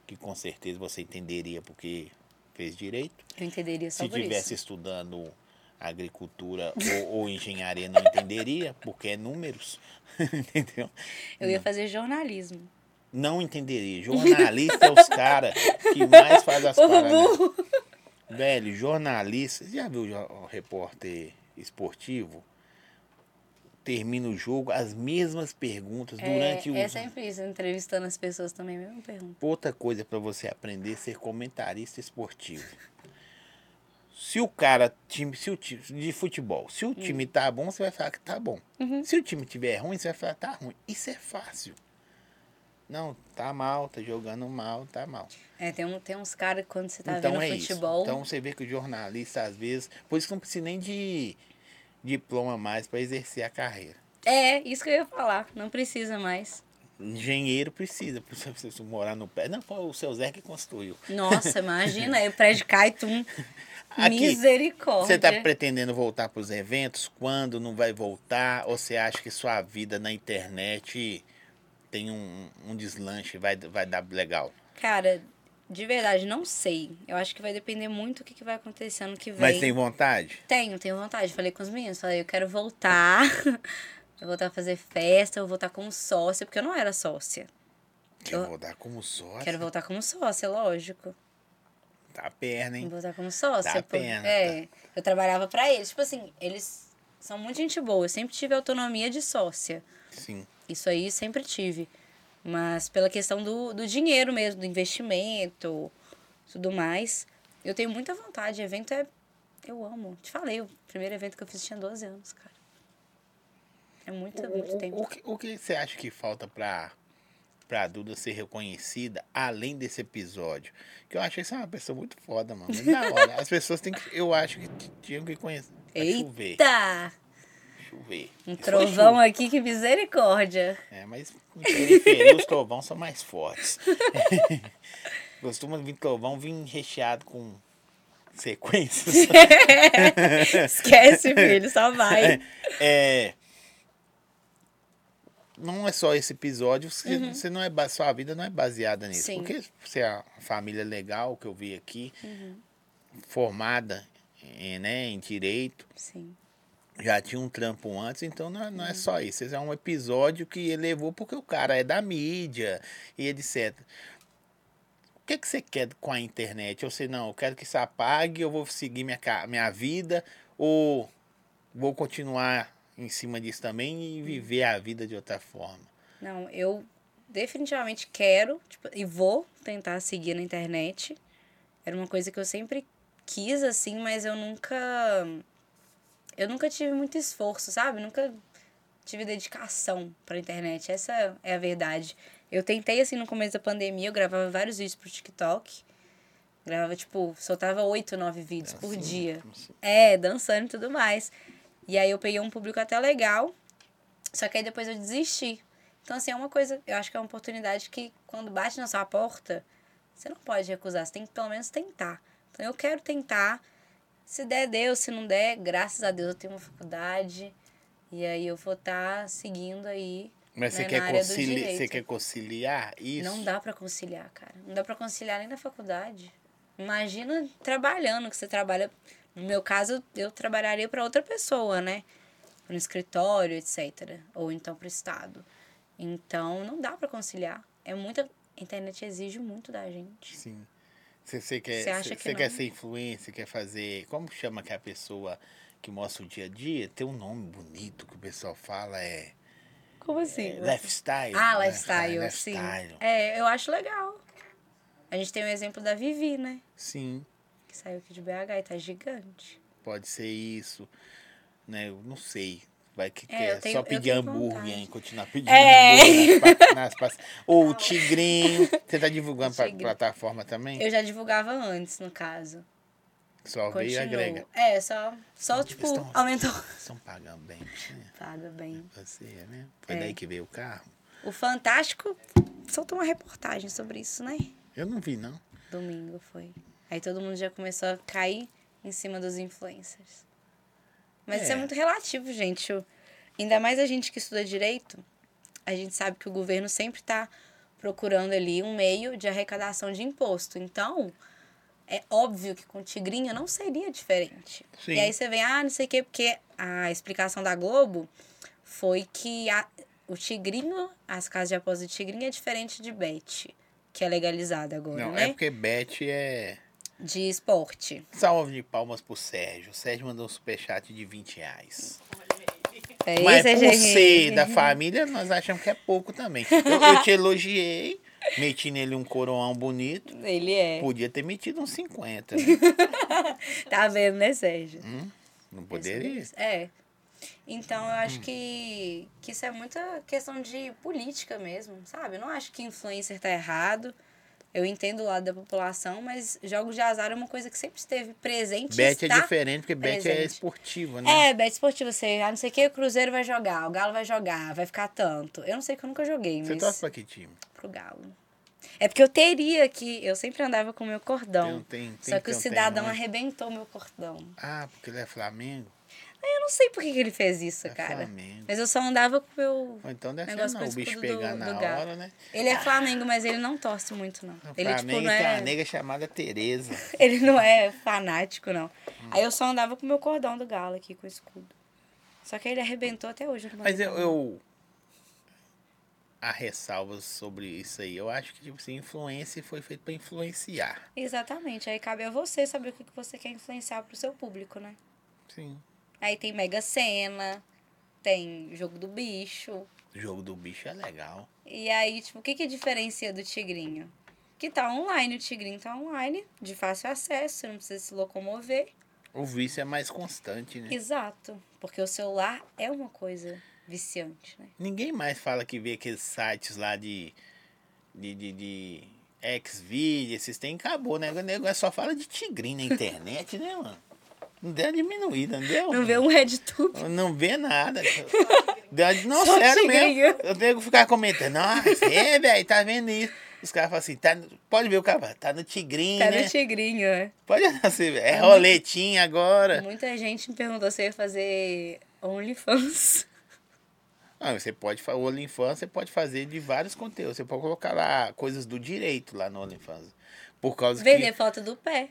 S1: que com certeza você entenderia porque fez direito.
S2: Eu entenderia só
S1: Se
S2: por
S1: tivesse
S2: isso.
S1: estudando agricultura ou, ou engenharia, não entenderia, porque é números. [LAUGHS] Entendeu?
S2: Eu ia fazer jornalismo.
S1: Não entenderia. Jornalista é os caras que mais faz as
S2: Povo
S1: paradas.
S2: burro.
S1: Velho, jornalista. Já viu jo- o repórter esportivo? Termina o jogo, as mesmas perguntas durante o.
S2: é, é sempre isso, entrevistando as pessoas também, mesmo pergunta.
S1: Outra coisa pra você aprender é ser comentarista esportivo. Se o cara, time, se o time de futebol, se o time
S2: Hum.
S1: tá bom, você vai falar que tá bom.
S2: Uhum.
S1: Se o time tiver ruim, você vai falar que tá ruim. Isso é fácil. Não, tá mal, tá jogando mal, tá mal.
S2: É, tem, um, tem uns caras que quando você tá
S1: então
S2: vendo
S1: é
S2: futebol.
S1: isso. Então você vê que o jornalista, às vezes, por isso que não precisa nem de diploma mais pra exercer a carreira.
S2: É, isso que eu ia falar. Não precisa mais.
S1: Engenheiro precisa, precisa precisa morar no pé. Não, foi o seu Zé que construiu. [LAUGHS]
S2: Nossa, imagina, aí o prédio cai, tum.
S1: Aqui, Você tá
S2: Misericórdia.
S1: está pretendendo voltar para os eventos? Quando não vai voltar? Ou você acha que sua vida na internet tem um, um deslanche, vai, vai dar legal?
S2: Cara, de verdade, não sei. Eu acho que vai depender muito do que, que vai acontecer ano que vem.
S1: Mas tem vontade?
S2: Tenho, tenho vontade. Falei com os meninos, falei, eu quero voltar. [LAUGHS] Eu vou voltar a fazer festa, eu vou voltar como sócia, porque eu não era sócia.
S1: Quer voltar como sócio?
S2: Quero voltar como sócia, lógico.
S1: Tá a perna, hein?
S2: Vou voltar como sócia.
S1: Dá
S2: pô.
S1: pena,
S2: é, eu trabalhava pra eles. Tipo assim, eles são muito gente boa. Eu sempre tive autonomia de sócia.
S1: Sim.
S2: Isso aí sempre tive. Mas pela questão do, do dinheiro mesmo, do investimento, tudo mais. Eu tenho muita vontade. Evento é. Eu amo. Te falei, o primeiro evento que eu fiz tinha 12 anos, cara. É muito, muito
S1: O,
S2: tempo.
S1: o que, o que você acha que falta para a Duda ser reconhecida além desse episódio? Que eu acho que você é uma pessoa muito foda, mano. Mas Na
S2: [LAUGHS]
S1: hora, as pessoas têm que. Eu acho que t- tinham que conhecer. Vai chover.
S2: Eita!
S1: Chover.
S2: Um
S1: Isso foi
S2: trovão aqui, que misericórdia. [LAUGHS]
S1: É, mas em periferia os trovão são mais fortes.
S2: [LAUGHS]
S1: [LAUGHS] Costuma vir trovão, vir recheado com sequências.
S2: Esquece, filho,
S1: [LAUGHS]
S2: só vai.
S1: É, não é só esse episódio, você, você não é, ba- sua vida não é baseada nisso.
S2: Sim.
S1: Porque você é uma família legal que eu vi aqui, formada em, né, em direito,
S2: Sim.
S1: já tinha um trampo antes, então não é, não é
S2: Uhum.
S1: só isso. Esse é um episódio que elevou porque o cara é da mídia e etc. O que, que você quer com a internet? Ou sei não, eu quero que isso apague, eu vou seguir minha, ca- minha vida, ou vou continuar em cima disso também
S2: Uhum.
S1: e viver a vida de outra forma.
S2: Não, eu definitivamente quero tipo, e vou tentar seguir na internet. Era uma coisa que eu sempre quis, assim, mas eu nunca. Eu nunca tive muito esforço, sabe? Nunca tive dedicação pra internet. Essa é a verdade. Eu tentei, assim, no começo da pandemia, eu gravava vários vídeos pro TikTok. Gravava, tipo, soltava oito, nove vídeos por
S1: Assim,
S2: dia.
S1: como assim?
S2: É, dançando e tudo mais. E aí eu peguei um público até legal, só que aí depois eu desisti. Então, assim, é uma coisa, eu acho que é uma oportunidade que quando bate na sua porta, você não pode recusar, você tem que pelo menos tentar. Então, eu quero tentar. Se der, deu. Se não der, graças a Deus eu tenho uma faculdade. E aí eu vou estar tá seguindo aí
S1: Mas você,
S2: né,
S1: quer,
S2: na área do
S1: concili-
S2: direito.
S1: você quer conciliar isso?
S2: Não dá pra conciliar, cara. Não dá pra conciliar nem na faculdade. Imagina trabalhando, que você trabalha. No meu caso, eu trabalharia pra outra pessoa, né? Para um escritório, etc. Ou então pro Estado. Então, não dá pra conciliar. É muita. A internet exige muito da gente.
S1: Sim. Você, você quer,
S2: Você acha
S1: você,
S2: que
S1: você quer
S2: não?
S1: ser influencer, quer fazer. Como chama que a pessoa que mostra o dia a dia? Tem um nome bonito que o pessoal fala, é.
S2: Como assim?
S1: é lifestyle.
S2: Ah,
S1: né?
S2: lifestyle, sim. É, eu acho legal. A gente tem o exemplo da Vivi, né?
S1: Sim,
S2: Que saiu aqui de BH e tá gigante.
S1: pode ser isso. Né? Eu não sei. Vai que
S2: É,
S1: quer
S2: eu tenho-
S1: só
S2: eu
S1: pedir
S2: tenho
S1: hambúrguer,
S2: vontade.
S1: hein? Continuar pedindo
S2: É.
S1: hambúrguer nas pa- nas pas- Ou o tigrinho. Você tá
S2: [LAUGHS]
S1: divulgando pra
S2: Tigre.
S1: plataforma também?
S2: Eu já divulgava antes, no caso.
S1: Só veio e agrega.
S2: Continuo. É, só, só tipo,
S1: Estão- [LAUGHS]
S2: aumentou.
S1: Estão pagando bem, né?
S2: Paga bem.
S1: Você, né? Foi
S2: É.
S1: daí que veio o carro.
S2: O Fantástico soltou uma reportagem sobre isso, né?
S1: Eu não vi, não.
S2: Domingo foi. Aí todo mundo já começou a cair em cima dos influencers. Mas isso é
S1: É.
S2: muito relativo, gente. O- Ainda mais a gente que estuda direito, a gente sabe que o governo sempre está procurando ali um meio de arrecadação de imposto. Então, é óbvio que com Tigrinho não seria diferente.
S1: Sim.
S2: E aí você vem, ah, não sei o quê, porque a explicação da Globo foi que a- o Tigrinho, as casas de aposta do Tigrinho é diferente de Bet, que é legalizada agora,
S1: Não,
S2: né?
S1: é porque Bet é.
S2: de esporte.
S1: Salve de palmas pro Sérgio. O Sérgio mandou um superchat de 20 reais.
S2: É
S1: Mas
S2: isso,
S1: por
S2: gente.
S1: ser da família, nós achamos que é pouco também. Eu, eu te elogiei, meti nele um coroão bonito.
S2: Ele é.
S1: Podia ter metido uns 50,
S2: [LAUGHS]
S1: né?
S2: Tá vendo, né, Sérgio?
S1: Não poderia?
S2: É. Então, eu acho que, que isso é muita questão de política mesmo, sabe? Eu não acho que influencer tá errado. Eu entendo o lado da população, mas jogos de azar é uma coisa que sempre esteve presente. e
S1: Bet é
S2: está
S1: diferente, porque Bet é
S2: tá presente.
S1: esportiva, né?
S2: É, bet esportivo, você, ah, não sei o que, o Cruzeiro vai jogar, o Galo vai jogar, vai ficar tanto. Eu não sei que eu nunca joguei,
S1: Você tá
S2: mas
S1: torce pra que time?
S2: pro Galo. É porque eu teria que, eu sempre andava com o meu
S1: Tem,
S2: cordão.
S1: um- tem, tem,
S2: Então, Só que
S1: tem,
S2: o
S1: um- tem,
S2: cidadão
S1: não é?
S2: arrebentou meu cordão.
S1: Ah, porque ele é Flamengo?
S2: Eu não sei por que, que ele fez isso,
S1: É
S2: cara.
S1: Flamengo.
S2: Mas eu só andava com o meu.
S1: Ou então deve ser
S2: Negócio
S1: não, o
S2: com o
S1: bicho
S2: escudo
S1: pegar
S2: do-
S1: na
S2: do gato.
S1: hora, né?
S2: Ele é Flamengo, mas ele não torce muito, não.
S1: O
S2: Ele,
S1: Flamengo
S2: tipo, não
S1: tem uma
S2: é.
S1: nega chamada Tereza.
S2: [LAUGHS] Ele não é fanático, não. Aí eu só andava com o meu cordão do galo aqui, com o escudo. Só que ele arrebentou até hoje. eu não
S1: Mas
S2: mandei
S1: eu,
S2: pra
S1: eu. Há ressalvas sobre isso aí. Eu acho que, tipo assim, influência foi feito pra influenciar.
S2: Exatamente. Aí cabe a você saber o que que você quer influenciar pro seu público, né?
S1: Sim.
S2: Aí tem Mega Sena, tem Jogo do Bicho.
S1: O jogo do bicho é legal.
S2: E aí, tipo, o que que diferencia do tigrinho? Que tá online, o tigrinho tá online, de fácil acesso, você não precisa se locomover.
S1: O vício é mais constante, né?
S2: Exato, porque o celular é uma coisa viciante, né?
S1: Ninguém mais fala que vê aqueles sites lá de. de. de. de Xvideo, esses tem, acabou, né? O negócio só fala de tigrinho na internet, né, mano? Não deu uma diminuída, não deu?
S2: Não
S1: mano?
S2: vê
S1: [LAUGHS]
S2: um RedTube.
S1: Não vê
S2: [LAUGHS]
S1: nada. Deu- Não,
S2: Só
S1: sério
S2: tigrinho.
S1: mesmo. Eu tenho que ficar comentando. Nossa, é, velho, tá vendo isso? Os caras falam assim, tá, no- pode ver o cara, fala, tá no tigrinho,
S2: Tá
S1: né?
S2: no tigrinho, Tá é.
S1: Pode olhar assim, velho. É roletinha agora.
S2: Muita gente me perguntou se eu ia fazer OnlyFans.
S1: Ah, você pode fazer, o OnlyFans você pode fazer de vários conteúdos. Você pode colocar lá coisas do direito lá no OnlyFans. Por causa
S2: Vender
S1: que...
S2: foto do pé.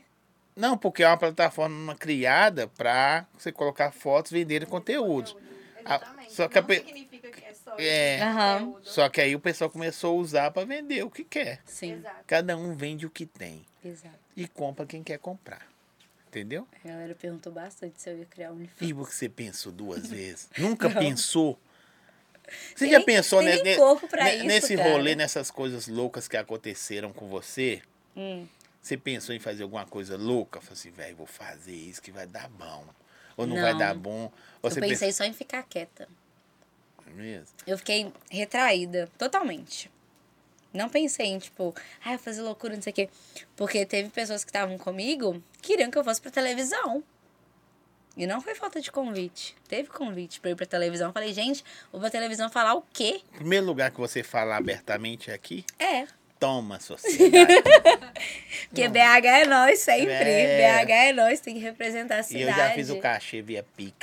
S1: Não, porque é uma plataforma criada pra você colocar fotos, vender conteúdos.
S3: Exatamente.
S1: Ah, só que a
S3: Não
S1: pe-
S3: significa que é só
S1: É.
S2: Aham.
S3: conteúdo.
S1: Só que aí o pessoal começou a usar pra vender o que quer.
S2: Sim,
S3: Exato.
S1: Cada um vende o que tem.
S2: exato.
S1: e compra quem quer comprar. Entendeu?
S2: A galera perguntou bastante se eu ia criar um OnlyFans.
S1: E você pensou
S2: [LAUGHS]
S1: duas vezes? Nunca pensou? Você
S2: Tem
S1: já
S2: nem-
S1: pensou
S2: tem
S1: ne-
S2: nem
S1: ne-
S2: corpo pra
S1: ne-
S2: isso,
S1: nesse
S2: cara.
S1: rolê, nessas coisas loucas que aconteceram com você?
S2: Hum.
S1: Você pensou em fazer alguma coisa louca? Falou assim, velho, vou fazer isso que vai dar bom. Ou não, vai
S2: Não.
S1: dar bom. Ou
S2: Eu
S1: você
S2: pensei só em ficar quieta.
S1: pensa- mesmo?
S2: Eu fiquei retraída, totalmente. Não pensei em, tipo, ah, eu vou fazer loucura, não sei o quê. Porque teve pessoas que estavam comigo que queriam que eu fosse pra televisão. E não foi falta de convite. Teve convite pra eu ir pra televisão. Eu falei, gente, vou pra televisão falar o quê?
S1: Primeiro lugar que você fala abertamente é aqui.
S2: É. [LAUGHS]
S1: Toma, sociedade.
S2: Porque BH é nós sempre.
S1: É.
S2: BH é nós, tem que representar a
S1: e
S2: cidade.
S1: eu já fiz o cachê via Pix.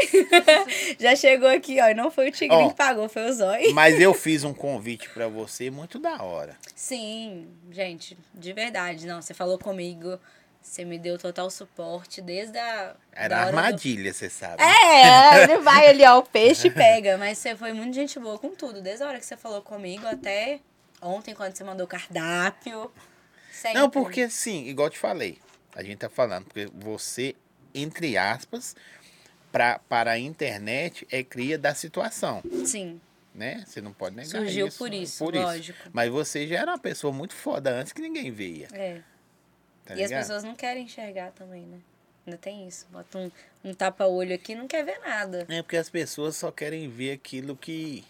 S2: Já chegou aqui, ó. E não foi o Tigrinho
S1: Ó.
S2: que pagou, foi o Zói.
S1: Mas eu fiz um convite pra você muito da hora.
S2: Sim, gente, de verdade. Não, você falou comigo. Você me deu total suporte desde a.
S1: Era
S2: da hora do-
S1: armadilha, você sabe.
S2: [LAUGHS] É, ele vai ali, ó, o peixe pega. Mas você foi muito gente boa com tudo. Desde a hora que você falou comigo até ontem, quando você mandou o cardápio. Sempre.
S1: Não, porque assim, igual eu te falei, a gente tá falando, porque você, entre aspas, pra, para a internet é cria da situação,
S2: Sim,
S1: né? Você não pode negar
S2: surgiu
S1: isso. né?
S2: por isso,
S1: Por isso.
S2: lógico.
S1: Mas você já era uma pessoa muito foda antes que ninguém veia,
S2: É.
S1: tá
S2: e as
S1: ligado?
S2: pessoas não querem enxergar também, né? Ainda tem isso. Bota um, um tapa-olho aqui e não quer ver nada.
S1: É porque as pessoas só querem ver aquilo que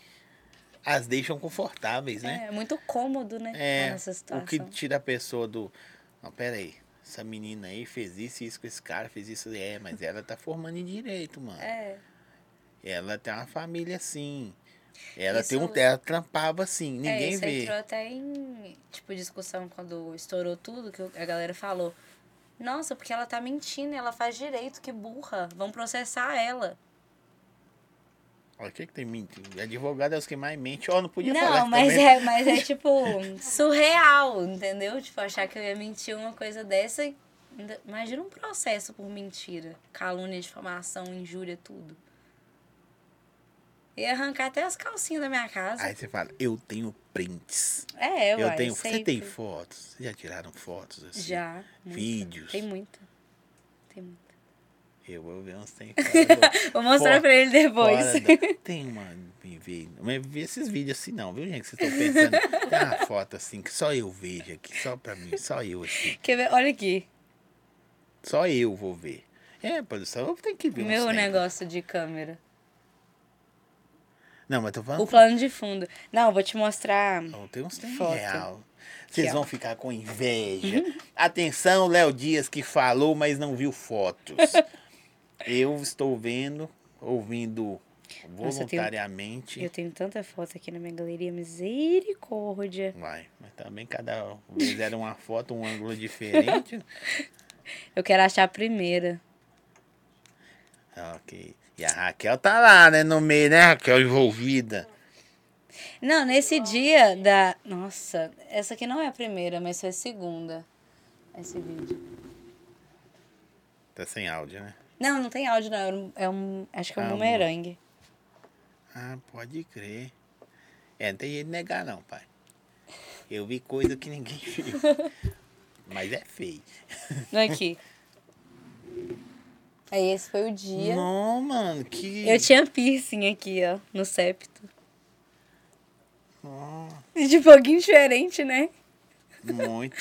S1: as deixam confortáveis, né?
S2: É, é muito cômodo, né?
S1: É,
S2: tá nessa
S1: O
S2: situação.
S1: que tira a pessoa do. Não, peraí. Essa menina aí fez isso e isso com esse cara, fez isso. É, mas ela tá formando em direito, mano.
S2: É,
S1: Ela tem uma família assim. Ela
S2: Isso-
S1: tem um. Ela trampava assim,
S2: é,
S1: ninguém
S2: isso
S1: vê.
S2: entrou até em tipo discussão quando estourou tudo, que a galera falou. Nossa, porque ela tá mentindo, ela faz direito, que burra. Vão processar ela.
S1: Olha, o que, que tem mentira? Advogado é os que mais mente. Ó, não podia falar
S2: não,
S1: isso
S2: mas
S1: também.
S2: é, mas é tipo surreal, entendeu? Tipo, achar que eu ia mentir uma coisa dessa. e ainda- Imagina um processo por mentira, calúnia, difamação, injúria, tudo. Ia arrancar até as calcinhas da minha
S1: [LAUGHS]
S2: casa.
S1: Aí você fala, eu tenho prints.
S2: é,
S1: Eu,
S2: uai,
S1: tenho. Você tem
S2: sempre.
S1: fotos? Vocês já tiraram fotos assim?
S2: Já. muita.
S1: Vídeos.
S2: Tem muito. Tem muito.
S1: Eu vou ver uns tem.
S2: [LAUGHS] Vou mostrar
S1: Fora-
S2: pra ele depois.
S1: Fora da- [LAUGHS] Tem uma. Me vê, me vê esses vídeos assim, não, viu, gente? Que vocês estão pensando. [LAUGHS] Tem uma foto assim que só eu vejo aqui, só pra mim, só eu assim.
S2: Quer ver? Olha aqui.
S1: Só eu vou ver. É, produção, eu tenho que ver. uns
S2: meu
S1: tempos.
S2: negócio de câmera.
S1: Não, mas tô
S2: O
S1: falando.
S2: plano de fundo. Não, vou te mostrar.
S1: Não, tem uns tempos
S2: Foto. Uhum.
S1: real. Vocês
S2: Aqui, ó.
S1: vão ficar com inveja. Atenção, Léo Dias que falou, mas não viu fotos.
S2: [LAUGHS]
S1: eu estou vendo, ouvindo
S2: Nossa, eu tenho-
S1: voluntariamente.
S2: Eu tenho tanta foto aqui na minha galeria, misericórdia.
S1: Vai, mas também cada vez era uma foto, um ângulo
S2: [LAUGHS]
S1: diferente.
S2: Eu quero achar a primeira.
S1: Ok. E a Raquel tá lá, né? No meio, né, Raquel? Envolvida.
S2: Não, nesse dia da. Nossa, essa aqui não é a primeira, mas foi a segunda. Esse vídeo.
S1: Tá sem áudio, né?
S2: Não, não tem áudio, não. É um- É um, acho que é um
S1: Ah, amor.
S2: bumerangue.
S1: Ah, pode crer. É, não tem jeito de negar, não, pai. Eu vi coisa que ninguém
S2: [LAUGHS]
S1: viu. Mas é feio.
S2: Não
S1: [LAUGHS]
S2: é aqui. Aí esse foi o dia.
S1: Não, mano, que.
S2: Eu tinha piercing aqui, ó, no septo.
S1: Não,
S2: E De pouquinho diferente, né? [LAUGHS]
S1: muito.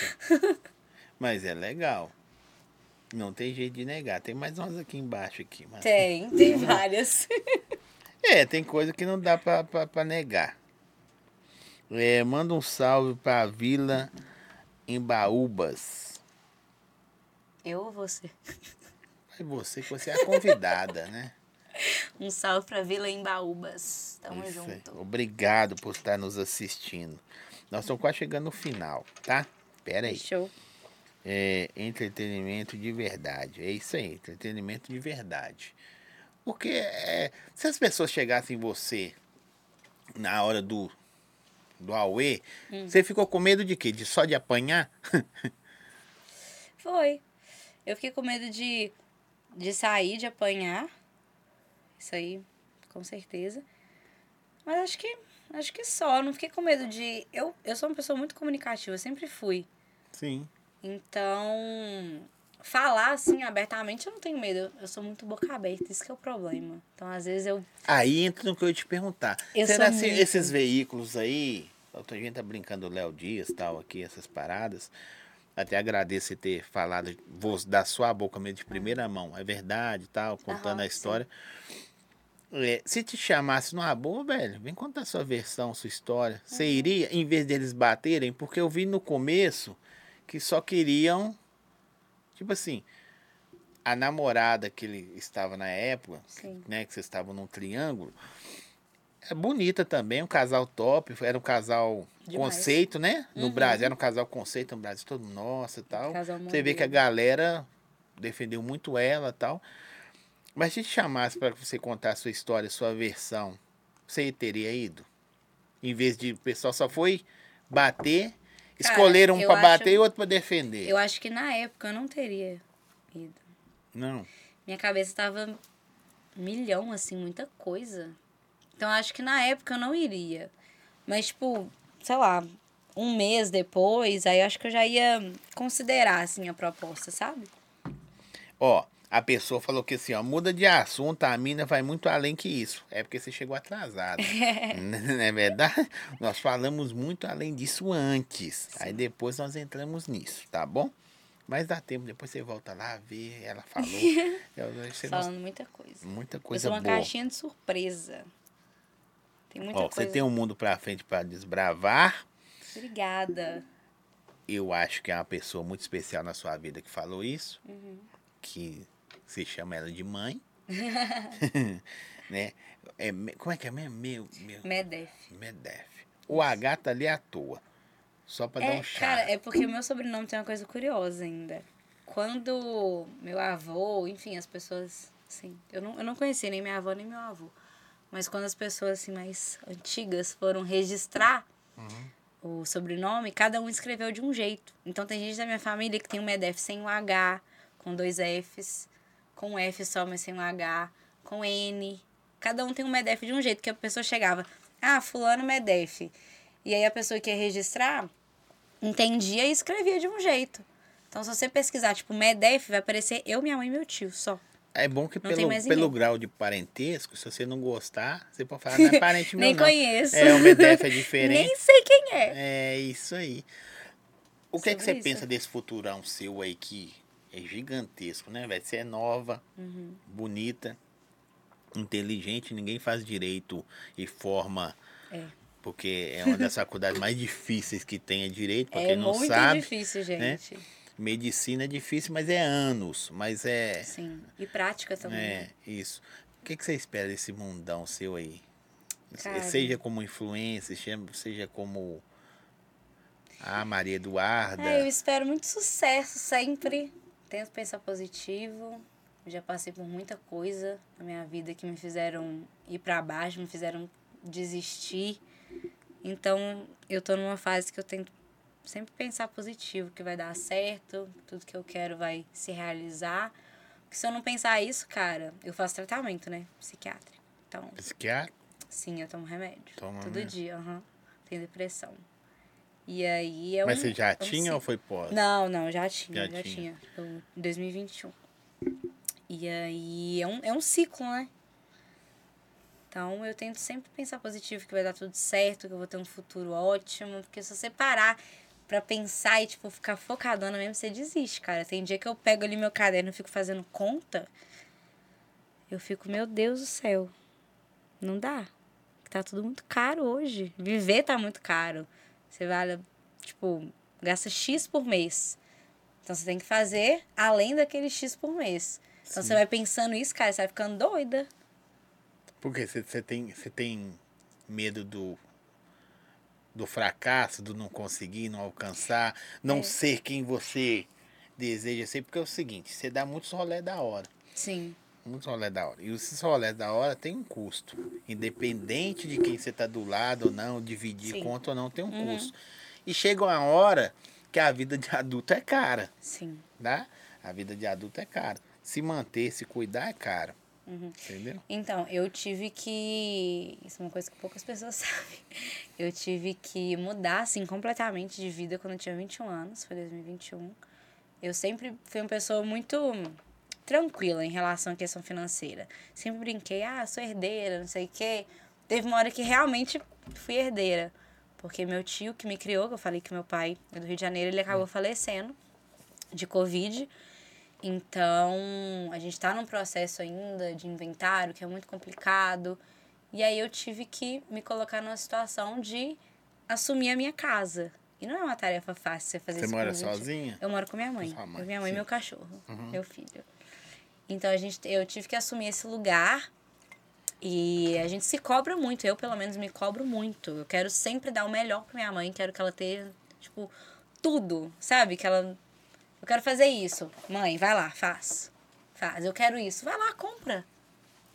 S1: Mas é legal. Não tem jeito de negar. Tem mais umas aqui embaixo aqui, mano.
S2: Tem, tem várias.
S1: É, tem coisa que não dá pra, pra, pra negar. É, manda um salve pra Vila Embaúbas.
S2: Eu ou você?
S1: É você que você é a convidada, né?
S2: Um salve pra Vila Embaúbas. Tamo
S1: Isso aí.
S2: junto.
S1: Obrigado por estar nos assistindo. Nós estamos quase chegando no final, tá? Pera aí.
S2: Show.
S1: É, entretenimento de verdade. É isso aí, entretenimento de verdade. Porque é, se as pessoas chegassem em você na hora do, do Aue,
S2: Hum.
S1: você ficou com medo de quê? De só de apanhar?
S2: Foi. Eu fiquei com medo de, de sair, de apanhar. Isso aí, com certeza. Mas acho que acho que só. Não fiquei com medo de. Eu, eu sou uma pessoa muito comunicativa, eu sempre fui.
S1: Sim.
S2: Então, falar assim abertamente, eu não tenho medo. Eu, eu sou muito boca aberta, isso que é o problema. Então, às vezes eu.
S1: Aí entra no que eu ia te perguntar.
S2: Eu
S1: Será
S2: sou
S1: que
S2: muito.
S1: esses veículos aí. A outra gente tá brincando, o Léo Dias tal, aqui, essas paradas. Até agradeço você ter falado vou, da sua boca mesmo, de primeira mão. É verdade tal, contando
S2: Aham,
S1: a história. É, se te chamasse numa boa, velho, vem contar sua versão, sua história. Você
S2: É.
S1: iria, em vez deles baterem, porque eu vi no começo que só queriam. Tipo assim, a namorada que ele estava na época,
S2: Sim.
S1: né, que vocês estavam num triângulo, É bonita também, um casal top. Era um casal
S2: Demais. Uhum.
S1: conceito, né? No Brasil, era um casal conceito no Brasil todo, nossa e tal.
S2: Casal
S1: Você vê
S2: modelo.
S1: que é a galera defendeu muito ela e tal. Mas se te chamasse para você contar a sua história, a sua versão, você teria ido? Em vez de o pessoal só foi bater, escolher um
S2: eu
S1: para
S2: acho-
S1: bater e outro para defender.
S2: Eu acho que na época eu não teria ido.
S1: Não.
S2: Minha cabeça tava milhão, assim, muita coisa. Então acho que na época eu não iria. Mas, tipo, sei lá, um mês depois, aí eu acho que eu já ia considerar, assim, a proposta, sabe?
S1: Ó, a pessoa falou que assim, ó, muda de assunto, a mina vai muito além que isso. É porque você chegou
S2: [LAUGHS]
S1: atrasada. Não é verdade? Nós falamos muito além disso antes. Aí depois nós entramos nisso, tá bom? Mas dá tempo, depois você volta lá, vê, ela
S2: [LAUGHS]
S1: falou. Eu- você não-
S2: Falando muita coisa.
S1: muita
S2: eu sou
S1: coisa
S2: uma
S1: boa.
S2: caixinha de surpresa. Tem muita
S1: Ó, você
S2: coisa.
S1: tem um mundo pra frente pra desbravar.
S2: Obrigada.
S1: Eu acho que é uma pessoa muito especial na sua vida que falou isso.
S2: Uhum.
S1: Que se chama ela de
S2: [LAUGHS]
S1: mãe. [LAUGHS] né? É, me- como é que é mesmo? Meu, meu,
S2: Medef.
S1: Medef. O H tá ali à toa. Só pra dar
S2: É,
S1: um chá.
S2: cara, é porque o meu sobrenome tem uma coisa curiosa ainda. Quando meu avô, enfim, as pessoas, assim, eu não, eu não conheci nem minha avó nem meu avô, mas quando as pessoas, assim, mais antigas foram registrar
S1: Uhum.
S2: o sobrenome, cada um escreveu de um jeito. Então tem gente da minha família que tem o Medef sem o H, com dois Fs, com um F só, mas sem o H, com N. Cada um tem um Medef de um jeito, que a pessoa chegava, ah, fulano Medef. E aí a pessoa que ia registrar entendia e escrevia de um jeito. Então, se você pesquisar, tipo, Medef, vai aparecer eu, minha mãe e meu tio só.
S1: É bom que
S2: Não tem
S1: pelo,
S2: mais
S1: pelo
S2: ninguém.
S1: grau de parentesco, se você não gostar, você pode falar, não é
S2: [LAUGHS]
S1: parente meu
S2: Nem
S1: não.
S2: conheço.
S1: É, o Medef
S2: [LAUGHS]
S1: é diferente.
S2: Nem sei quem é.
S1: É isso aí. O que, é que você
S2: Sobre isso.
S1: pensa desse futurão seu aí que é gigantesco, né, velho? Você é nova,
S2: Uhum.
S1: bonita, inteligente, ninguém faz direito e forma.
S2: É.
S1: Porque é uma das faculdades mais difíceis que tem é direito, pra
S2: É
S1: quem não
S2: muito
S1: sabe. né?
S2: difícil, gente.
S1: Medicina é difícil, mas é anos. Mas é.
S2: Sim. E prática também.
S1: É, isso. O que, que você espera desse mundão seu aí? Se-
S2: Cara.
S1: Seja como influencer, chama- seja como a Maria Eduarda.
S2: É, eu espero muito sucesso sempre. Tento pensar positivo. Já passei por muita coisa na minha vida que me fizeram ir pra baixo, me fizeram desistir. Então, eu tô numa fase que eu tento sempre pensar positivo, que vai dar certo, tudo que eu quero vai se realizar. Porque se eu não pensar isso, cara, eu faço tratamento, né? Psiquiátrico. Então,
S1: Psiquiatra?
S2: sim, eu tomo remédio.
S1: Toma
S2: Todo
S1: mesmo?
S2: dia, aham. Tenho depressão. E aí é
S1: Mas
S2: um-
S1: você já
S2: é um
S1: tinha ou
S2: ciclo.
S1: foi pós?
S2: Não, não, já tinha,
S1: Já
S2: já,
S1: tinha.
S2: tinha. Tipo, Eu- Em 2021. E aí é um, é um ciclo, né? Então eu tento sempre pensar positivo, que vai dar tudo certo, que eu vou ter um futuro ótimo. Porque se você parar pra pensar e, tipo, ficar focadona mesmo, você desiste, cara. Tem dia que eu pego ali meu caderno e fico fazendo conta. Eu fico, meu Deus do céu. Não dá. Tá tudo muito caro hoje. Viver tá muito caro. Você vai, tipo, gasta X por mês. Então você tem que fazer além daquele X por mês. Então você vai pensando isso, cara, você vai ficando doida.
S1: Porque você, você, tem, você tem medo do, do fracasso, do não conseguir, não alcançar,
S2: É.
S1: não ser quem você deseja ser. Porque é o seguinte, você dá muitos rolé da hora.
S2: Sim.
S1: Muitos Um rolé da hora. E esses rolé da hora tem um custo. Independente de quem você tá do lado ou não, dividir
S2: Sim.
S1: conta ou não, tem um
S2: Uhum.
S1: custo. E chega uma hora que a vida de adulto é cara,
S2: Sim.
S1: tá? A vida de adulto é cara. Se manter, se cuidar é caro.
S2: Uhum.
S1: Entendeu?
S2: Então, eu tive que. Isso é uma coisa que poucas pessoas [LAUGHS] sabem. Eu tive que mudar, assim, completamente de vida quando eu tinha 21 anos, foi 2021. Eu sempre fui uma pessoa muito tranquila em relação à questão financeira. Sempre brinquei, ah, sou herdeira, não sei o quê. Teve uma hora que realmente fui herdeira. Porque meu tio que me criou, que eu falei que meu pai é do Rio de Janeiro, ele
S1: Hum.
S2: acabou falecendo de Covid. Então, a gente tá num processo ainda de inventário, que é muito complicado. E aí eu tive que me colocar numa situação de assumir a minha casa. E não é uma tarefa fácil você fazer
S1: Você
S2: isso com um
S1: mora
S2: 20.
S1: sozinha?
S2: Eu moro com minha mãe.
S1: sua Ah, mãe,
S2: Eu, minha mãe e
S1: sim. Uhum.
S2: meu cachorro, meu filho. Então a gente, eu tive que assumir esse lugar E a gente se cobra muito, eu pelo menos me cobro muito. Eu quero sempre dar o melhor pra minha mãe, quero que ela tenha, tipo, tudo, sabe? Que ela. Eu quero fazer isso. Mãe, vai lá, faz. Faz. Eu quero isso. Vai lá, compra.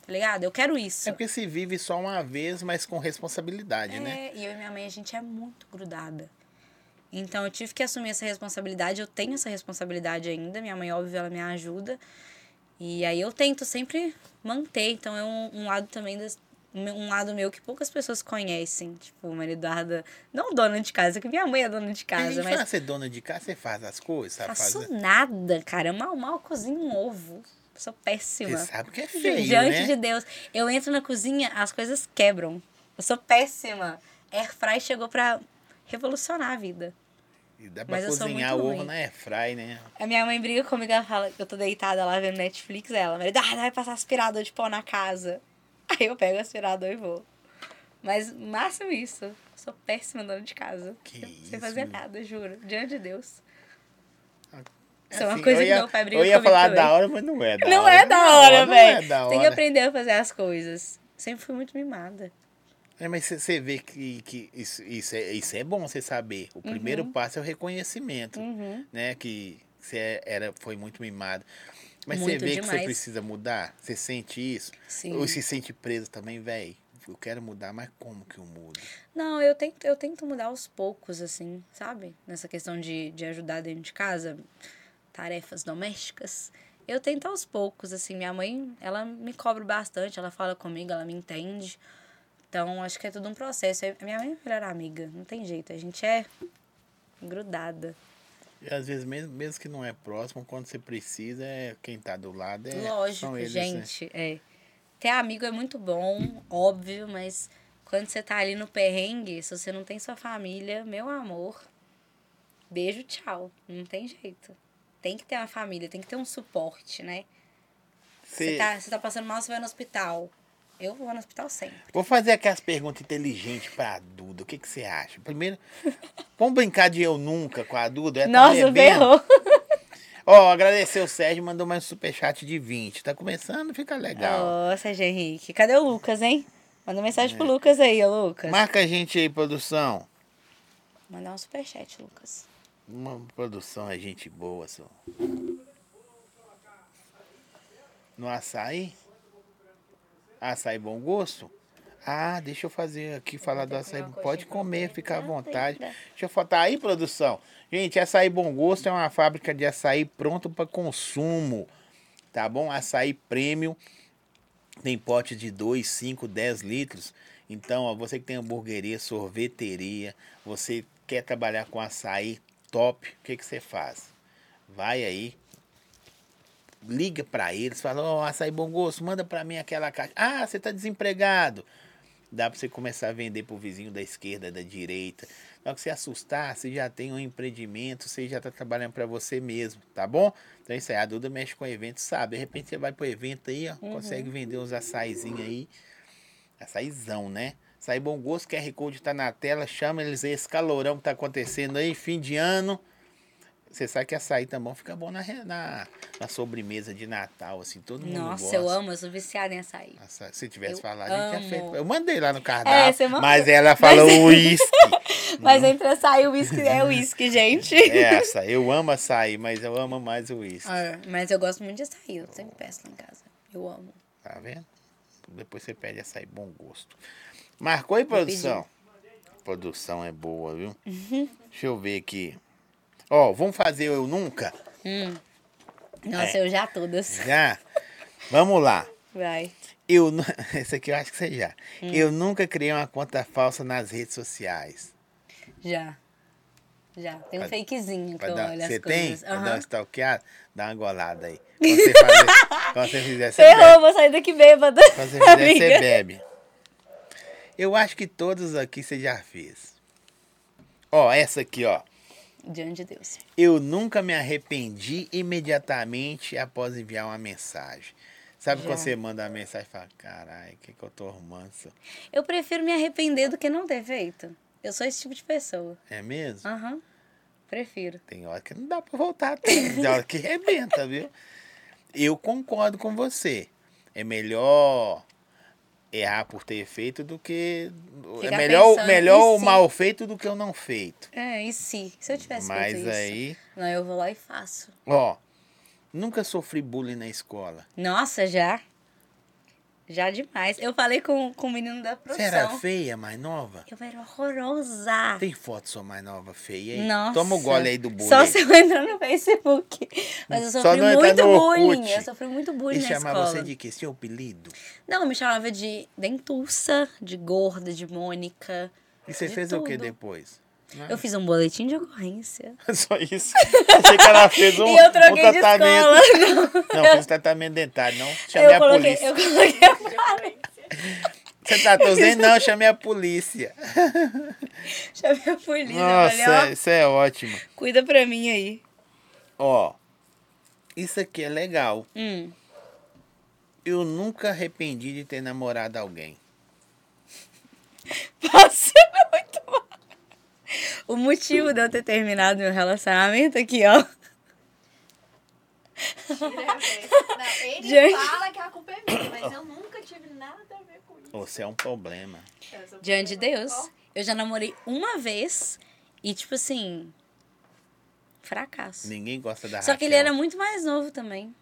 S2: Tá ligado? Eu quero isso.
S1: É porque se vive só uma vez, mas com responsabilidade,
S2: É,
S1: né?
S2: E eu e minha mãe, a gente é muito grudada. Então eu tive que assumir essa responsabilidade, eu tenho essa responsabilidade ainda. Minha mãe, óbvio, ela me ajuda. E aí eu tento sempre manter. Então é um, um lado também das. Um lado meu que poucas pessoas conhecem. Tipo, uma Eduarda. Não dona de casa, que minha mãe é dona de
S1: Porque a
S2: casa,
S1: gente
S2: mas.
S1: fala, você é dona de casa, você faz as coisas, sabe?
S2: Faço
S1: fazer.
S2: nada, cara. Eu mal, mal cozinho um ovo. Sou péssima.
S1: Você sabe que é feio,
S2: Diante
S1: né?
S2: de Deus. Eu entro na cozinha, as coisas quebram. Eu sou péssima. Airfry chegou pra revolucionar a vida.
S1: E Dá pra
S2: Mas eu sou
S1: cozinhar
S2: muito
S1: ovo
S2: ruim.
S1: na airfry, né?
S2: A minha mãe briga comigo, ela fala que eu tô deitada lá vendo Netflix, ela, Maria, ah, vai passar aspirador de pó na casa. [LAUGHS] Aí eu pego o aspirador e vou. Mas máximo isso. Eu Sou péssima dona de casa.
S1: Que
S2: Sem
S1: isso,
S2: fazer
S1: meu.
S2: nada, juro. Diante de Deus.
S1: É
S2: Isso é uma
S1: assim,
S2: coisa
S1: eu
S2: que
S1: ia,
S2: meu pai briga
S1: Eu ia
S2: comigo
S1: falar
S2: também.
S1: da hora, mas não é da
S2: não
S1: hora.
S2: é da hora, velho.
S1: Não é da
S2: Tem que
S1: hora.
S2: aprender a fazer as coisas. Sempre fui muito mimada.
S1: É, mas você- você vê que, que isso, isso, é, isso é bom você saber. O primeiro passo é o reconhecimento,
S2: Uhum.
S1: né? Que você era, foi muito mimado. Mas você
S2: Muito
S1: vê que
S2: demais.
S1: você precisa mudar? Você sente isso?
S2: Sim.
S1: Ou se sente preso também, velho? Eu quero mudar, mas como que eu mudo?
S2: Não, eu tento, eu tento mudar aos poucos, assim, sabe? Nessa questão de, de ajudar dentro de casa, tarefas domésticas. Eu tento aos poucos, assim. Minha mãe, ela me cobra bastante, ela fala comigo, ela me entende. Então, acho que é tudo um processo. A minha mãe é a melhor amiga, não tem jeito. A gente é grudada.
S1: E às vezes, mesmo, mesmo que não é próximo, quando você precisa, é quem tá do lado é.
S2: Lógico,
S1: são eles, né?
S2: gente. É. Ter amigo é muito bom, óbvio, mas quando você tá ali no perrengue, se você não tem sua família, meu amor, beijo, tchau. Não tem jeito. Tem que ter uma família, tem que ter um suporte, né? Você
S1: Cê-
S2: tá, você tá passando mal, você vai no hospital. Eu vou no hospital sempre.
S1: Vou fazer aquelas perguntas inteligentes pra Duda. O que que você acha? Primeiro, vamos brincar de eu nunca com a Duda? Ela tá
S2: Nossa,
S1: bebendo.
S2: ferrou.
S1: Ó, agradecer o Sérgio, mandou mais um superchat de 20. Tá começando, fica legal.
S2: Nossa, Jean Henrique. Cadê o Lucas, hein? Manda mensagem
S1: É.
S2: pro Lucas aí, ô Lucas.
S1: Marca a gente aí, produção.
S2: Mandar um superchat, Lucas.
S1: Uma produção é gente boa, só. No açaí? Açaí bom gosto? Ah, deixa eu fazer aqui, falar do açaí. Pode comer, fica
S2: Ah,
S1: à vontade. Deixa eu faltar aí, produção. Gente, açaí bom gosto é uma fábrica de açaí pronto para consumo. Tá bom? Açaí premium. Tem pote de 2, 5, 10 litros. Então, ó, você que tem hamburgueria, sorveteria, você quer trabalhar com açaí top, o que, que você faz? Vai aí, liga pra eles, fala, ó, açaí bom gosto, manda pra mim aquela caixa. Ah, você tá desempregado. Dá pra você começar a vender pro vizinho da esquerda, da direita. Na hora que você assustar, você já tem um empreendimento, você já tá trabalhando pra você mesmo, tá bom? Então é isso aí, a Duda mexe com eventos, sabe? De repente você vai pro evento aí, ó,
S2: Uhum.
S1: consegue vender uns açaizinhos aí. Açaizão, né? Açaí Bom Gosto, QR Code tá na tela, chama eles aí, esse calorão que tá acontecendo aí, fim de ano. Você sabe que açaí também fica bom na, re- na, na sobremesa de Natal, assim, todo mundo
S2: Nossa,
S1: gosta.
S2: eu amo, eu sou viciada em açaí.
S1: Açaí. Tá Se tivesse
S2: Eu
S1: falado, a gente
S2: amo.
S1: tinha feito. Eu mandei lá no
S2: É,
S1: cardápio,
S2: você mandou.
S1: mas ela
S2: [LAUGHS]
S1: falou
S2: Mas-
S1: uísque.
S2: Mas entre açaí e uísque
S1: [LAUGHS]
S2: é uísque, gente.
S1: é essa, eu amo açaí, mas eu amo mais o uísque.
S2: Ah, Mas eu gosto muito de açaí, eu sempre peço lá em casa. Eu amo.
S1: Tá vendo? Depois você pede açaí bom gosto. Marcou aí, produção? Produção é boa, viu?
S2: Uhum.
S1: Deixa eu ver aqui. Ó, vamos fazer eu nunca?
S2: Nossa,
S1: É.
S2: eu já todas.
S1: Já? vamos lá.
S2: Vai.
S1: Eu nu- [LAUGHS] Esse aqui eu acho que você já.
S2: Hum.
S1: Eu nunca criei uma conta falsa nas redes sociais.
S2: Já. Já. Tem um
S1: Vai-
S2: fakezinho que
S1: Pra
S2: eu
S1: dar-
S2: olho as
S1: Você tem?
S2: coisas.
S1: Pra
S2: Aham.
S1: dar uma stalkeada? Dá uma golada aí. Quando você,
S2: [LAUGHS]
S1: fazer... Quando você fizer, você bebe.
S2: Ferrou, vou sair daqui bêbada.
S1: Quando você fizer,
S2: Amiga.
S1: você bebe. Eu acho que todos aqui você já fez. Ó, essa aqui, ó.
S2: Diante de Deus.
S1: Eu nunca me arrependi imediatamente após enviar uma mensagem. Sabe
S2: Já.
S1: quando você manda uma mensagem e fala, caralho, o que, que eu tô arrumando? isso?"
S2: Eu prefiro me arrepender do que não ter feito. Eu sou esse tipo de pessoa.
S1: É mesmo?
S2: Aham. Prefiro.
S1: Tem hora que não dá pra voltar atrás, tem hora que rebenta, viu? Eu concordo com você. É melhor errar por ter feito do que. é
S2: Ficar
S1: melhor,
S2: pensando
S1: melhor
S2: em
S1: o
S2: si.
S1: mal feito do que o não feito.
S2: É, e se? Se eu tivesse
S1: Mas
S2: feito isso?
S1: aí,
S2: Não, eu vou lá e faço.
S1: ó, nunca sofri bullying na escola.
S2: Nossa, já? Já demais. Eu falei com, com o menino
S1: Você
S2: da produção.
S1: era feia, mais nova?
S2: Eu era horrorosa.
S1: Tem foto sua mais nova feia aí?
S2: Ah. Nossa.
S1: Toma o gole aí do bullying.
S2: Só se eu entrar no Facebook. Mas eu
S1: Só
S2: sofri
S1: não entrar
S2: muito
S1: no
S2: bullying.
S1: Orkut.
S2: Eu sofri muito bullying
S1: E
S2: na
S1: chamava
S2: escola.
S1: você de quê? Seu apelido?
S2: Não, me chamava de dentuça, de gorda, de Mônica.
S1: E você
S2: De
S1: fez o que
S2: tudo.
S1: depois?
S2: Eu fiz um boletim de ocorrência.
S1: [LAUGHS] Só isso. Achei que ela fez um,
S2: [LAUGHS] e eu troquei
S1: um
S2: de
S1: tratamento.
S2: escola.
S1: Não,
S2: [LAUGHS]
S1: fiz tratamento dentário, não. Chamei
S2: eu,
S1: a
S2: coloquei,
S1: polícia.
S2: eu coloquei a [LAUGHS]
S3: né,
S2: Mari.
S1: Você
S2: [LAUGHS]
S1: tratou os dentes?
S2: um-
S1: Não, chamei a polícia.
S2: Chamei a polícia.
S1: Nossa,
S2: falei, ó,
S1: isso é ótimo.
S2: cuida pra mim aí.
S1: Ó, isso aqui é legal.
S2: Hum.
S1: Eu nunca arrependi de ter namorado alguém.
S2: Nossa, é muito mal. O motivo de eu ter terminado meu relacionamento aqui, ó.
S3: Tira a vez. Não, ele
S2: Gente.
S3: fala que a culpa é minha, mas eu nunca tive nada a ver com isso.
S1: Você é um problema.
S3: Eu sou
S2: Diante de
S3: problema
S2: Deus,
S3: só.
S2: eu já namorei uma vez e, tipo assim, fracasso.
S1: Ninguém gosta da
S2: Só que ele
S1: Raquel.
S2: era muito mais novo também.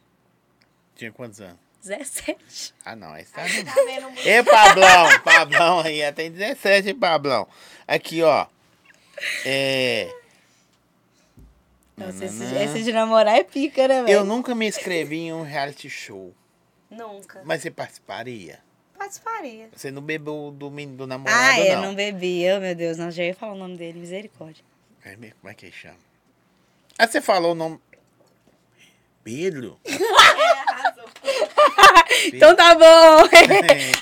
S1: Tinha quantos anos?
S2: 17.
S1: Ah, não. Aí tá...
S3: Aí Tá vendo muito.
S1: Ê, Pablão! [LAUGHS] Pablão aí, até 17, hein, Pablão? Aqui, ó. É...
S2: Nossa, esse, esse de namorar é pica, né, velho?
S1: Eu nunca me inscrevi em um reality show.
S2: Nunca.
S1: Mas você participaria?
S2: Participaria.
S1: Você não bebeu do, men- do namorado,
S2: Ah, é,
S1: não.
S2: não bebia, meu Deus, não, já ia falar o nome dele, misericórdia.
S1: É mesmo? Como é que ele chama? Ah, você falou o nome...
S2: [LAUGHS]
S1: Pedro?
S3: É, arrasou.
S2: Então tá
S1: [LAUGHS]
S2: bom!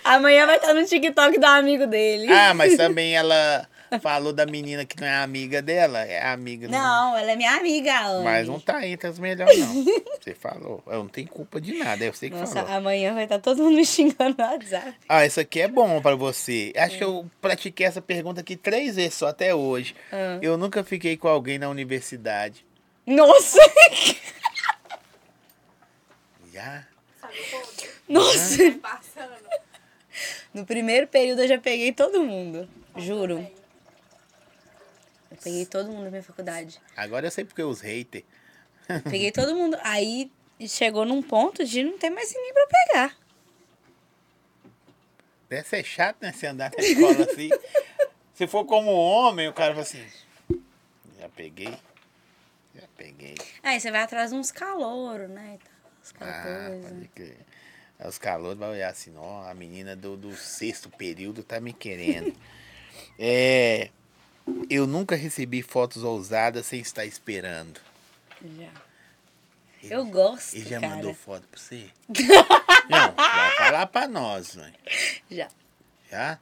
S2: Amanhã vai estar no TikTok do amigo dele.
S1: Ah, mas também ela falou da menina que não é amiga dela. É amiga.
S2: Não, ela é minha amiga, Anne.
S1: Mas não tá entre as melhores,
S2: [LAUGHS]
S1: não. Você falou. Eu não tenho culpa de nada, eu sei que
S2: Nossa,
S1: falou.
S2: amanhã vai estar todo mundo me xingando no WhatsApp.
S1: Ah, isso aqui é bom pra você. Acho que
S2: Hum.
S1: eu pratiquei essa pergunta aqui três vezes só até hoje.
S2: Ah.
S1: Eu nunca fiquei com alguém na universidade.
S2: Nossa! [LAUGHS]
S1: Já?
S3: Sabe o ponto?
S2: Nossa!
S3: Vai passando.
S1: é?
S2: No primeiro período eu já peguei todo mundo. Juro. Eu peguei todo mundo da minha faculdade.
S1: Agora eu sei porque os haters. [LAUGHS]
S2: Peguei todo mundo. Aí chegou num ponto de não ter mais ninguém pra pegar.
S1: Deve ser chato, né? Você andar na
S2: [LAUGHS]
S1: escola assim. Se for como homem, o cara fala assim. Já peguei. Já peguei.
S2: Aí você vai atrás de uns calouros, né? e tal, As
S1: Ah,
S2: coisas.
S1: pode crer. Aí Os calores vão olhar assim, ó, a menina do, do sexto período tá me querendo.
S2: [LAUGHS]
S1: é, eu nunca recebi fotos ousadas sem estar esperando.
S2: Já.
S1: Ele-
S2: Eu gosto,
S1: Ele já
S2: cara.
S1: mandou foto pra
S2: [LAUGHS]
S1: você? Não, vai falar pra nós, né?
S2: Já.
S1: Já?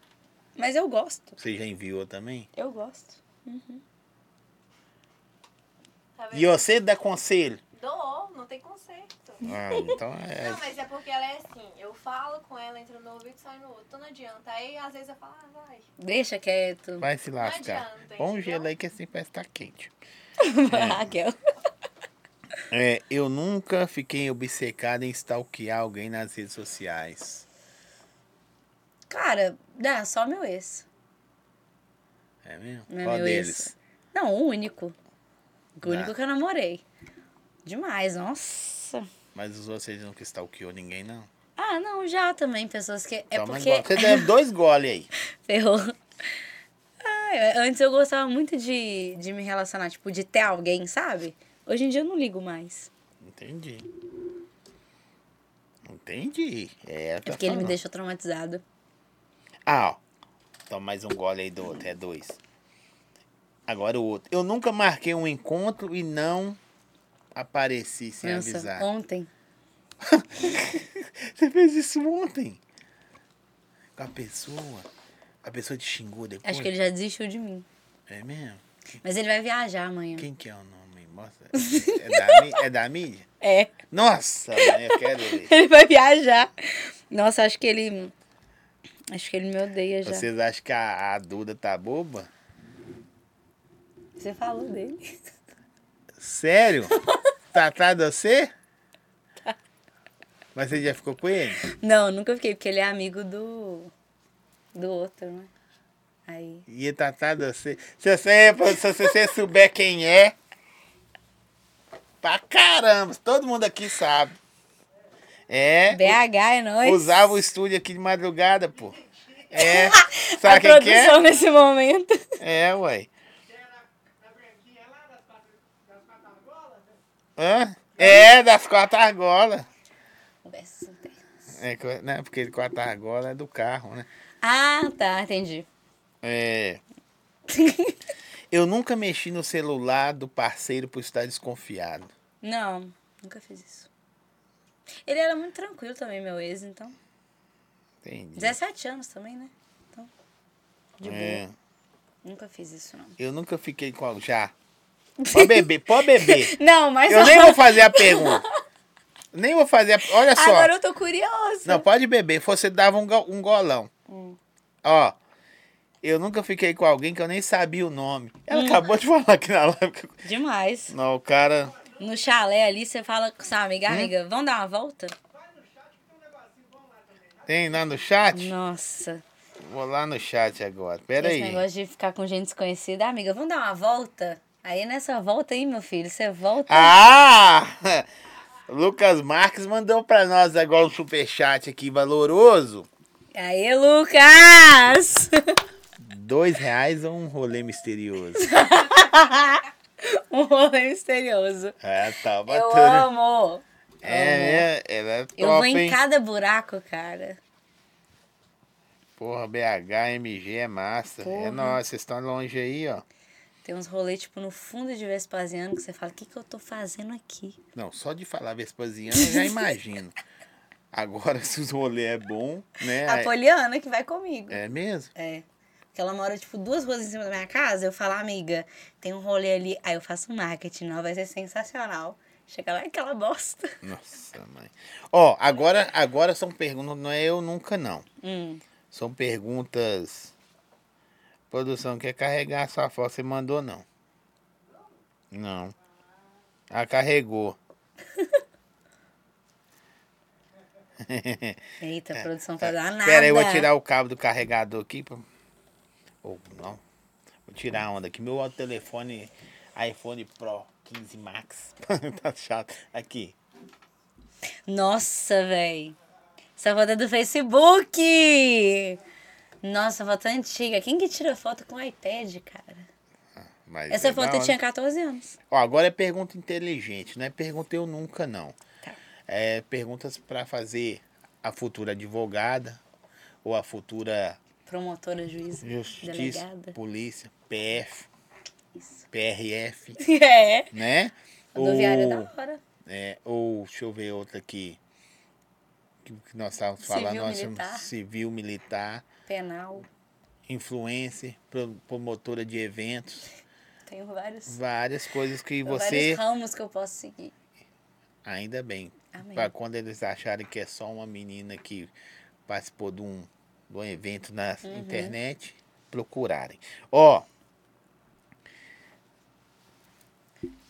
S2: Mas eu gosto.
S1: Você já enviou também?
S2: Eu gosto.
S3: Tá vendo?
S1: E você dá conselho?
S3: Dou, não tem conserto.
S1: Ah, então
S3: Não,
S1: é.
S3: mas é porque ela é assim, eu falo com ela, entra no ouvido e sai no outro. Então não adianta. Aí às vezes eu falo, ah, vai.
S2: Deixa quieto.
S1: Vai se lascar.
S3: adianta,
S1: Põe um
S3: entendeu?
S1: gelo aí que assim parece que tá quente.
S2: [LAUGHS] Raquel.
S1: É, eu nunca fiquei obcecado em stalkear alguém nas redes sociais.
S2: Cara, dá, só meu ex.
S1: É mesmo?
S2: Não é
S1: Qual
S2: meu
S1: deles?
S2: ex. Não, o único. O único
S1: Ah.
S2: que eu namorei. Demais, nossa.
S1: Mas os vocês nunca stalkeou ninguém, não.
S2: Ah, não, já também, pessoas que. É
S1: Toma
S2: porque.
S1: gole. Você deve dois gole aí.
S2: [LAUGHS] Ferrou. Ah, eu- antes eu gostava muito de, de me relacionar, tipo, de ter alguém, sabe? Hoje em dia eu não ligo mais.
S1: Entendi. Entendi. É, ela
S2: É
S1: tá
S2: porque ele me
S1: falando.
S2: deixou traumatizada.
S1: Ah, ó. Toma mais um gole aí do outro. É dois. Agora o outro. Eu nunca marquei um encontro e não apareci sem
S2: Nossa,
S1: avisar.
S2: ontem.
S1: Você fez isso ontem. Com a pessoa. A pessoa te xingou depois.
S2: Acho que ele já desistiu de mim.
S1: É mesmo?
S2: Mas ele vai viajar amanhã.
S1: Quem que é o nome? Mostra. É da, mí- é da mídia?
S2: [LAUGHS] É.
S1: Nossa, mãe, eu quero ver.
S2: [LAUGHS] Ele vai viajar. Nossa, acho que ele. Acho que ele me odeia [LAUGHS] já. Você,
S1: Vocês acham que a, a Duda tá boba?
S2: falou dele. [LAUGHS]
S1: Sério? tá atrás de você? Mas você já ficou com ele?
S2: Não, nunca fiquei, porque ele é amigo do. do outro, né? Aí.
S1: E ele tratado você. Se você, é, se você souber quem é. Pra caramba, todo mundo aqui sabe. É.
S2: BH é nóis.
S1: Usava o estúdio aqui de madrugada, pô. É.
S2: [LAUGHS] a
S1: Sabe quem que
S2: produção
S1: é?
S2: nesse momento.
S1: É, ué. Hã? É, das quatro argolas.
S2: Conversas internas.
S1: É, que- né? Porque quatro argolas é do carro, né?
S2: Ah, tá, entendi. [LAUGHS]
S1: É. Eu nunca mexi no celular do parceiro por estar desconfiado.
S2: Não, nunca fiz isso. Ele era muito tranquilo também, meu ex, então.
S1: Entendi.
S2: 17 anos também, né? Então. De boa.
S1: É.
S2: Nunca fiz isso, não.
S1: Eu nunca fiquei com alguém. Já.
S2: [LAUGHS]
S1: Pode beber, pode beber.
S2: Não, mas.
S1: Eu nem vou fazer a pergunta. Nem vou fazer a... Olha só.
S2: [LAUGHS] Agora eu tô curiosa.
S1: Não, pode beber. Você dava um, go- um golão.
S2: Hum.
S1: Ó, eu nunca fiquei com alguém que eu nem sabia o nome. Ela
S2: Hum.
S1: acabou de falar aqui na live. que eu-
S2: Demais.
S1: Não, o cara...
S2: No chalé ali, você fala com sua amiga,
S1: Hum?
S2: amiga, vamos dar uma volta?
S1: Tem lá no chat?
S2: Nossa.
S1: Vou lá no chat agora. Pera
S2: Esse
S1: aí.
S2: negócio de ficar com gente desconhecida. Amiga, vamos dar uma volta? Aí nessa volta aí, meu filho, você volta.
S1: Ah! [LAUGHS] Lucas Marques mandou pra nós agora um superchat aqui valoroso.
S2: Aê, Lucas! [LAUGHS]
S1: Dois reais ou um rolê
S2: [LAUGHS]
S1: misterioso?
S2: um rolê misterioso.
S1: É, tá
S2: Eu
S1: bacana.
S2: amo!
S1: É, é, ela é top,
S2: Eu vou em
S1: hein?
S2: cada buraco, cara.
S1: Porra, BH, MG é massa. É
S2: Porra.
S1: nóis, vocês estão longe aí, ó.
S2: Tem uns rolês, tipo, no fundo de Vespasiano que você fala, o que, que eu tô fazendo aqui?
S1: Não, só de falar Vespasiano eu já imagino. Agora, [LAUGHS] se os rolê é bom, né?
S2: A Poliana que vai comigo.
S1: É mesmo?
S2: É. Porque ela mora, tipo, duas ruas em cima da minha casa. Eu falo, amiga, tem um rolê ali. Aí eu faço um marketing, não, vai ser sensacional. Chega lá, é aquela bosta.
S1: Nossa, mãe. Ó, agora, agora são perguntas, não é eu nunca, não.
S2: Hum.
S1: São perguntas. Produção, quer carregar a sua foto? Você mandou, não? Não. Ah, carregou.
S2: Eita, a produção tá danada.
S1: É. Pera aí, eu vou tirar o cabo do carregador aqui. pra- Ou não. Vou tirar a onda aqui. Meu outro telefone iPhone Pro 15 Max. [LAUGHS] tá chato. Aqui.
S2: Nossa, véi. Essa foto é do Facebook! Nossa, foto antiga. Quem que tira foto com iPad, cara?
S1: Mas é
S2: Essa
S1: da
S2: foto eu
S1: hora.
S2: tinha 14 anos.
S1: Ó, agora é pergunta inteligente, não é pergunta eu nunca, não.
S2: Tá.
S1: É perguntas pra fazer a futura advogada ou a futura
S2: Promotora, juíza,
S1: justiça,
S2: delegada.
S1: polícia, PF,
S2: Isso.
S1: PRF,
S2: [LAUGHS] É.
S1: né?
S2: Rodoviária
S1: Ou-
S2: da hora.
S1: É, ou, deixa eu ver outra aqui. Que, que nós estávamos falando,
S2: Civil
S1: nós
S2: militar.
S1: somos civil militar,
S2: Penal.
S1: influencer, pro- promotora de eventos,
S2: Tenho vários,
S1: várias coisas que você,
S2: vários ramos que eu posso seguir.
S1: ainda bem,
S2: Amém.
S1: para quando eles acharem que é só uma menina que participou de um, de um evento na internet, procurarem. Ó,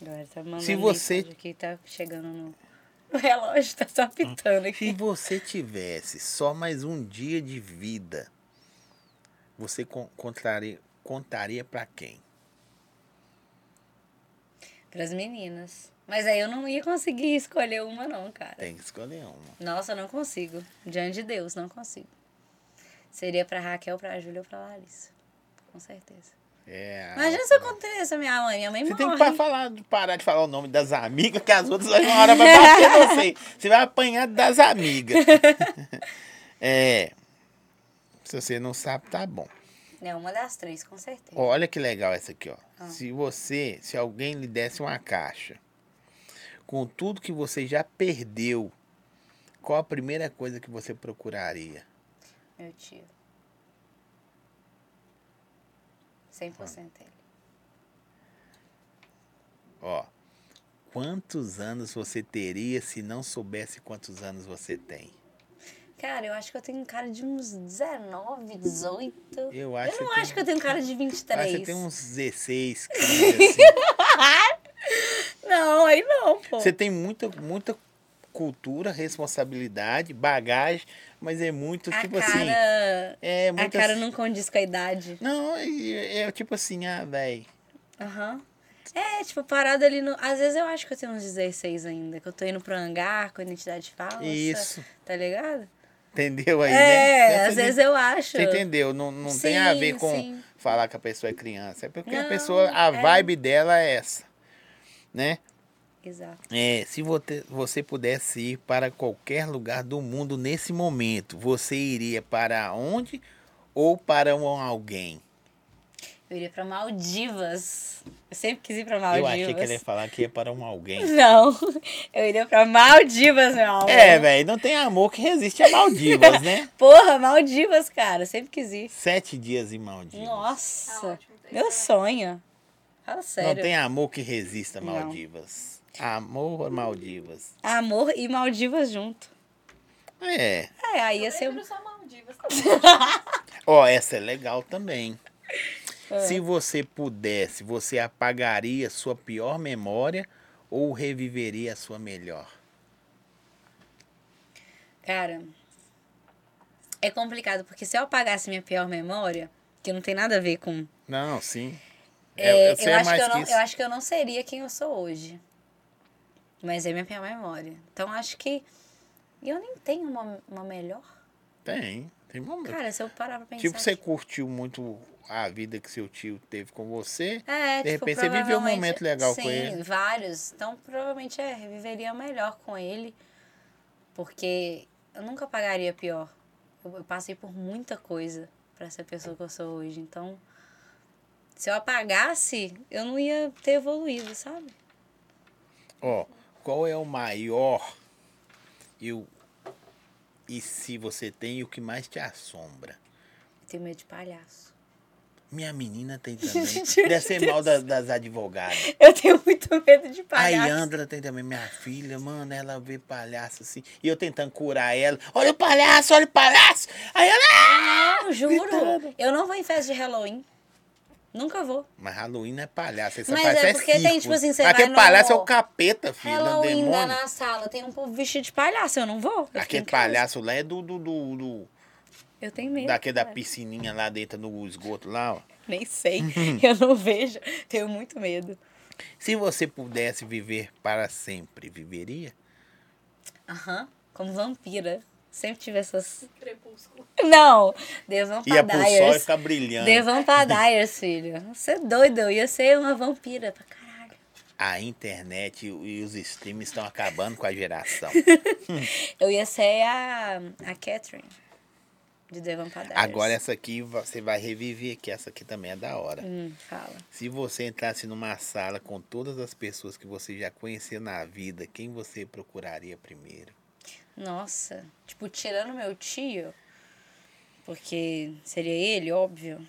S2: Galera, tá mandando
S1: Se você-
S2: mensagem aqui, tá chegando no... [LAUGHS] O relógio tá só apitando
S1: se
S2: aqui.
S1: você tivesse só mais um dia de vida, você con- contaria, contaria para quem?
S2: Pras meninas. Mas aí eu não ia conseguir escolher uma não, cara.
S1: Tem que escolher uma.
S2: Nossa, eu não consigo. Diante de Deus, não consigo. Seria pra Raquel, pra Júlia ou pra Larissa. Com certeza.
S1: É.
S2: Imagina se eu contei isso à minha mãe. Minha mãe
S1: Você tem que
S2: morre.
S1: pa- falar, parar de falar o nome das amigas, que as outras uma hora vai bater em você. Você vai apanhar das amigas. [LAUGHS] é. Se você não sabe, tá bom.
S2: É uma das três, com certeza.
S1: Ó, Olha que legal essa aqui, ó.
S2: Ah.
S1: Se você, se alguém lhe desse uma caixa com tudo que você já perdeu, qual a primeira coisa que você procuraria?
S2: Meu tio. 100% ele.
S1: Ó. Quantos anos você teria se não soubesse quantos anos você tem?
S2: Cara, eu acho que eu tenho um cara de uns 19, 18. Eu,
S1: Eu acho
S2: não
S1: que
S2: acho que eu tenho um cara de
S1: Ah,
S2: 23.
S1: você tem uns 16,
S2: [LAUGHS]
S1: 15, assim.
S2: Não, aí não, pô.
S1: Você tem muita, muita cultura, responsabilidade, bagagem, mas é muito,
S2: A
S1: tipo assim.
S2: cara.
S1: É
S2: A
S1: muito.
S2: cara
S1: assim-
S2: não condiz com a idade.
S1: Não, é, é tipo assim, ah, velho.
S2: Aham. É, tipo, parado ali no. Às vezes eu acho que eu tenho uns 16 ainda, que eu tô indo pro hangar com a identidade falsa.
S1: Isso.
S2: Tá ligado?
S1: Entendeu aí, né?
S2: é,
S1: Essa
S2: às
S1: de-
S2: vezes eu acho.
S1: Você entendeu? Não, não tem a ver
S2: Sim,
S1: com
S2: sim.
S1: falar que a pessoa é criança. É porque a
S2: Não,
S1: pessoa, a
S2: é.
S1: vibe dela é essa. Né?
S2: Exato.
S1: É, se você, você pudesse ir para qualquer lugar do mundo nesse momento, você iria para onde ou para um alguém?
S2: Eu iria pra Maldivas. Eu sempre quis ir pra
S1: Eu
S2: Maldivas.
S1: achei que ele
S2: [LAUGHS]
S1: ia falar que ia para um alguém.
S2: Não, eu iria pra Maldivas, meu amor.
S1: É, velho, não tem amor que resiste a Maldivas,
S2: [LAUGHS]
S1: né?
S2: Porra, Maldivas, cara. eu Sempre quis ir.
S1: Sete dias em Maldivas.
S3: Tá
S2: Nossa.
S3: ótimo. tá
S2: Meu
S3: excelente.
S2: sonho. Fala
S1: Não
S2: sério.
S1: tem amor que resista a
S2: Não. Hum.
S1: Maldivas. Amor a Maldivas.
S2: Amor e Maldivas junto.
S1: É.
S2: É, aí ia
S3: Eu
S2: ser.
S3: prefiro só Maldivas. tá?
S1: Ó, essa é legal também.
S2: É.
S1: Se você pudesse, você apagaria sua pior memória ou reviveria a sua melhor?
S2: Cara, é complicado, porque se eu apagasse minha pior memória, que não tem nada a ver com.
S1: Não, sim.
S2: É,
S1: É, você
S2: eu,
S1: é
S2: acho que
S1: mais
S2: eu, não,
S1: isso.
S2: eu acho que eu não seria quem eu sou hoje. Mas é minha pior memória. Então acho que. Eu nem tenho uma, uma melhor.
S1: Tem, tem momento.
S2: Cara, se eu parar pra pensar.
S1: Tipo, você curtiu muito a vida que seu tio teve com você.
S2: É,
S1: De
S2: tipo,
S1: repente você viveu um
S2: provavelmente-
S1: momento legal com ele.
S2: Sim, vários. Então, provavelmente, é, viveria melhor com ele. Porque eu nunca pagaria pior. Eu eu passei por muita coisa pra ser a pessoa que eu sou hoje. Então, se eu apagasse, eu não ia ter evoluído, sabe?
S1: Ó, qual é o maior e, o, e se você tem o que mais te assombra?
S2: Eu tenho medo de palhaço. [LAUGHS]
S1: Minha menina tem também. Deve ser mal da- das advogadas.
S2: Eu tenho muito medo de
S1: A
S2: palhaço.
S1: Yandra tem também, minha filha, mano, ela vê palhaço assim. E eu tentando curar ela. Olha o palhaço, olha o palhaço! Aí ela. "Ah!"
S2: Não, juro.
S1: Coitada.
S2: Eu não vou em festa de Halloween. Nunca vou.
S1: Mas Halloween não é palhaço, esse
S2: Mas
S1: palhaço
S2: é
S1: é
S2: porque
S1: circo.
S2: tem, tipo assim, você
S1: Aquele
S2: vai no-
S1: palhaço é o capeta, filho, do
S2: Halloween lá
S1: demônio. Ah,
S2: na sala, tem um povo vestido de palhaço, eu não vou. Eu fico em
S1: Aquele
S2: casa.
S1: palhaço lá é do. do, do, do-
S2: Eu tenho medo.
S1: daquele da
S2: cara.
S1: piscininha lá dentro no esgoto lá, ó.
S2: Nem sei,
S1: Uhum.
S2: [LAUGHS] eu não vejo. Tenho muito medo.
S1: Se você pudesse viver para sempre, viveria?
S2: Aham, como vampira. Sempre tive essas...
S3: Crepúsculo.
S2: Não! tá The
S1: Ia pro sol e
S2: Vampires.
S1: ficar brilhando. [LAUGHS]
S2: The Vampires, tá filho. Você é doido, eu ia ser uma vampira pra caralho.
S1: A internet e os streams estão acabando com a geração.
S2: Eu ia ser a, a Catherine, de The Vampires.
S1: Agora é essa aqui você vai reviver, que essa aqui também é da hora.
S2: Hum, fala.
S1: Se você entrasse numa sala com todas as pessoas que você já conheceu na vida, quem você procuraria primeiro?
S2: Nossa, tipo, tirando meu tio, porque seria ele, óbvio.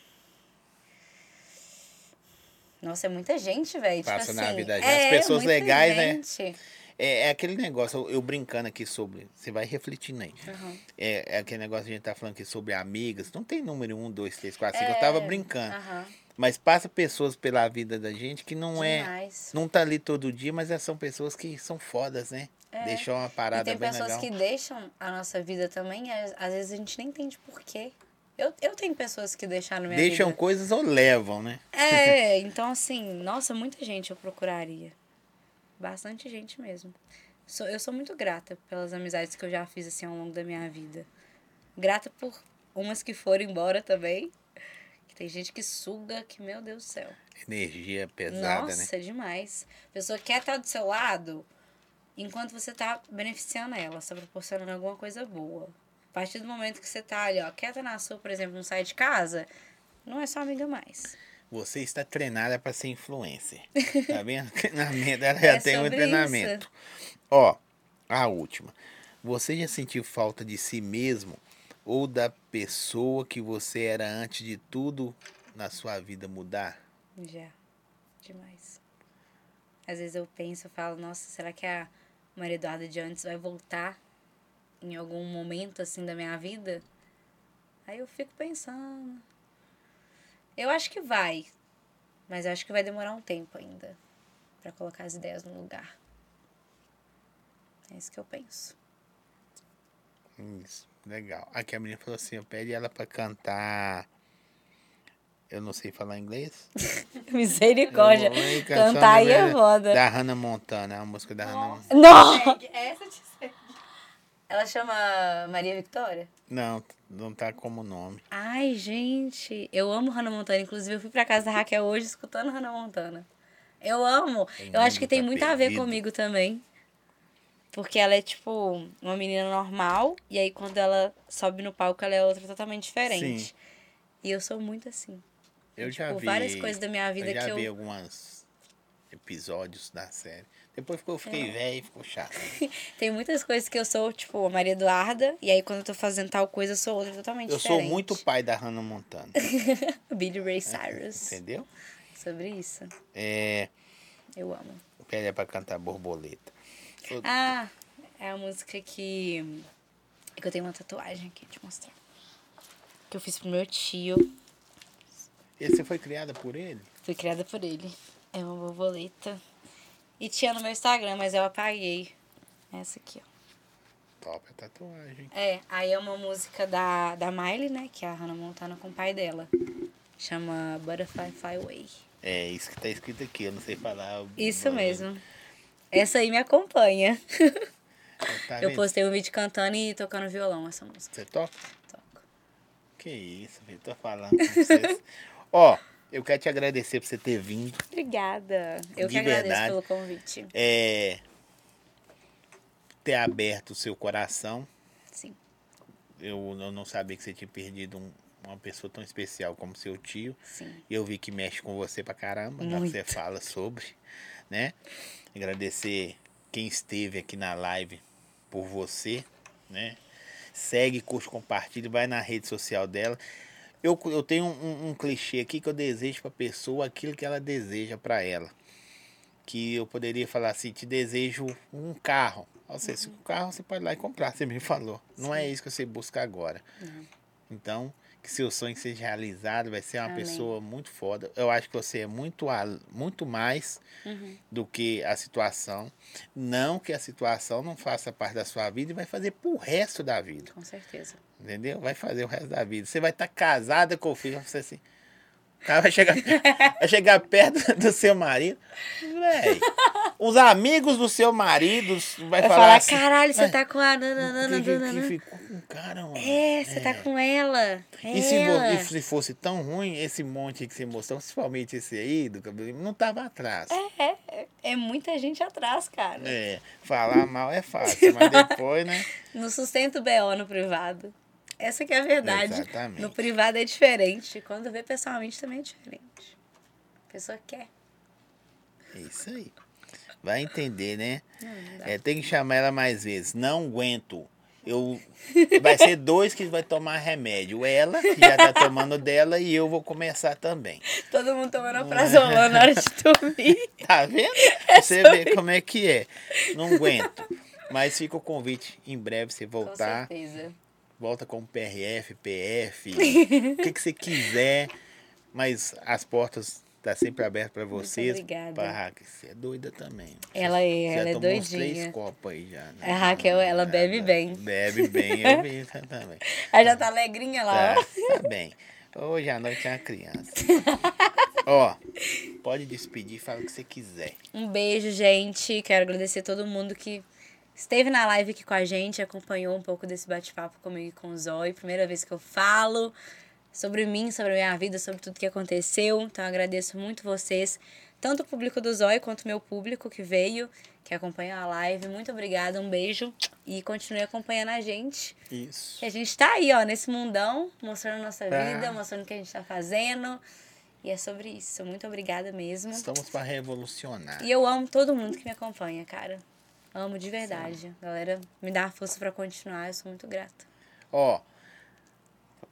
S2: Nossa, é muita gente, velho. Tipo
S1: Passa
S2: assim,
S1: na vida da gente. As pessoas
S2: muita
S1: legais, né?
S2: gente.
S1: É, é aquele negócio, eu- eu brincando aqui sobre. Você vai refletindo aí.
S2: Aham.
S1: É, é aquele negócio que a gente tá falando aqui sobre amigas. Não tem número um, dois, três, quatro, cinco. Eu tava
S2: É.
S1: brincando.
S2: Aham.
S1: Mas passa pessoas pela vida da gente que não é.
S2: Demais.
S1: Não tá ali todo dia, mas é- são pessoas que são fodas, né? Deixou uma
S2: É. E
S1: parada
S2: tem
S1: bem
S2: pessoas
S1: legal.
S2: que deixam a nossa vida também, e às às vezes a gente nem entende por quê. Eu, eu tenho pessoas que deixaram minha
S1: Deixam
S2: vida.
S1: coisas ou levam, né?
S2: É, então assim, nossa, muita gente eu procuraria. Bastante gente mesmo. Sou, eu sou muito grata pelas amizades que eu já fiz assim ao longo da minha vida. Grata por umas que foram embora também. Que tem gente que suga, que meu Deus do céu.
S1: Energia pesada, né?
S2: nossa, demais. A pessoa quer estar do seu lado enquanto você tá beneficiando ela, está proporcionando alguma coisa boa. A partir do momento que você tá ali, ó, quieta na sua, por exemplo, não sai de casa, não é só amiga mais.
S1: Você está treinada para ser
S2: [LAUGHS]
S1: influencer. Tá vendo? [LAUGHS] treinamento, ela já
S2: É
S1: tem um
S2: sobre
S1: treinamento. Ó, a última. Você já sentiu falta de si mesmo ou da pessoa que você era antes de tudo na sua vida mudar?
S2: Já. Demais. Às vezes eu penso, eu falo, nossa, será que a Maria Eduarda de antes vai voltar em algum momento assim da minha vida? Aí eu fico pensando. Eu acho que vai, mas eu acho que vai demorar um tempo ainda pra colocar as ideias no lugar. É isso que eu penso. [LAUGHS]
S1: Hum, Isso, legal. Aqui a menina falou assim: eu pede ela pra cantar. Eu não sei falar
S2: [LAUGHS]
S1: inglês.
S2: Misericórdia.
S1: Oi, canção
S2: Cantar aí
S1: da-
S2: é foda.
S1: Da Hannah Montana, a música da Hannah Montana.
S2: Não!
S3: Segue, Essa te segue.
S2: Ela chama Maria Victoria?
S1: Não, não tá como nome.
S2: Ai, gente, eu amo Hannah Montana. Inclusive, eu fui pra casa da Raquel hoje escutando Hannah Montana. Eu amo.
S1: Tem
S2: eu acho que
S1: muita
S2: tem muito a ver
S1: perdida.
S2: comigo também. Porque ela é, tipo, uma menina normal. E aí, quando ela sobe no palco, ela é outra totalmente diferente.
S1: Sim.
S2: E eu sou muito assim.
S1: Eu já
S2: Tipo,
S1: vi.
S2: várias coisas da minha vida
S1: eu já
S2: que eu-
S1: vi alguns episódios da série. Depois ficou, eu
S2: É.
S1: fiquei velho e ficou chato.
S2: Tem muitas coisas que eu sou, tipo, a Maria Eduarda. E aí, quando eu tô fazendo tal coisa, eu sou outra totalmente
S1: Eu sou
S2: É diferente.
S1: muito É, pai da Hannah Montana.
S2: Billy Ray [LAUGHS] Cyrus.
S1: entendeu?
S2: Sobre isso.
S1: É,
S2: Eu amo.
S1: pede pra cantar borboleta. Eu-
S2: Ah, é a música que. é que eu tenho uma tatuagem aqui, deixa eu mostrar. Que eu fiz pro meu tio.
S1: E Você foi criada por ele?
S2: Fui criada por ele. É uma borboleta. E tinha no meu Instagram, mas eu apaguei. Essa aqui, ó.
S1: Top a tatuagem.
S2: É, aí é uma música da, da Miley, né? Que é a Hannah Montana com o pai dela. Chama Butterfly Fly Away.
S1: É isso que tá escrito aqui, eu não sei falar.
S2: Isso mesmo. Essa aí me acompanha.
S1: Tá
S2: Eu
S1: vendo?
S2: postei um vídeo cantando e tocando violão essa música.
S1: Você toca?
S2: Toco.
S1: Que isso, filho, tô falando com vocês. [LAUGHS] Ó, eu quero te agradecer por você ter vindo.
S2: Obrigada. Eu
S1: De
S2: que agradeço
S1: verdade.
S2: pelo convite.
S1: É, ter aberto o seu coração.
S2: Sim.
S1: Eu, eu não sabia que você tinha perdido um- uma pessoa tão especial como seu tio.
S2: Sim.
S1: Eu vi que mexe com você pra caramba, já que
S2: Muito.
S1: você fala sobre, né? Agradecer quem esteve aqui na live por você, né? Segue, curte, compartilha, vai na rede social dela. Eu, eu tenho um, um clichê aqui que eu desejo pra pessoa aquilo que ela deseja pra ela. Que eu poderia falar assim, te desejo um carro. Ou seja, se o carro você pode ir lá e comprar, você me falou. Não é isso que você busca agora. Então, que seu sonho seja realizado, vai ser uma
S2: Amém.
S1: pessoa muito foda. Eu acho que você é muito, al- muito mais
S2: Uhum.
S1: do que a situação. Não que a situação não faça parte da sua vida e vai fazer pro resto da vida.
S2: Com certeza.
S1: Entendeu? Vai fazer o resto da vida. Você vai estar casada com o filho, você assim. O cara vai chegar,
S2: [LAUGHS]
S1: vai chegar perto do seu marido. Véi, os amigos do seu marido vai
S2: Vai
S1: falar,
S2: falar,
S1: assim.
S2: caralho, você
S1: "Ué,
S2: tá com a.
S1: que, que, que
S2: nananana."
S1: ficou com o cara, mano.
S2: É, você tá com ela.
S1: E se, vo-
S2: Ela.
S1: e se fosse tão ruim, esse monte que você mostrou, principalmente esse aí do cabelo, não tava atrás.
S2: É muita gente atrás, cara.
S1: É, falar mal é fácil, mas depois, né?
S2: Não sustenta o BO no privado. Essa que é a verdade.
S1: Exatamente.
S2: No privado é diferente. Quando vê pessoalmente também é diferente. A pessoa quer.
S1: É isso aí. Vai entender, né?
S2: Não, não dá.
S1: É, tem que chamar ela mais vezes. Não aguento. Eu... Vai ser dois que vai tomar remédio. Ela, que já tá tomando dela, e eu vou começar também.
S2: Todo mundo tomando
S1: é.
S2: aprazolona na hora de dormir.
S1: Tá
S2: [LAUGHS]
S1: vendo? Você vê como é que é. Não aguento. Mas fica o convite em breve você
S2: Com
S1: voltar.
S2: certeza.
S1: volta com PRF,
S2: [LAUGHS]
S1: PF, o que, que você quiser. Mas as portas tá sempre abertas para vocês.
S2: obrigada.
S1: Barraca, você é doida também.
S2: Ela é,
S1: já
S2: ela é
S1: tomou uns três
S2: doidinha.
S1: copos aí já. né?
S2: A Raquel, ela
S1: Já,
S2: bebe
S1: já.
S2: bem.
S1: Bebe
S2: [LAUGHS]
S1: bem, eu vi isso também.
S2: Ela já tá alegrinha lá,
S1: Tá,
S2: ó.
S1: tá bem. Hoje à noite é uma criança. Ó, pode despedir, fala o que você quiser.
S2: Um beijo, gente. Quero agradecer todo mundo que esteve na live aqui com a gente, acompanhou um pouco desse bate-papo comigo e com o Zói. Primeira vez que eu falo sobre mim, sobre a minha vida, sobre tudo que aconteceu. Então eu agradeço muito vocês, tanto o público do Zói quanto o meu público que veio, que acompanhou a live. Muito obrigada, um beijo e continue acompanhando a gente.
S1: Isso.
S2: Que a gente tá aí, ó, nesse mundão, mostrando a nossa
S1: Tá.
S2: vida, mostrando o que a gente tá fazendo. E é sobre isso. Muito obrigada mesmo.
S1: Estamos para revolucionar.
S2: E eu amo todo mundo que me acompanha, cara. Amo de verdade. Galera, me dá a força pra continuar, eu sou muito grata.
S1: Ó,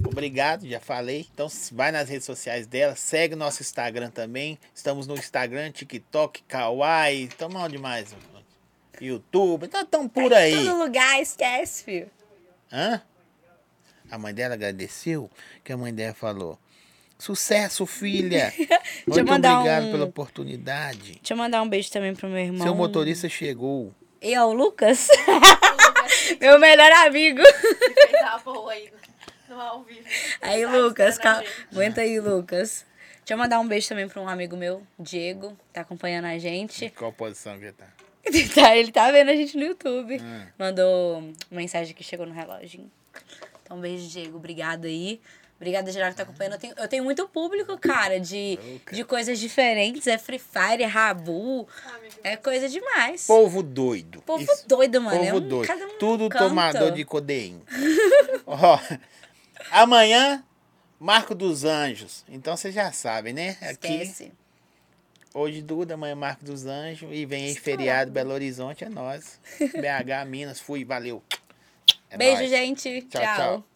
S1: obrigado, já falei. Então s- vai nas redes sociais dela, segue nosso Instagram também. Estamos no Instagram, TikTok, Kawaii, estamos onde mais? YouTube, então estamos por
S2: Tá em
S1: aí.
S2: Todo lugar, esquece, filho.
S1: Hã? A mãe dela agradeceu, que a mãe dela falou. Sucesso,
S2: [LAUGHS]
S1: filha! Muito
S2: mandar
S1: obrigado
S2: um-
S1: pela oportunidade.
S2: Deixa eu mandar um beijo também pro meu irmão.
S1: Seu motorista chegou.
S2: E ó, o Lucas, [LAUGHS]
S3: O Lucas que
S2: meu melhor amigo.
S3: fez a boa aí no ao vivo.
S2: Aí,
S3: Tá
S2: Lucas,
S3: esperando a
S2: calma.
S3: gente.
S2: Aguenta aí, Lucas. Deixa eu mandar um beijo também pra um amigo meu, Diego, tá acompanhando a gente. [LAUGHS]
S1: Qual posição que ele tá?
S2: Ele tá, ele tá vendo a gente no YouTube.
S1: Hum.
S2: Mandou uma mensagem que chegou no reloginho. Então, um beijo, Diego. Obrigada aí. Obrigada, geral, que tá acompanhando. Eu tenho, eu tenho muito público, cara, de,
S1: Louca.
S2: de coisas diferentes. É Free Fire, é Rabu.
S3: Ah, amigo,
S2: É coisa demais.
S1: Povo doido.
S2: Povo
S1: Isso.
S2: doido, mano. é
S1: Povo
S2: um,
S1: doido.
S2: Cada um
S1: Tudo
S2: canta.
S1: tomador de codeína. [LAUGHS] Ó, amanhã, Marco dos Anjos. Então vocês já sabem, né? Aqui,
S2: Esquece.
S1: hoje Duda, amanhã Marco dos Anjos. E vem aí
S2: Isso.
S1: feriado, Belo
S2: [LAUGHS]
S1: Horizonte, é nós. BH, Minas, fui, valeu. É
S2: Beijo,
S1: nóis.
S2: gente.
S1: Tchau, tchau.
S2: tchau.